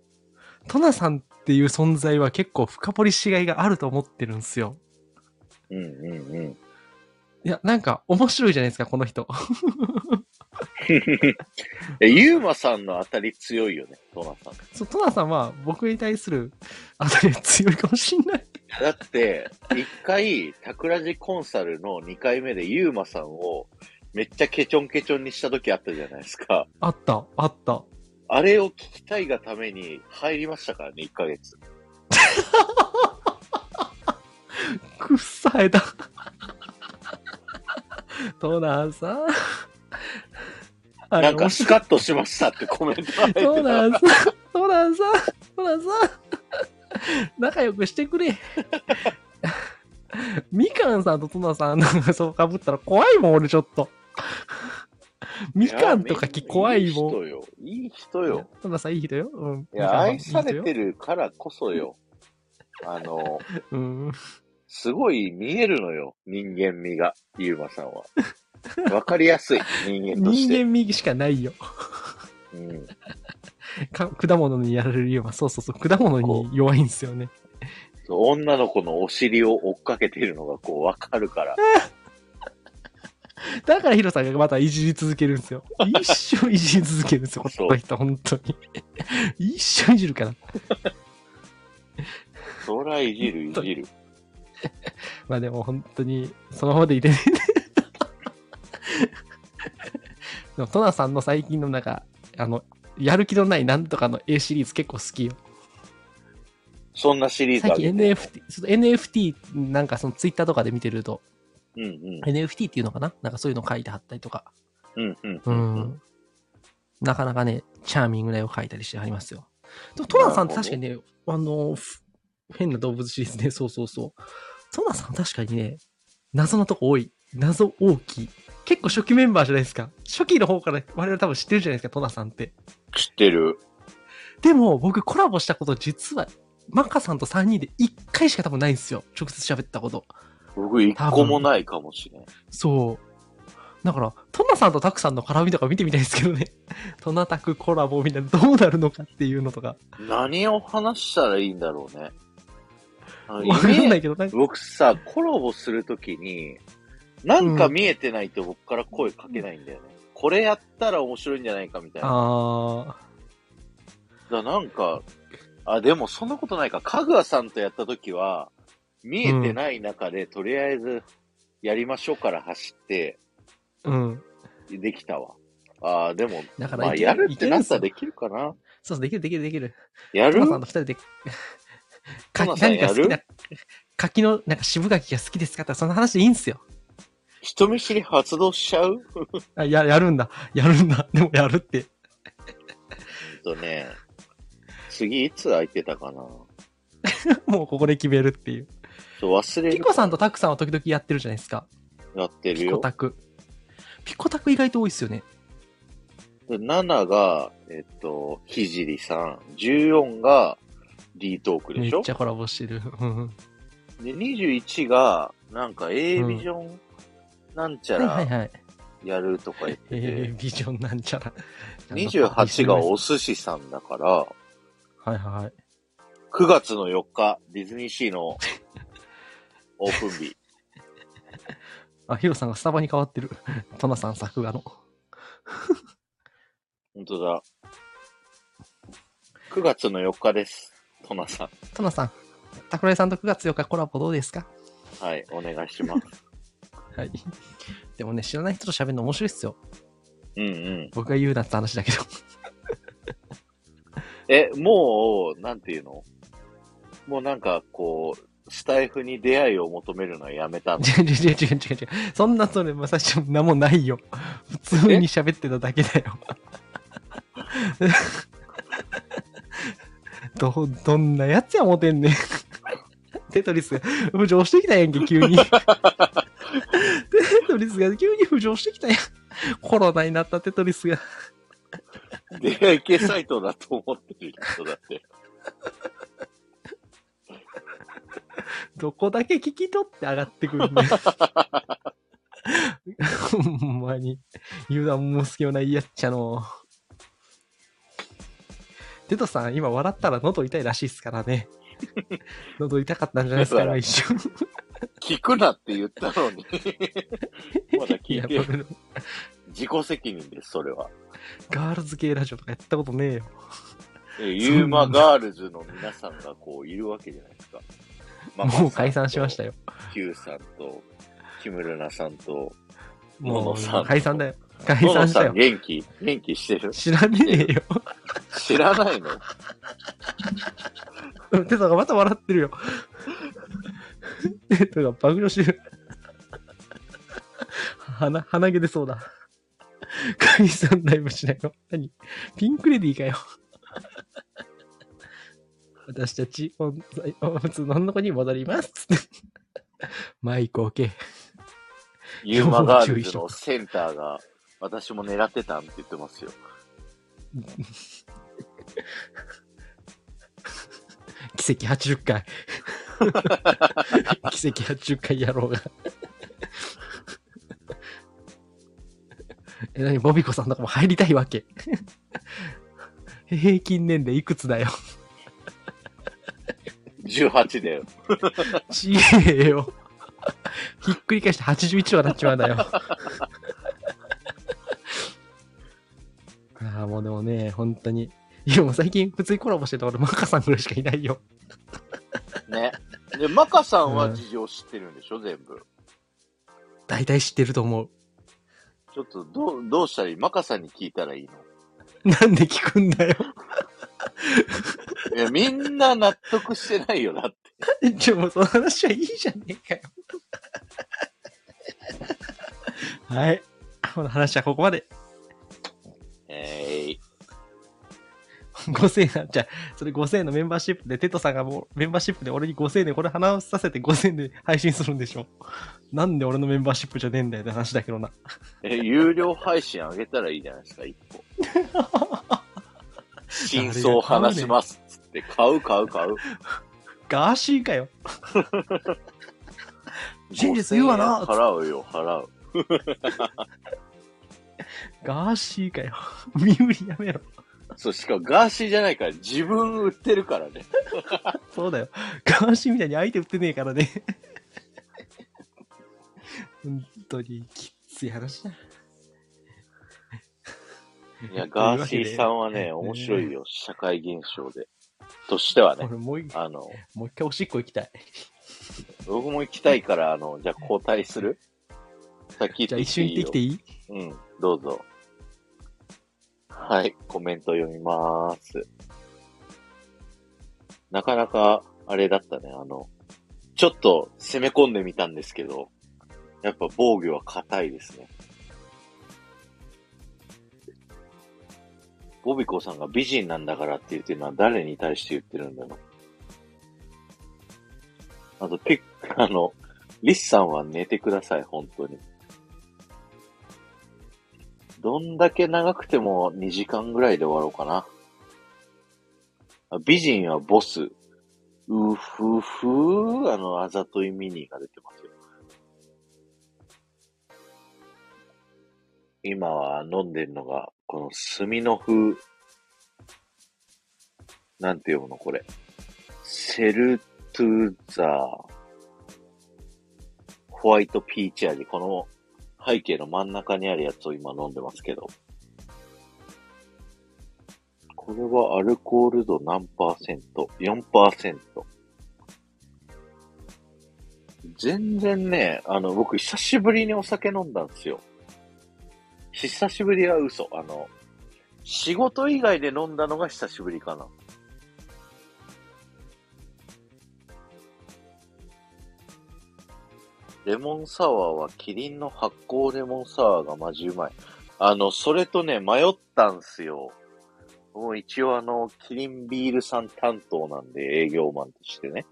B: トナさんっていう存在は結構深掘りしがいがあると思ってるんですよ。
A: うんうんうん。
B: いや、なんか面白いじゃないですか、この人。
A: え、ユーマさんの当たり強いよね、トナさん。
B: そう、トナさんは僕に対する当たりが強いかもしんない。
A: だって、一回、タクラジコンサルの2回目でユーマさんをめっちゃケチョンケチョンにした時あったじゃないですか。
B: あった、あった。
A: あれを聞きたいがために入りましたからね、1ヶ月。
B: くっさえた。トナさん。あ
A: なんか
B: 面白
A: ス
B: い
A: カッとしましたってコメント入って
B: ト
A: た。
B: ナさん、トナさん、トナさん。仲良くしてくれ。みかんさんとトナさんなんかそうかぶったら怖いもん、俺ちょっと。みかんとかき怖いも
A: い
B: ん。
A: やみんないい人よ。いい人よ。
B: トナさんいい人よ。うん。
A: いや、愛され
B: る。
A: てるからこそよ。あの、
B: うん。
A: すごい見えるのよ。人間味が、ゆうまさんは。 わかりやすい。人間とし
B: 人
A: て。
B: 間右しかないよ。
A: うん、
B: か果物にやられるような、そうそうそう、果物に弱いんですよね。
A: 女の子のお尻を追っかけてるのがこうわかるから。
B: だからヒロさんがまたいじり続けるん ですよ。一生いじり続けるんですよ、こ
A: そう
B: の人、本当に。一生いじるから。
A: そらいじるいじる。
B: まあでも本当に、そのままでいれない。 でもトナさんの最近のなんか、あの、やる気のないなんとかの A シリーズ結構好きよ。
A: そんなシリーズ
B: 最
A: あ
B: 近
A: るね。
B: NFT、ちょっと NFT なんかそのツイッターとかで見てると、
A: うん
B: NFT っていうのかななんかそういうの書いてはったりとか。
A: うん。うん
B: う
A: うん。うん、
B: ん。なかなかね、チャーミングな絵を描いたりしてありますよ。でもトナさんって
A: なる
B: 確
A: ほ
B: か
A: ど
B: にね、あの、ふ変な動物シリーズね、そうそうそう。トナさん確かにね、謎のとこ多い。謎大きい。結構初期メンバーじゃないですか。初期の方から我々多分知ってるじゃないですか、トナさんって。
A: 知ってる。
B: でも僕コラボしたこと実は、マカさんと3人で1回しか多分ないんですよ。直接喋ったこと。
A: 僕一個もないかもしれん。
B: そう。だから、トナさんとタクさんの絡みとか見てみたいですけどね。 トナタクコラボみたいなどうなるのかっていうのとか。
A: 何を話したらいいんだろうね。あ
B: わかんないけど、なんか、
A: 僕さ、コラボするときに、なんか見えてないと僕から声かけないんだよね。これやったら面白いんじゃないかみたいな。
B: あ
A: だからなんか、あ、でもそんなことないか。かぐわさんとやったときは、見えてない中で、とりあえず、やりましょうから走って、
B: ー、うん。
A: できたわ。あーでも、
B: だから
A: まあ、
B: いける
A: やるってなったら
B: いけ
A: できるかな。
B: そうそう、できる、できる、できる。
A: や
B: ト
A: る
B: ナさんと二人で、
A: トナ
B: か
A: さん
B: 何か
A: や
B: 好
A: る
B: きな、柿の、なんか渋柿が好きですかって、その話でいいんすよ。
A: 人見知り発動しちゃうほん
B: あや、やるんだ。やるんだ。で もやるって。
A: とね、次いつ空いてたかな。
B: もうここで決めるっていう。
A: そう忘れる。
B: ピコさんとタクさんは時々やってるじゃないですか。
A: やってる
B: ピコ
A: よ。
B: タク。ピコタク意外と多いっすよね。
A: で、7が、えっと、ひじりさん。14が D トーク
B: め
A: で
B: っ
A: しょ
B: ちゃコラボしてる。うん
A: で、21が、なんか A ビジョンなんちゃ
B: はいはい
A: ら
B: はい。
A: やるとか言って
B: え
A: て、
B: ー、ビジョンなんち ゃら。
A: 28がお寿司さんだから、
B: はいはいはい。
A: 9月の4日、ディズニーシー のオープン日。
B: あ、ヒロさんがスタバに変わってる。 トナさん作画の。
A: 本当だ。9月の4日です。トナさん。
B: トナさん、桜井さんと9月4日コラボどうですか
A: はい、お願いします。
B: はい。でもね、知らない人と喋るの面白いっすよ。
A: うんうん。
B: 僕が言うなって話だけど。
A: え、もう、なんていうのもうなんか、こう、スタイフに出会いを求めるのはやめたの。
B: 違う違う違う違う違う。そんなそれ、まさしも何もないよ。普通に喋ってただけだよ。 ど、どんなやつや思てんねん。テトリスが浮上してきたやんけ、急 に。テトリスが急に浮上してきたやん。コロナになったテトリスが。
A: 出会い系サイトだと思ってる人だって。
B: どこだけ聞き取って上がってくるんだよ。ほんまに。油断も隙もないやっちゃの。テトさん、今笑ったら喉痛いらしいっすからね。喉痛かったんじゃないですか、
A: だから
B: 今一瞬。
A: 聞くなって言ったの に。まだ
B: い
A: 聞
B: や、
A: いてる。
B: 僕の
A: 自己責任です、それは。
B: ガールズ系ラジオとかやったことねえよ。
A: え、ユーマガールズの皆さんがこういるわけじゃないですか。
B: もう解散しました
A: よ。
B: よ。
A: Q さんと、キムルナさんと、
B: も
A: 野野さ
B: うん解散だよ。解
A: ノノ
B: 散した
A: さん
B: よ。
A: 元気元気してる
B: 知らねえよ。
A: 知らないの
B: テトがまた笑ってるよ。 テトが爆笑してる。鼻、鼻毛出そうだ。解散ライブしないの何ピンクレディーかよ。私たち、おお普通の女の子に戻ります。つってマイクをけ。
A: ユーマガールズ のセンターが、私も狙ってたんって言ってますよ。
B: 奇跡80回。 奇跡80回やろうが。え、なに、ボビコさんとかも入りたいわけ。平均年齢いくつだよ。
A: 18だよ。
B: ちげえよ。ひっくり返して81はなっちまうんだよ。ああ、もうでもね、本当に。いや、もう最近普通にコラボしてた俺、マカさんぐらいしかいないよ。
A: ね。で、マカさんは事情知ってるんでしょ、全部。
B: 大体知ってると思う。
A: ちょっと、どう、どうしたらいいマカさんに聞いたらいいの
B: なんで聞くんだよ。
A: いや、みんな納得してないよ、だって。
B: ちょ、もうその話はいいじゃねえかよ。はい。この話はここまで。
A: えい、
B: 5000円、じゃあそれ5000円のメンバーシップで、テトさんがもうメンバーシップで俺に5000円でこれ話させて5000円で配信するんでしょ。なんで俺のメンバーシップじゃねえんだよって話だけどな。
A: え、有料配信あげたらいいじゃないですか、一 個。真相を話しますっつって、買う買う買う。
B: ガーシーかよ。真実言うわな
A: 5000円払うよ、払う。
B: ガーシーかよ。 身振りやめろ。
A: そう、しかもガーシーじゃないから、自分売ってるからね。
B: そうだよ。ガーシーみたいに相手打ってねえからね。 本当にきつい話だ。
A: いや、ガーシーさんはね、面白いよ、社会現象で。としてはね
B: 俺、もう一
A: あの、
B: もう一回おしっこ行きたい。
A: 僕も行きたいから、あの、じゃあ交代する先行
B: じ
A: っ
B: ゃあ
A: て
B: 一緒に行ってきて
A: いい
B: いい
A: ようん、どうぞ。はい、コメント読みまーす。なかなか、あれだったね、あの、ちょっと攻め込んでみたんですけど、やっぱ防御は硬いですね。ボビコさんが美人なんだからって言ってるのは誰に対して言ってるんだろう。あと、結構、あの、リスさんは寝てください、本当に。どんだけ長くても2時間ぐらいで終わろうかな。あ美人はボス。うふふあの、あざといミニが出てますよ。今は飲んでるのが、この炭の風。なんて読むのこれ。セルトゥザー。ホワイトピーチ味。この背景の真ん中にあるやつを今飲んでますけど。これはアルコール度何パーセント ?4%。全然ね、あの、僕久しぶりにお酒飲んだんですよ。久しぶりは嘘。あの、仕事以外で飲んだのが久しぶりかな。レモンサワーはキリンの発酵レモンサワーがマジうまい。あの、それとね、迷ったんすよ。もう一応あの、キリンビールさん担当なんで営業マンとしてね。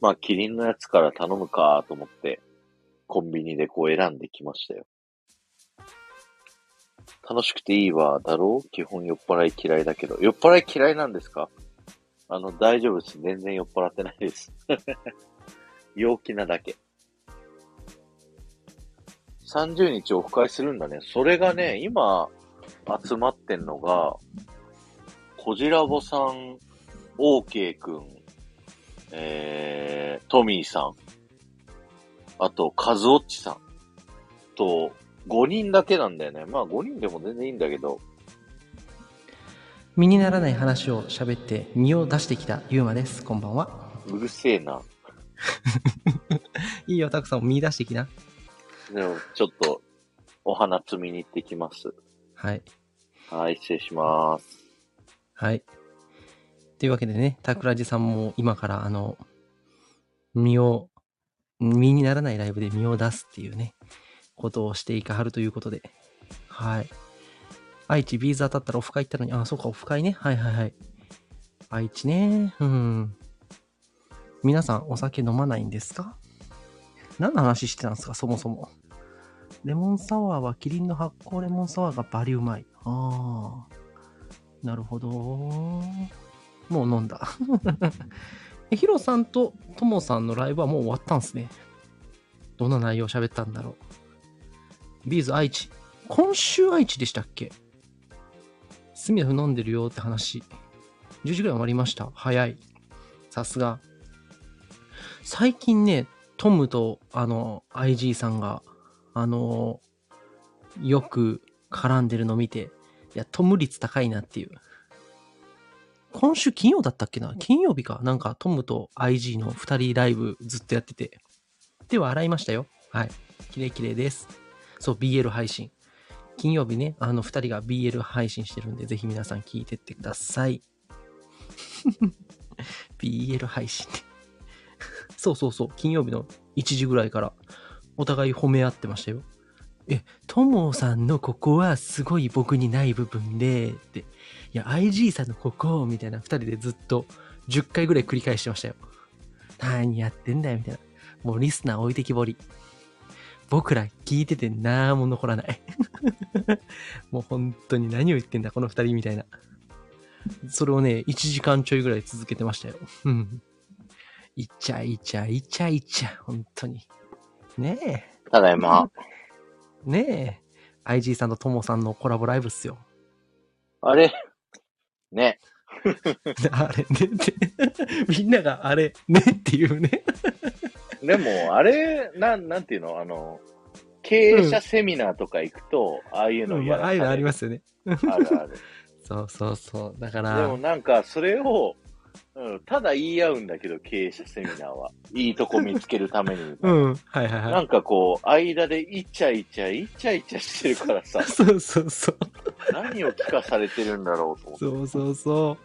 A: まあ、キリンのやつから頼むかと思って、コンビニでこう選んできましたよ。楽しくていいわ、だろう基本酔っ払い嫌いだけど。酔っ払い嫌いなんですかあの、大丈夫です。全然酔っ払ってないです。 陽気なだけ。30日オフ会するんだね。それがね、今、集まってんのが、こじらぼさん、OK くん、えー、トミーさん、あと、カズオッチさん、と、5人だけなんだよね。まあ5人でも全然いいんだけど、
B: 身にならない話を喋って身を出してきたゆうまです。こんばんは。
A: うるせえな。
B: いいよ、たくさん身出してきな。
A: でも、ちょっと、お花摘みに行ってきます。
B: はい。
A: はい、失礼します。
B: はい。というわけでね、たくらじさんも今から、あの、身を、身にならないライブで身を出すっていうね、ことをしていかはるということで。はい。愛知、ビーズ当たったらオフ会行ったのに、あ、そうか、オフ会ね。はいはいはい。愛知ね。うん。皆さん、お酒飲まないんですか何の話してたんですか、そもそも。レモンサワーはキリンの発酵レモンサワーがバリうまい。ああ。なるほど。もう飲んだ。 えヒロさんとトモさんのライブはもう終わったんですね。どんな内容喋ったんだろう。ビーズ愛知。今週愛知でしたっけスミダフ飲んでるよって話。10時ぐらい終わりました。早い。さすが。最近ね、トムとあの IG さんが、あの、よく絡んでるの見て、いや、トム率高いなっていう。今週金曜だったっけな金曜日か。なんかトムと IG の2人ライブずっとやってて。手は洗いましたよ。はい。綺麗綺麗です。そう、BL 配信。金曜日ね、あの2人が BL 配信してるんで、ぜひ皆さん聞いてってください。BL 配信ね。そうそうそう。金曜日の1時ぐらいから、お互い褒め合ってましたよ。え、トモさんのここはすごい僕にない部分で、って。いや、IG さんのここ、みたいな、二人でずっと10回ぐらい繰り返してましたよ。何やってんだよ、みたいな。もうリスナー置いてきぼり。僕ら聞いてて何も残らない。 もう本当に何を言ってんだ、この二人みたいな。それをね、1時間ちょいぐらい続けてましたよ。うん。いちゃいちゃいちゃいちゃ、本当に。ねえ。
A: ただいま。
B: ねえ、IG さんとともさんのコラボライブっすよ。
A: あれね。
B: あれねって、 みんながあれねっていうね。
A: でも、あれ、なん、なんていうのあの、経営者セミナーとか行くと、ああいうのや。
B: まあああいうのありますすよね。
A: あるある。
B: そうそうそう。だか
A: で
B: ら
A: も、なんか、それを、うん、ただ言い合うんだけど、経営者セミナーは。いいとこ見つけるために。
B: うん、はいはい
A: な
B: は
A: んかこう、間でイチャイチャ、イチャイチャしてるからさ
B: い。、そうそうそう。
A: 何を聞かされてるんだろうと思って。
B: そうそうそ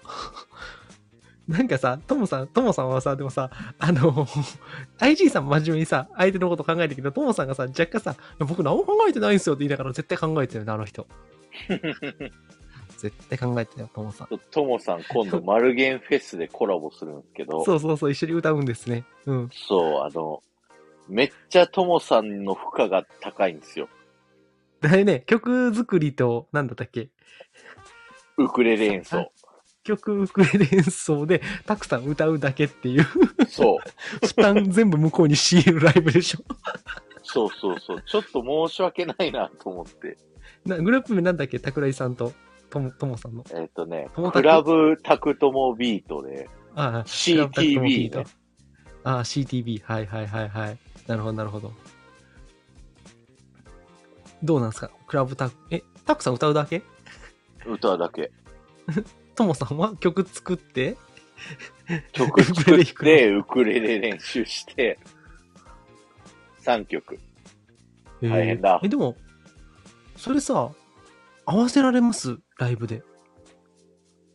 B: う。なんかさ、ともさん、ともさんはさ、でもさ、あの、IG さん真面目にさ、相手のこと考えてるけど、ともさんがさ、若干さ、いや僕何も考えてないんすよって言いながら絶対考えてるよね、あ の人。絶対考えてるよ、ともさん。
A: とともさん、今度、マルゲンフェスでコラボするんですけど、
B: そうそうそう、一緒に歌うんですね。うん。
A: そう、あの、めっちゃともさんの負荷が高いんですよ。
B: だいね、曲作りと、なんだったっけ
A: ウクレレ演奏。
B: 曲ウクレレ演奏で、たくさん歌うだけっていう、
A: そう。
B: 負担全部向こうに強いるライブでしょ。
A: そうそうそう。ちょっと申し訳ないなと思って。
B: なグループ名なんだっけ桜井さんと、とも、ともさんの。
A: えっ、とね、
B: 友達
A: クラブタクトモビートで、
B: ああ、
A: CTB
B: と
A: ね。
B: ああ、CTB。はいはいはいはい。なるほどなるほど。どうなんですかクラブタク、え、たくさん歌うだけ
A: 歌だけ。
B: ともさんは曲作って、
A: 曲作っ
B: ウクレレ
A: て、ウクレレ練習して、3曲。
B: えー
A: 大変だ
B: え、でも、それさ、合わせられますライブで。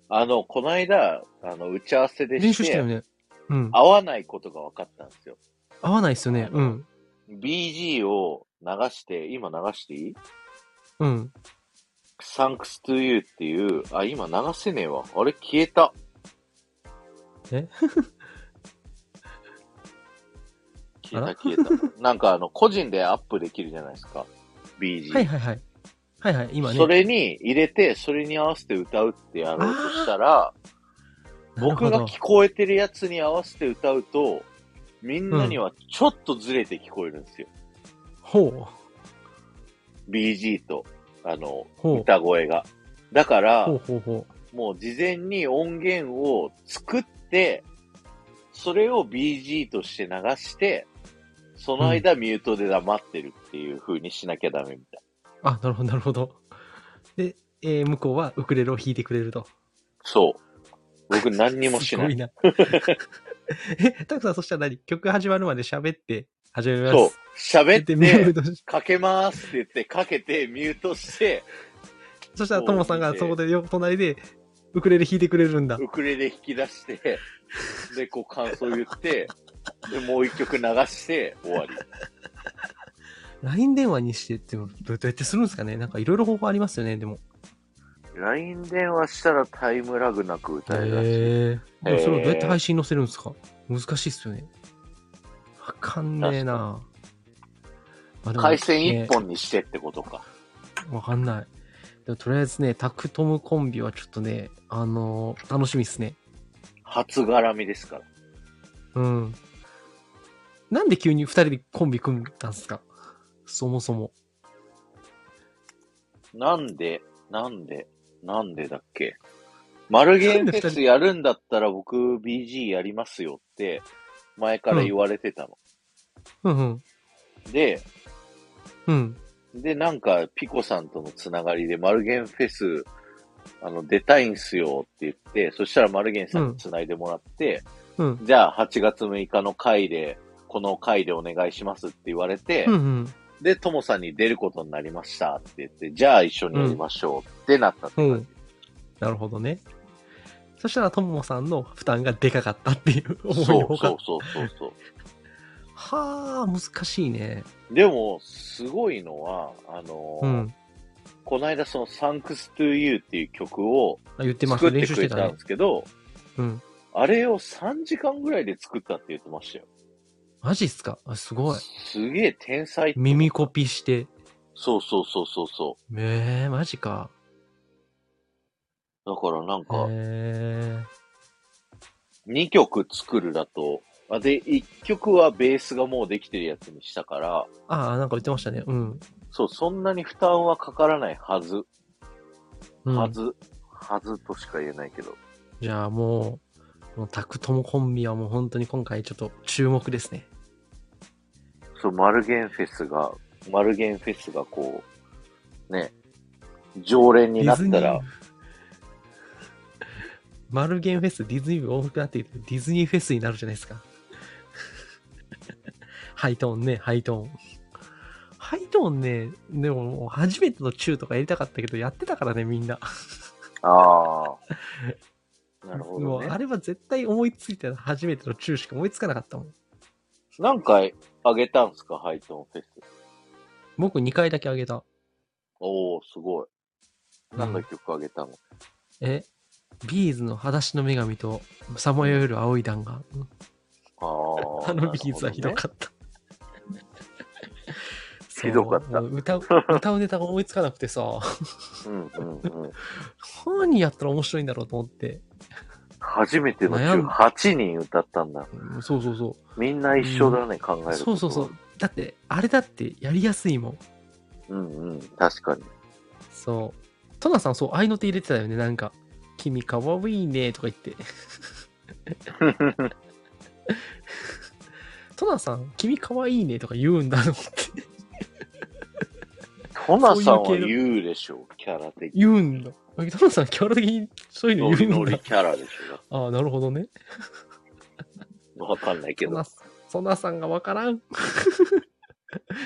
A: あの、この間、あの、打ち合わせで
B: 練
A: し、
B: 習してたよね。うん。
A: 合わないことが分かったんですよ。
B: 合わないっすよね。うん。
A: BG を流して、今流していい
B: うん。
A: ?Thanks to you っていう、あ、今流せねえわ。あれ消えた。
B: え
A: 消えた消えた。なんかあの、個人でアップできるじゃないですか。BG。
B: はいはいはい。はいはい、今ね。
A: それに入れて、それに合わせて歌うってやろうとしたら、
B: なるほ
A: 僕
B: ど
A: が聞こえてるやつに合わせて歌うと、みんなにはちょっとずれて聞こえるんですよ。
B: ほ
A: BG と、あの、
B: う。ほう。
A: 歌声が。だから
B: ほ、うほうほう。
A: もう事前に音源を作って、それを BG として流して、その間ミュートで黙ってるっていう風にしなきゃダメみたい。
B: あ、なるほど、なるほど。で、えー向こうはウクレレを弾いてくれると。
A: そう。僕何にもし ない。
B: すごい な。え、たくさんそしたら何曲始まるまで喋って始めます。
A: そう。喋っ
B: でミュー
A: て、
B: トし
A: かけますって言って、かけてミュートして、
B: そしたらともさ
A: そ
B: ん
A: う
B: が
A: 見て
B: そこで横隣でウクレレ弾いてくれるんだ。
A: ウクレレ引き出して、で、こう感想言って、で、もう一曲流して終わり。
B: LINE 電話にしてってどどうやってするんですかねなんかいろいろ方法ありますよね、でも。
A: LINE 電話したらタイムラグなく歌えるらしい。
B: へえ。でもそれをどうやって
A: へー
B: 配信載せるんですか難しいっすよね。わかんねえな。まあでも
A: 回線一
B: ね
A: 本にしてってことか。
B: わかんない。でもとりあえずね、タクトムコンビはちょっとね、あのー楽しみですね。
A: 初絡みですから。
B: うん。なんで急に二人でコンビ組んだんですかそもそも。
A: なんで、なんで、なんでだっけ。丸ゲームフェスやるんだったら僕 BG やりますよって前から言われてたの。
B: うんうん。
A: で、
B: うん。
A: で、なんかピコさんとのつながりで丸ゲームフェスあの出たいんすよって言って、そしたら丸ゲンさんにつないでもらって、
B: うん。
A: じゃあ8月6日の回で、この回でお願いしますって言われて、
B: うんうん。
A: で、ともさんに出ることになりましたって言って、じゃあ一緒にやりましょうってなったって
B: う
A: 感じ。
B: ん。なるほどね。そしたら、ともさんの負担がでかかったっていう思い
A: そ
B: の
A: う
B: ほ
A: そう
B: か。
A: そうそうそ
B: はあ、難しいね。
A: う。でも、すごいのは、あのー
B: うん。
A: この間その Thanks to You っていう曲を
B: あ言ってま
A: 作
B: す。
A: って
B: 練習し
A: く
B: て
A: れ
B: た
A: たん
B: ね
A: で。すけど、
B: うん。
A: あれを3時間ぐらいで作ったって言ってましたよ。
B: マジっすかあすごい。
A: すげえ天才。
B: 耳コピーして。
A: そうそうそうそうそ
B: えー、マジか。
A: う。だからなん
B: へ
A: か、
B: え。
A: 2曲作るだと、あで、1曲はベースがもうできてるやつにしたから、
B: ああ、なんか言ってましたね。うん。
A: そう、そんなに負担はかからないはず。
B: うん、
A: はず、はずとしか言えないけど。
B: じゃあもう、このタクトモコンビはもう本当に今回ちょっと注目ですね。
A: そう、マルゲンフェスが、マルゲンフェスがこう、ね、常連になった
B: ディズニ
A: ら
B: ー、マルゲンフェス、ディズニー部大きくなっていて、ディズニーフェスになるじゃないですか。 ハイトーンね、ハイトーン。ハイトーンね、でももう初めての中とかやりたかったけど、やってたからね、みんな。
A: あ あ。なるほ
B: も
A: ど
B: う
A: ね
B: あ。れは絶対思いついた初めての中しか思いつかなかったもん。
A: 何回あげたんすか、ハイトーンフェス。
B: 僕2回だけあげた。
A: おおすごい。何の曲あげたの、
B: えビーズの裸足の女神と、さまよえる青い弾が。
A: ああ。
B: あのビーズはひど
A: なる
B: か った。そう
A: ひどかった
B: も う歌う歌うネタが思いつかなくてさ、
A: ほどね。うんうんうん。
B: 何やったら面白いんだろうと思って。
A: 初めての
B: 悩
A: 中
B: む
A: 8人歌ったんだ。
B: うんそうそうそ
A: みんな一緒だね、考える
B: う。
A: と。
B: そうそうそう。。だって、あれだってやりやすいもん。
A: うんうん。確かに。
B: そう。トナさん、そう、合いの手入れてたよね。なんか、君かわいいねとか 言って。トナさん、君かわいいねとか言うんだと思って。
A: トナさんは
B: そういう系の
A: 言うでしょ、キャラ的に。
B: 言うんだ。トナさん、キャラ的にそういうの
A: ノリ
B: 言
A: ノ
B: うん
A: リ
B: だ。
A: キャラでし
B: ああ、なるほどね。
A: ょ。わかんないけ
B: そん
A: ど
B: な。、そんなさんがわからん。い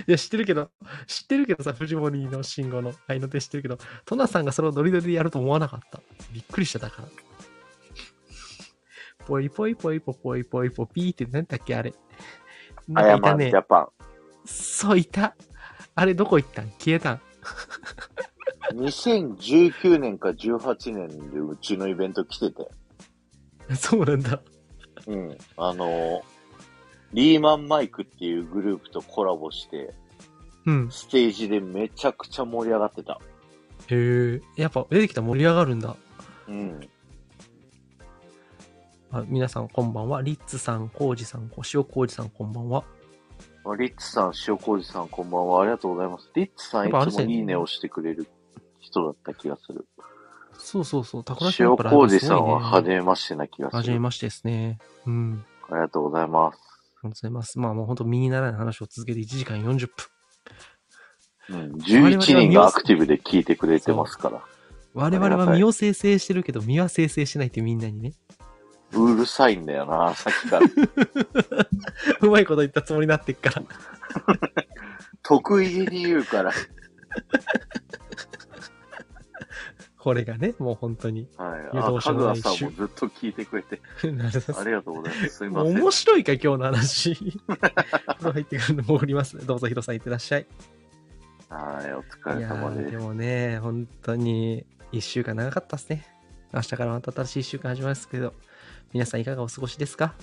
B: や、知ってるけど、知ってるけどさ、藤森の信号の愛の手知ってるけど、トナさんがそれをノリノリでやると思わなかった。びっくりした、だから。ぽいぽいぽいぽいぽいぽいぽいピーって何だっけ、あれ。
A: アヤマンジャパン。
B: そういた。あれどこ行ったん消えたん
A: 2019年か18年でうちのイベント来てて、
B: そうなんだ。
A: うん。あの、リーマンマイクっていうグループとコラボして、
B: うん。
A: ステージでめちゃくちゃ盛り上がってた。
B: へえ。やっぱ出てきたら盛り上がるんだ。
A: うん。
B: あ皆さんこんばんは。リッツさん、コウジさん、塩コウジさんこんばんは。
A: リッツさん、塩麹さん、こんばんは。ありがとうございます。リッツさん、い
B: やっぱあれ
A: つ
B: で
A: も
B: すよね
A: いいねをしてくれる人だった気がする。
B: そうそうそう。タコラシ
A: 塩麹さんは
B: は
A: 初めましてな気が
B: は
A: す
B: じめ
A: る。
B: ましてですね。うん。
A: ありがとうございます。
B: ありがとうございます。まあもう本当身にならない話を続けて1時間40分。
A: うん、11人がアクティブで聞いてくれてますから。
B: 我々は身を生成してるけど、身は生成してないってみんなにね。
A: うるさいんだよな、さっきから。
B: うまいこと言ったつもりになってっから。
A: 得意理由から。
B: これがね、もう本当に。
A: はい。
B: いや
A: あ、
B: どうし
A: か
B: よう
A: ぐ
B: もな
A: わ
B: い
A: さんもずっと聞いてくれ て、
B: なるほど
A: ありがとうございます。すいません。
B: 面白いか、今日の話。 風呂入ってくるの潜りますね。どうぞ、ヒロさん、いってらっしゃい。
A: はい、お疲
B: い
A: れ
B: や
A: 様
B: ー
A: で。
B: ですもね、本当に、一週間長かったっすね。明日からまた新しい一週間始まりますけど、皆さんいかがお過ごしですか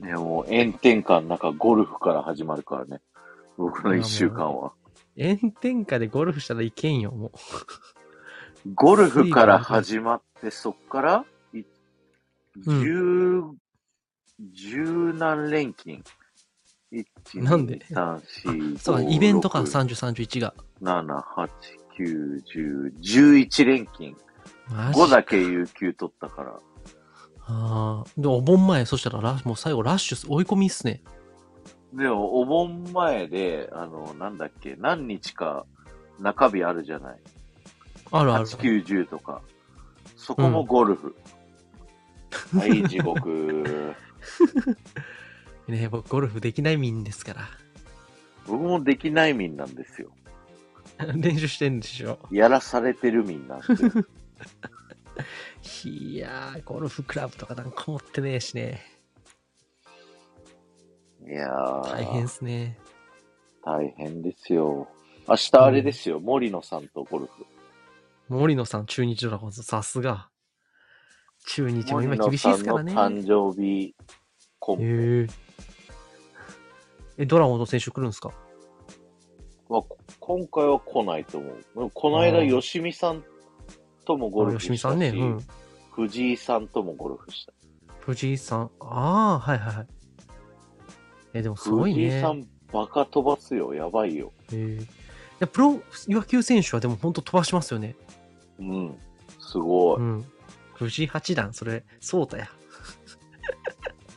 A: ね、もう炎天下の中、ゴルフから始まるからね。僕の一週間は。
B: 炎天下でゴルフしたらいけんよ、も
A: ゴルフから始まって、そっから、い十、十何連勤。一
B: なんで
A: 二三四
B: う。そう、
A: 五
B: イベントか、
A: 六
B: 30、31が。
A: 7、8、9、10、11連勤。
B: マ
A: 5
B: ジ
A: だけ有給取ったから。
B: ああ。で、お盆前、そしたらラ、もう最後ラッシュっす、追い込みっすね。
A: でも、お盆前で、あの、なんだっけ、何日か中日あるじゃない。
B: あるある。
A: 8、9、10とか。そこもゴルフ。はい、地獄。
B: ね僕、ゴルフできない民ですから。
A: 僕もできない民なんですよ。
B: 練習してんでしょ。
A: やらされてる民なんです よ。
B: いやー、ゴルフクラブとかなんか持ってねえしね。
A: いやー、
B: 大変っすね。
A: 大変ですよ。明日あれですよ、森野さんとゴルフ。
B: 森野さん、中日ドラゴンズ、さすが。中日も
A: 森
B: 今
A: 野
B: 厳しい
A: さ
B: で
A: ん
B: す
A: の
B: からね。
A: 誕生日コンペ。
B: へえ。え、ドラゴンズの選手来るんですか
A: まあ、こ今回は来ないと思うでも。この
B: あ
A: 間、
B: ー
A: 吉見さんともゴル
B: あ
A: フ
B: 吉見
A: し
B: さ
A: たし、
B: んね。うん。
A: 藤井さんともゴルフした。
B: 藤井さん。ああ、はいはいはい。え、でもすごい
A: 藤井
B: ね。
A: さん、バカ飛ばすよ。やばいよ。
B: へえいやプロ野球選手はでも本当飛ばしますよね。
A: うん。すごい。
B: うん。藤井八段、それ、そうたや。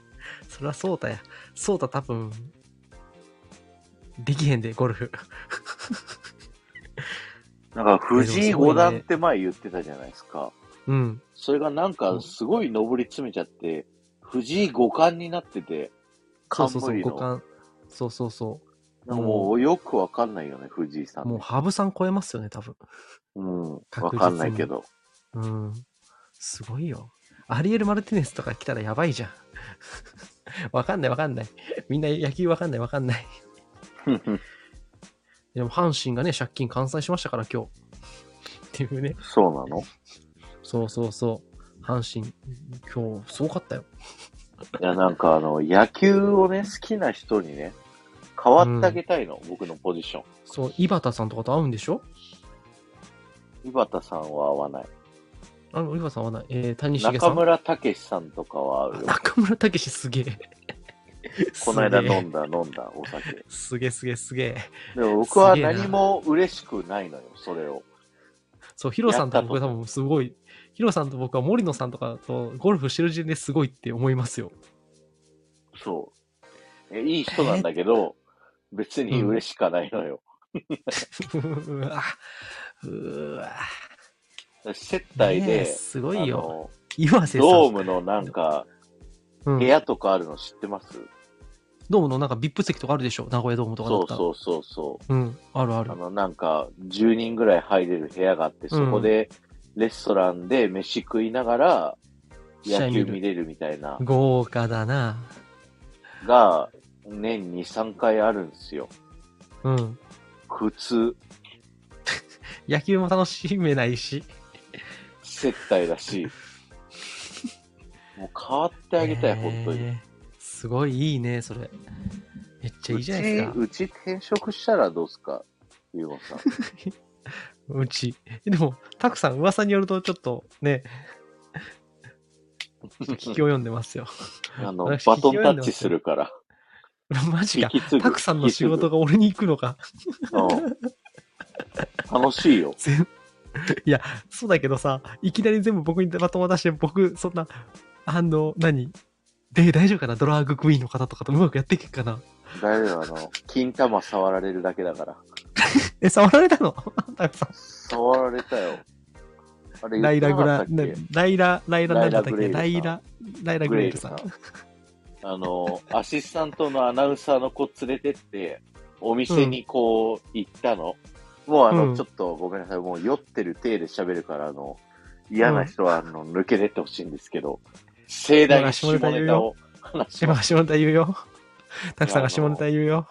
B: それはそうたや。そうた多分、できへんで、ゴルフ。
A: なんか、藤井五
B: いやでもすごい
A: 段
B: ね
A: って前言ってたじゃないですか。
B: うん。
A: それがなんか、すごい上り詰めちゃって、藤井五冠になってて、
B: そうそうそう、
A: 冠の
B: 五冠。そうそうそ
A: なんかもうよくわかんないよね、藤井さ
B: う。も
A: ん
B: う、。羽生さん超えますよね、多分。
A: うん。わ
B: 確実に
A: かんないけど。
B: うん。すごいよ。アリエル・マルティネスとか来たらやばいじゃん。 わかんないわかんない。みんな野球わかんないわかんない。でも阪神がね、借金完済しましたから今日。っていうね。
A: そうなの
B: そうそうそう。阪神、今日すごかったよ。
A: いや、なんかあの、野球をね、好きな人にね、変わってあげたいの、僕のポジショ
B: そう、井端さんとかと会うんでしょ
A: ン。井端さんは合わない。
B: あの、井端さんはない。えー、谷繁さん。
A: 中村武さんとかは合うよ。
B: 中村武史すげえ。
A: この間
B: すげえ
A: 飲んだ、飲んだ、お酒。
B: すげえすげえすげえ。
A: でも僕は
B: すげえな
A: 何も嬉しくないのよ、それを。
B: そう、ヒロさんと
A: や
B: 僕
A: った
B: 多分すごい、ヒロさんと僕は森野さんとかとゴルフしてる時点ですごいって思いますよ。
A: そう。えいい人なんだけど、別に嬉しかないのよ。
B: うわ、うわ。
A: 接待
B: ねえ
A: で、
B: すご
A: あ
B: いよ。
A: の、
B: 岩瀬さん。
A: ドームのなんか、
B: うん
A: 部屋とかあるの知ってます、
B: ドームのなんか VIP 席とかあるでしょ名古屋ドームとかだ
A: そう
B: ったら。
A: そうそうそう。
B: うん、あるある
A: あ。の、なんか、10人ぐらい入れる部屋があって、そこで、レストランで飯食いながら、
B: 試合
A: 野
B: 見
A: 球
B: る
A: 見れるみたいな、
B: 豪華だな。
A: が、年に3回あるんですよ。
B: うん。
A: 苦痛、
B: 野球も楽しめないし。
A: 接待だ し。もう変わってあげたい、本当に。
B: えー。すごいいいね、それ。めっちゃいいじゃないですか。
A: うち、うち転職したらどうすかゆうまさん。
B: うち。でも、たくさん噂によると、ちょっと ね、聞き及んでますよ。
A: あの、バ
B: 私
A: トンタッチするから。
B: マジか
A: 引き継。ぐ
B: たくさんの仕事が俺に行くの か。
A: うん。楽しいよ。
B: 全いや、そうだけどさ、いきなり全部僕にバトン渡して、僕、そんな、あの、何で、大丈夫かなドラァグクイーンの方とかとうまくやっていけっかな
A: 大丈夫、あの、金玉触られるだけだから。
B: え、触られたの たくさん。
A: 触られたよ。あれ、
B: ライラグ
A: 言っ
B: ラ、
A: てなかったっ
B: ライラ、ライラなんだったっけ
A: ラ
B: ラ
A: イ
B: イ
A: ラ
B: ラ、ライラ
A: け
B: グ
A: グレ
B: レ
A: イ
B: イ
A: ル
B: ル
A: さ
B: さ
A: ん
B: ん。。
A: あの、アシスタントのアナウンサーの子連れてって、お店にこう、行ったの。もうあの、
B: うん
A: ちょっとごめんなさい、もう酔ってる体で喋るから、あの、嫌な人は、あの、抜け出てほしいんですけど、盛大に下ネタを話し
B: 島
A: ま
B: が下ネタ言うよ。たくさんが下ネタ言うよ。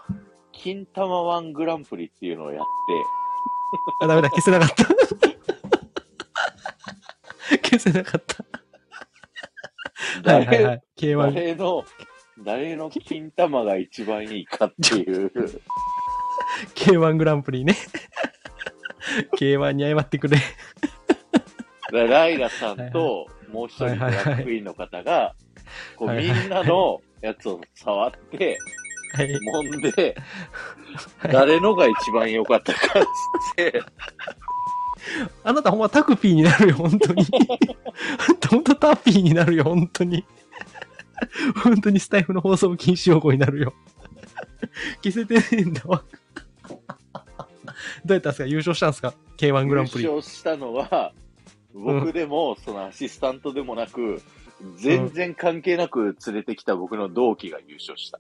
A: 金玉ワングランプリっていうのをやって、
B: あ、ダメだ、消せなかった。 消せなかった。はいはいはい。K1。
A: 誰の、誰の金玉が一番いいかっていう。
B: K1 グランプリね。K1 に謝ってくれ。
A: だライラさんと、もう一人のラックイーンの方が、こう
B: はい
A: み
B: はい
A: んなのやつを触って、
B: はい。
A: 揉んで、
B: はい
A: 誰のが一番良かったかっつって、
B: あなたほんまタクピーになるよ、本当に。ほんとタピーになるよ、本当に。本当にスタイフの放送禁止用語になるよ。消せてねえんだわ。どうやったんすか優勝したんすか ?K1 グ
A: 優
B: ランプリ。
A: 勝したのは、僕でも、そのアシスタントでもなく、全然関係なく連れてきた僕の同期が優勝した。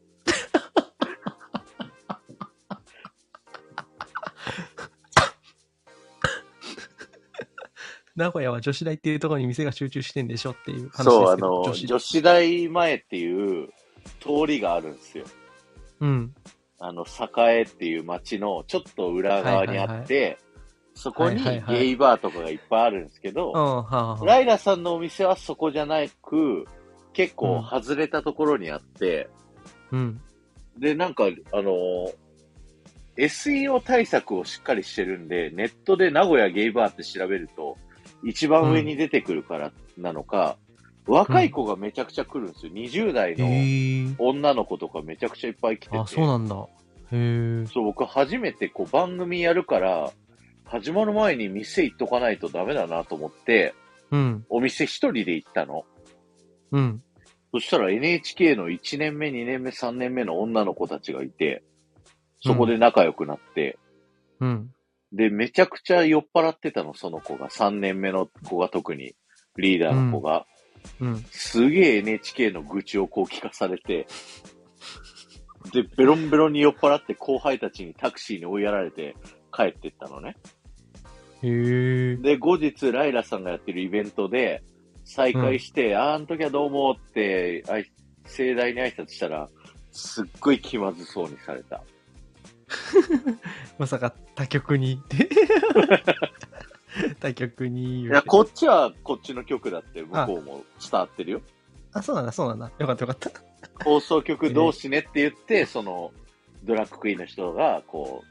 B: 名古屋は女子大っていうところに店が集中してんでしょっていう話ですけど。
A: そう、あの、
B: 女
A: 女
B: 子
A: 子大前っていう通りがあるんですよ。
B: うん。
A: あの、栄っていう町のちょっと裏側にあって、そこに
B: はいはいはい
A: ゲイバーとかがいっぱいあるんですけど、
B: うん、はあ、はあ。
A: ライラさんのお店はそこじゃなく、結構外れたところにあって、
B: うん。
A: で、なんか、あのー SEO 対策をしっかりしてるんで、ネットで名古屋ゲイバーって調べると、一番上に出てくるからなのか、若い子がめちゃくちゃ来るんですよ。20代
B: へ
A: の
B: え。
A: 女の子とかめちゃくちゃいっぱい来てて。
B: あ、そうなんだ。へえ。
A: そう、僕初めてこう番組やるから、始まる前に店行っとかないとダメだなと思って、
B: うん、
A: お店一人で行ったの。
B: うん。
A: そしたら NHK の1年目、2年目、3年目の女の子たちがいて、そこで仲良くなって、
B: うん。
A: で、めちゃくちゃ酔っ払ってたの、その子が。3年目の子が特に、リーダーの子が。
B: うん。
A: すげえ NHK の愚痴をこう聞かされて、で、ベロンベロンに酔っ払って後輩たちにタクシーに追いやられて帰ってったのね。
B: へえ。
A: で、後日、ライラさんがやってるイベントで、再会して、あーあの時はどうもって、あい盛大に挨拶したら、すっごい気まずそうにされた。
B: まさか他局に 他局
A: い
B: に言うて
A: や、こっちはこっちの曲だって、向こうも伝わってるよ。
B: あ、そうなんだ、そうなんだ。よかったよかった。
A: 放送局同士ねって言って、その、ドラッグクイーンの人が、こ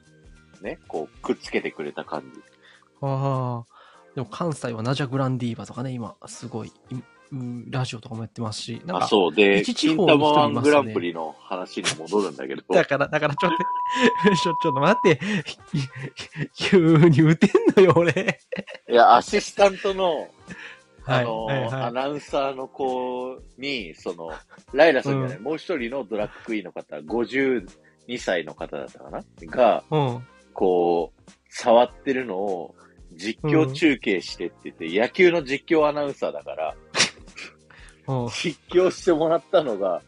A: う、ね、こう、くっつけてくれた感じ。
B: ああ。でも関西はナジャグランディーバとかね、今、すごい、いうんラジオとかもやってますし。なん
A: あ、
B: か
A: そう。で、
B: 一地
A: 金
B: 方に一人い
A: 玉
B: ますね
A: ワングランプリの話に戻るんだけど、
B: だから、だから、ちょっと、 ちょ、ちょっと待って、 急に打てんのよ、俺。
A: いや、アシスタントの、
B: は
A: あ
B: い。
A: の
B: はい
A: ア
B: はい
A: ナウンサーの子に、その、ライラさんじゃない、
B: う
A: もう一人のドラッグクイーンの方、52歳の方だったかなが、
B: うん。
A: こう、触ってるのを実況中継してって言って、野球の実況アナウンサーだから、
B: うん。
A: 実況してもらったのが、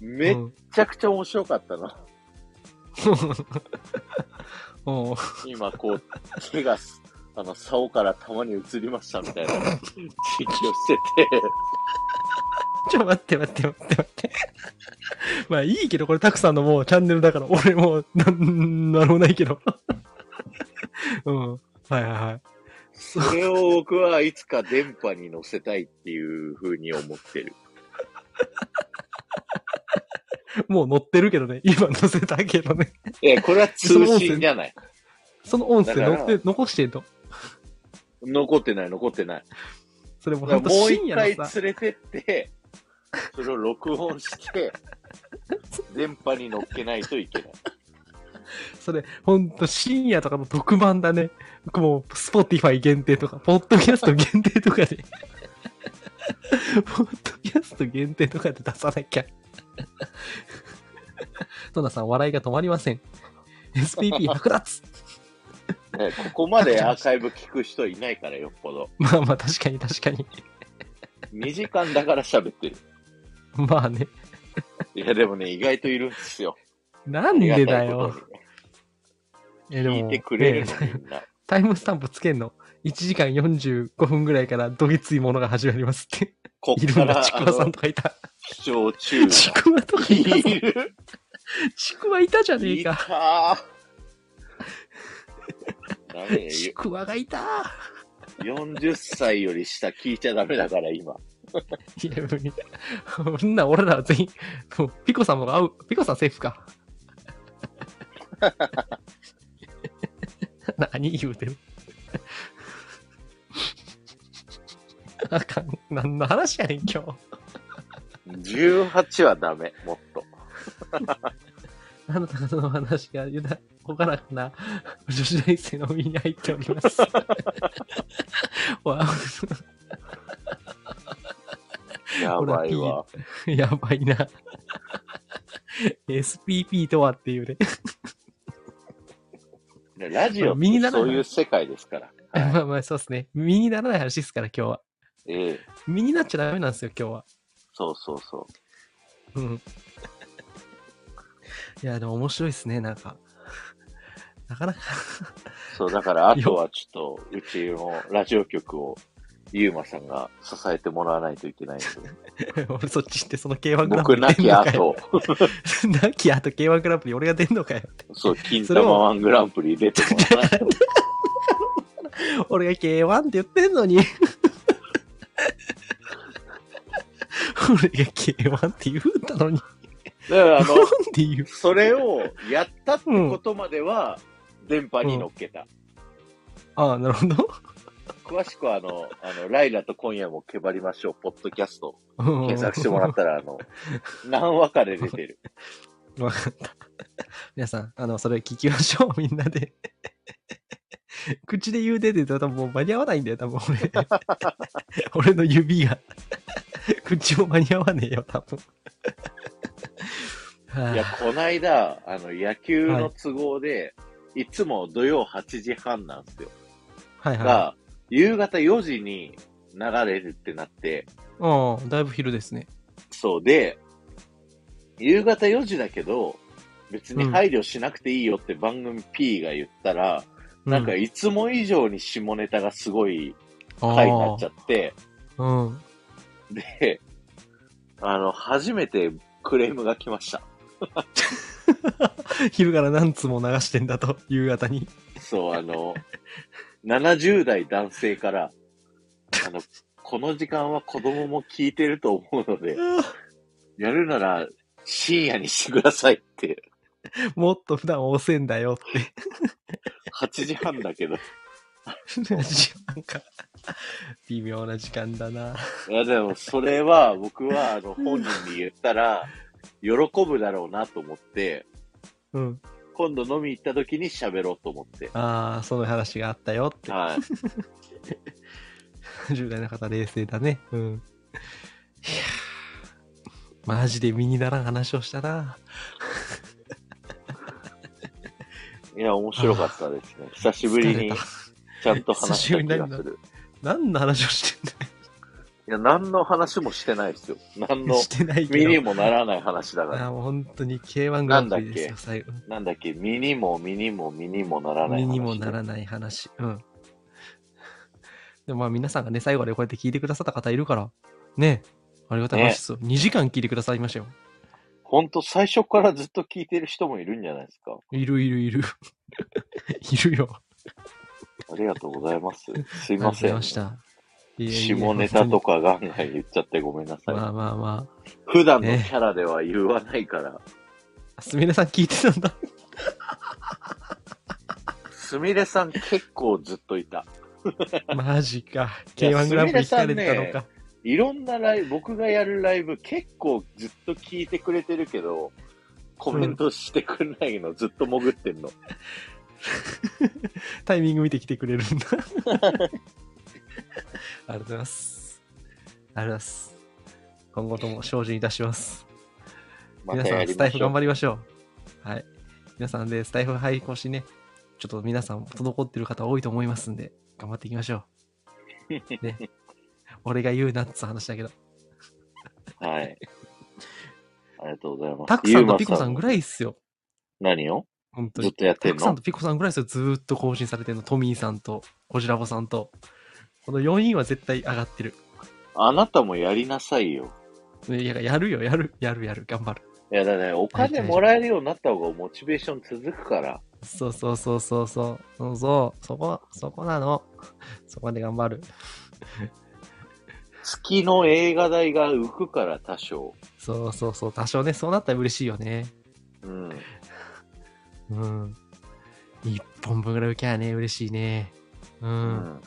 A: めっ
B: うん
A: ちゃくちゃ面白かったの。
B: うん。
A: 今、こう、手が、あの、竿から玉に移りましたみたいな、実況してて、
B: ちょ、待って待って待って待って。まあいいけど、これたくさんのもうチャンネルだから、俺もう、なん、なんもないけど。うん。はいはいはい。
A: それを僕はいつか電波に乗せたいっていうふうに思ってる。
B: もう乗ってるけどね。今載せたけどね。
A: いや、これは通信じゃない。
B: その音声
A: だから
B: 乗って、残してんの。
A: 残ってない、残ってない。
B: それもう
A: だから
B: ほんと
A: もう
B: 深
A: 一回
B: 夜の
A: 連
B: さ、
A: れてって、それを録音して、電波に乗っけないといけない。
B: それ、ほんと深夜とかの特番だね。もう、スポティファイ限定とか、ポッドキャスト限定とかで。ポッドキャスト限定とかで出さなきゃ。トナさん、笑いが止まりません。SPP 剥奪
A: ねここまでアーカイブ聞く人いないから、よっぽど。
B: まあまあ、確かに確かに。
A: 2時間だから喋ってる。
B: まあね。
A: いや、でもね、意外といるんですよ。
B: なんでだ
A: ありが
B: よ。えで
A: たいことに。聞いてくれる
B: ね
A: の、みんな。
B: タイムスタンプつけんの。1時間45分ぐらいからどぎついものが始まりますって。
A: こ
B: い
A: っ
B: る
A: か
B: んだ、
A: ら、
B: ちく
A: あ
B: わさん
A: の、
B: とかいた。
A: 視聴中 な。
B: ちくわとかいたぞ。
A: いる
B: ちくわいたじゃねえ
A: いた
B: か。
A: ー。ダメ よ
B: ちくわがいた。
A: 40歳より下聞いちゃダメだから、今。
B: いや、無理。そんな俺らは全員、もうピコさんも会う。ピコさんセーフか。 何言うてる あかん。何の話やねん、今日。
A: 18はダメ、もっと。
B: あなた方の話がゆだ、ほがらかな女子大生の身に入っており ます。わ
A: やばいわ。
B: あ やばいな。SPP とはっていうね。
A: ねラジ
B: ま
A: オ
B: あ
A: っ
B: 身に
A: て
B: なら
A: そ
B: ないう
A: いう世界ですから。
B: まあまあ、そうですね。身にならない話ですから、今日は。
A: ええ、
B: 身になっちゃダメなんですよ、今日は。
A: そうそうそう。
B: うん。 いや、でも面白いですね、なんか。なかな か。
A: そう、だから、あとはちょっと、うちのラジオ局を、ゆうまさんが支えてもらわないといけないんで。
B: 俺そっち行って、その K1 グランプ
A: 僕
B: リ
A: な
B: 出ん
A: き
B: の
A: あ
B: かよ。
A: と、
B: なきあと K1 グランプリ俺が出んのかよ。
A: そう、金玉ワングランプリ出てもらわないと。
B: 俺が K1 って言ってんのに。 俺が K1 って言うたのに。
A: だから、あ
B: な
A: の
B: ん、で言う
A: それをやったってことまでは、電波に乗っけた。
B: ああ、なるほど。
A: 詳しくは、あの、あの、ライラと今夜もけばりましょう、ポッドキャスト、
B: うん
A: 検索してもらったら、あ の、何話かで出てる。
B: わかった。皆さん、あの、それ聞きましょう、 みんなで。口で言うでって言ったら多分もう間に合わないんだよ、多分俺。 俺の指が。 口も間に合わねえよ、多分。 はい
A: や、こないだ、あの、野球の都合で、いつも土曜8時半なんですよ。
B: はいは
A: が、夕方4時に流れるってなって、
B: い。うん、だいぶ昼ですね。
A: そうで、夕方4時だけど、別に配慮しなくていいよって番組 P が言ったら、
B: う
A: なんかいつも以上に下ネタがすごい回になっちゃって、
B: あーうん。
A: で、あの、初めてクレームが来ました。
B: 昼から何つも流してんだと、 夕方に。
A: そう、あの、70代男性から、あの、この時間は子供も聞いてると思うので、やるなら深夜にしてくださいって、
B: もっと普段遅いんだよって。
A: 8時半だけど。
B: なんか、微妙な時間だな。
A: いや、でもそれは僕はあの本人に言ったら、喜ぶだろうなと思って、
B: うん。
A: 今度飲み行った時に喋ろうと思って。
B: ああ、その話があったよって。
A: はい。
B: 10代の方、冷静だね。うん。いやーマジで身にならん話をしたな。
A: いや、面白かったですね。久しぶり
B: 疲れ
A: に
B: た
A: ちゃんと話した気が
B: 久し
A: す
B: ぶ
A: る。
B: 何の話をしてん
A: いや、何の話もしてないですよ。何
B: だ
A: の
B: よ。してないけ
A: 身に
B: ど。
A: もならない話だから。
B: あーもう本当に K1 グランプリです
A: なんだ
B: よ、最後。
A: なんだっけ、身にも身にも身にもならない話。
B: 身にもならない話。うん。でもまあ皆さんがね、最後までこうやって聞いてくださった方いるから、ね、ありがたい話ですよ。2時間聞いてくださいましたよ。
A: ほんと最初からずっと聞いてる人もいるんじゃないですか。
B: いるいる いる。いるよ。
A: ありがとうござい ます。すい
B: ありがとう
A: ま
B: ご
A: せ
B: ざい
A: ん
B: ま。した。いえいえ
A: 下ネタと。かガンガン言っちゃってごめんなさい。
B: まあまあま
A: 普段のキャラでは言わないから。
B: あ。すみれさん聞いてたん だ。
A: すみれさん結構ずっといた。
B: マジか。
A: いや
B: K1 グランプリ聞かれてたのか。
A: いろんなライブ、僕がやるライブ結構ずっと聞いてくれてるけど、コメントしてくれないの、ずっと潜ってんの。
B: タイミング見てきてくれる んだ。ありがとうございます。ありがとうございます。今後とも精進いたします。
A: ま
B: 皆
A: た
B: さ
A: や
B: ん、
A: り
B: スタ
A: ま
B: イフ
A: しょ
B: 頑
A: う。
B: 張りましょう。はい。皆さんで、スタイフ配行しね、ちょっと皆さん、滞ってる方多いと思いますんで、頑張っていきましょ う。ね。俺が言うなっつう話だけど、
A: はい。ありがとうございます。
B: タクさんと
A: ゆ
B: ピ
A: う
B: コ
A: ま
B: さんぐらいっすよ。
A: 何を
B: 本当
A: ずっ
B: に。
A: とやって
B: タ
A: ん
B: クさ
A: の
B: んとピコさんぐらいですよ。ずーっと更新されてるの。トミーさんと、コジラボさんと。この4人は絶対上がってる。
A: あなたもやりなさいよ。
B: ねいや、やるよ、やる、やる、やる、頑張る。
A: いやだね、お金もらえるようになった方がモチベーション続くから。
B: そうそうそうそうそう、そうそう、そこ、そこなの。そこで頑張る。
A: 月の映画代が浮くから多少。
B: そうそうそう、多少ね、そうなったら嬉しいよね。
A: うん。
B: うん。一本分ぐらい受けやね、嬉しいね。う。
A: うん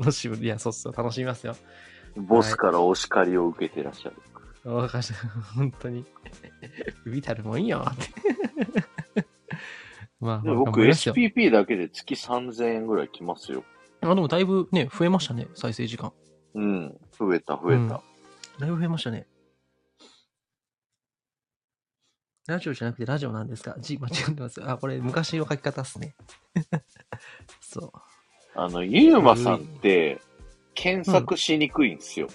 B: 楽しむ。いや、そうそう、楽しみますよ。
A: ボスからお叱りを受けてらっしゃる。
B: わかりました。本当に。 ビタルもいいよって。 まあ、
A: で
B: まあ、頑
A: 僕
B: 張りますよ。
A: SPP だけで月3000円ぐらい来ますよ。
B: あ、でもだいぶね、増えましたね、再生時間。
A: うん。増えた増えた。
B: だいぶ増えましたね。ラジオじゃなくてラジオなんですか字間違ってます。あ、これ昔の書き方っすね。 そう。
A: あの、ゆうまさんって検索しにくいんですよ。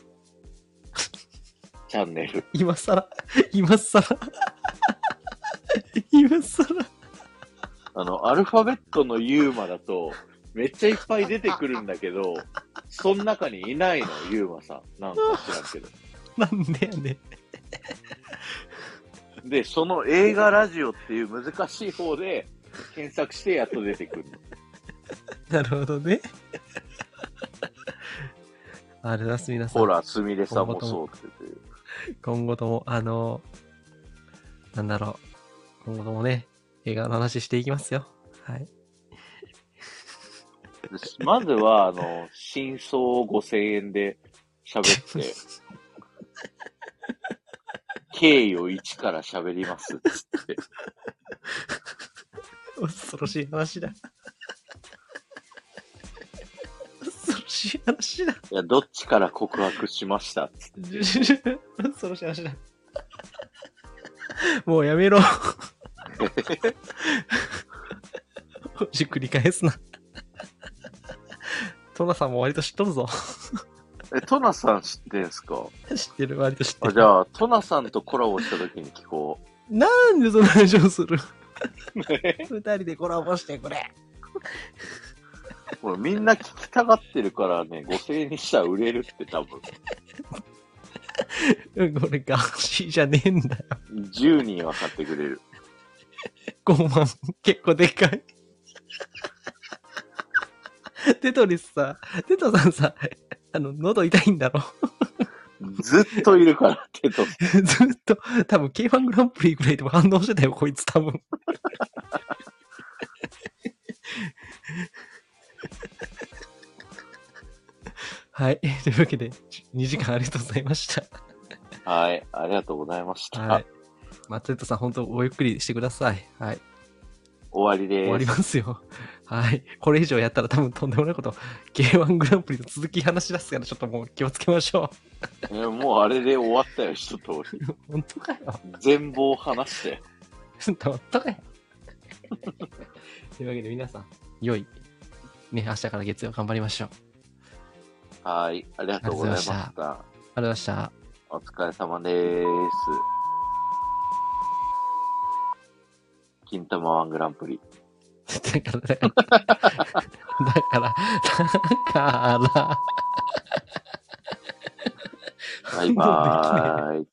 A: チャンネル。
B: 今更、今更、 今更。
A: あの、アルファベットのユーマだと、めっちゃいっぱい出てくるんだけど、その中にいないの、ユーマさん。なんか知らんけど。
B: なんでやねん。
A: で、その映画ラジオっていう難しい方で検索してやっと出てくるの。
B: なるほどね。 あれだす、皆さん。
A: ほら、すみれさんもそうって言ってる
B: 今後とも、あの、なんだろう。今後ともね、映画の話していきますよ。はい。
A: でまずは、あの、真相を5000円で喋って、経緯を1から喋りますっつって。
B: 恐ろしい話だ。恐ろしい話だ。
A: いや、どっちから告白しましたっつって。
B: 恐ろしい話だ。 もうやめろ。 ほじくり返すな。トナさんも割と知っとるぞ。
A: え、トナさん知ってんすか
B: 知ってる、割と知って
A: あ
B: る。
A: じゃあ、トナさんとコラボした時に聞こう。
B: なんでそんな話 をする二人でコラボしてくれ。
A: ほら、みんな聞きたがってるからね、5000円にしたら売れるって多分。
B: うんこれガーシーじゃねえんだよ。
A: 10人は買ってくれる。
B: 5万、結構でかい。テトリスさ、テトさんさ、あの、喉痛いんだろ。
A: ずっといるから、テトさ
B: ずっと、多分 K1 グランプリぐらいでも反応してたよ、こいつ多分。はい。というわけで、2時間ありがとうございました。
A: ん。はい、ありがとうございました。
B: はい。まあ、テトさん、本当おゆっくりしてください。はい。
A: 終わりです。
B: 終わりますよ。はい。これ以上やったら多分とんでもないこと、K1 グランプリの続き話し出すから、ちょっともう気をつけましょ
A: えもうあれで終わったよ、一通り。
B: う。 本当かよ。
A: 全貌話して。
B: 本当かよ。というわけで皆さん、良い。ね、明日から月曜頑張りましょう。
A: はい、ありがとうございました。
B: ありがありがとうございました。
A: お疲れ様です。金玉ワングランプリ。
B: だから、だから、だから、だから、
A: バイバーイ。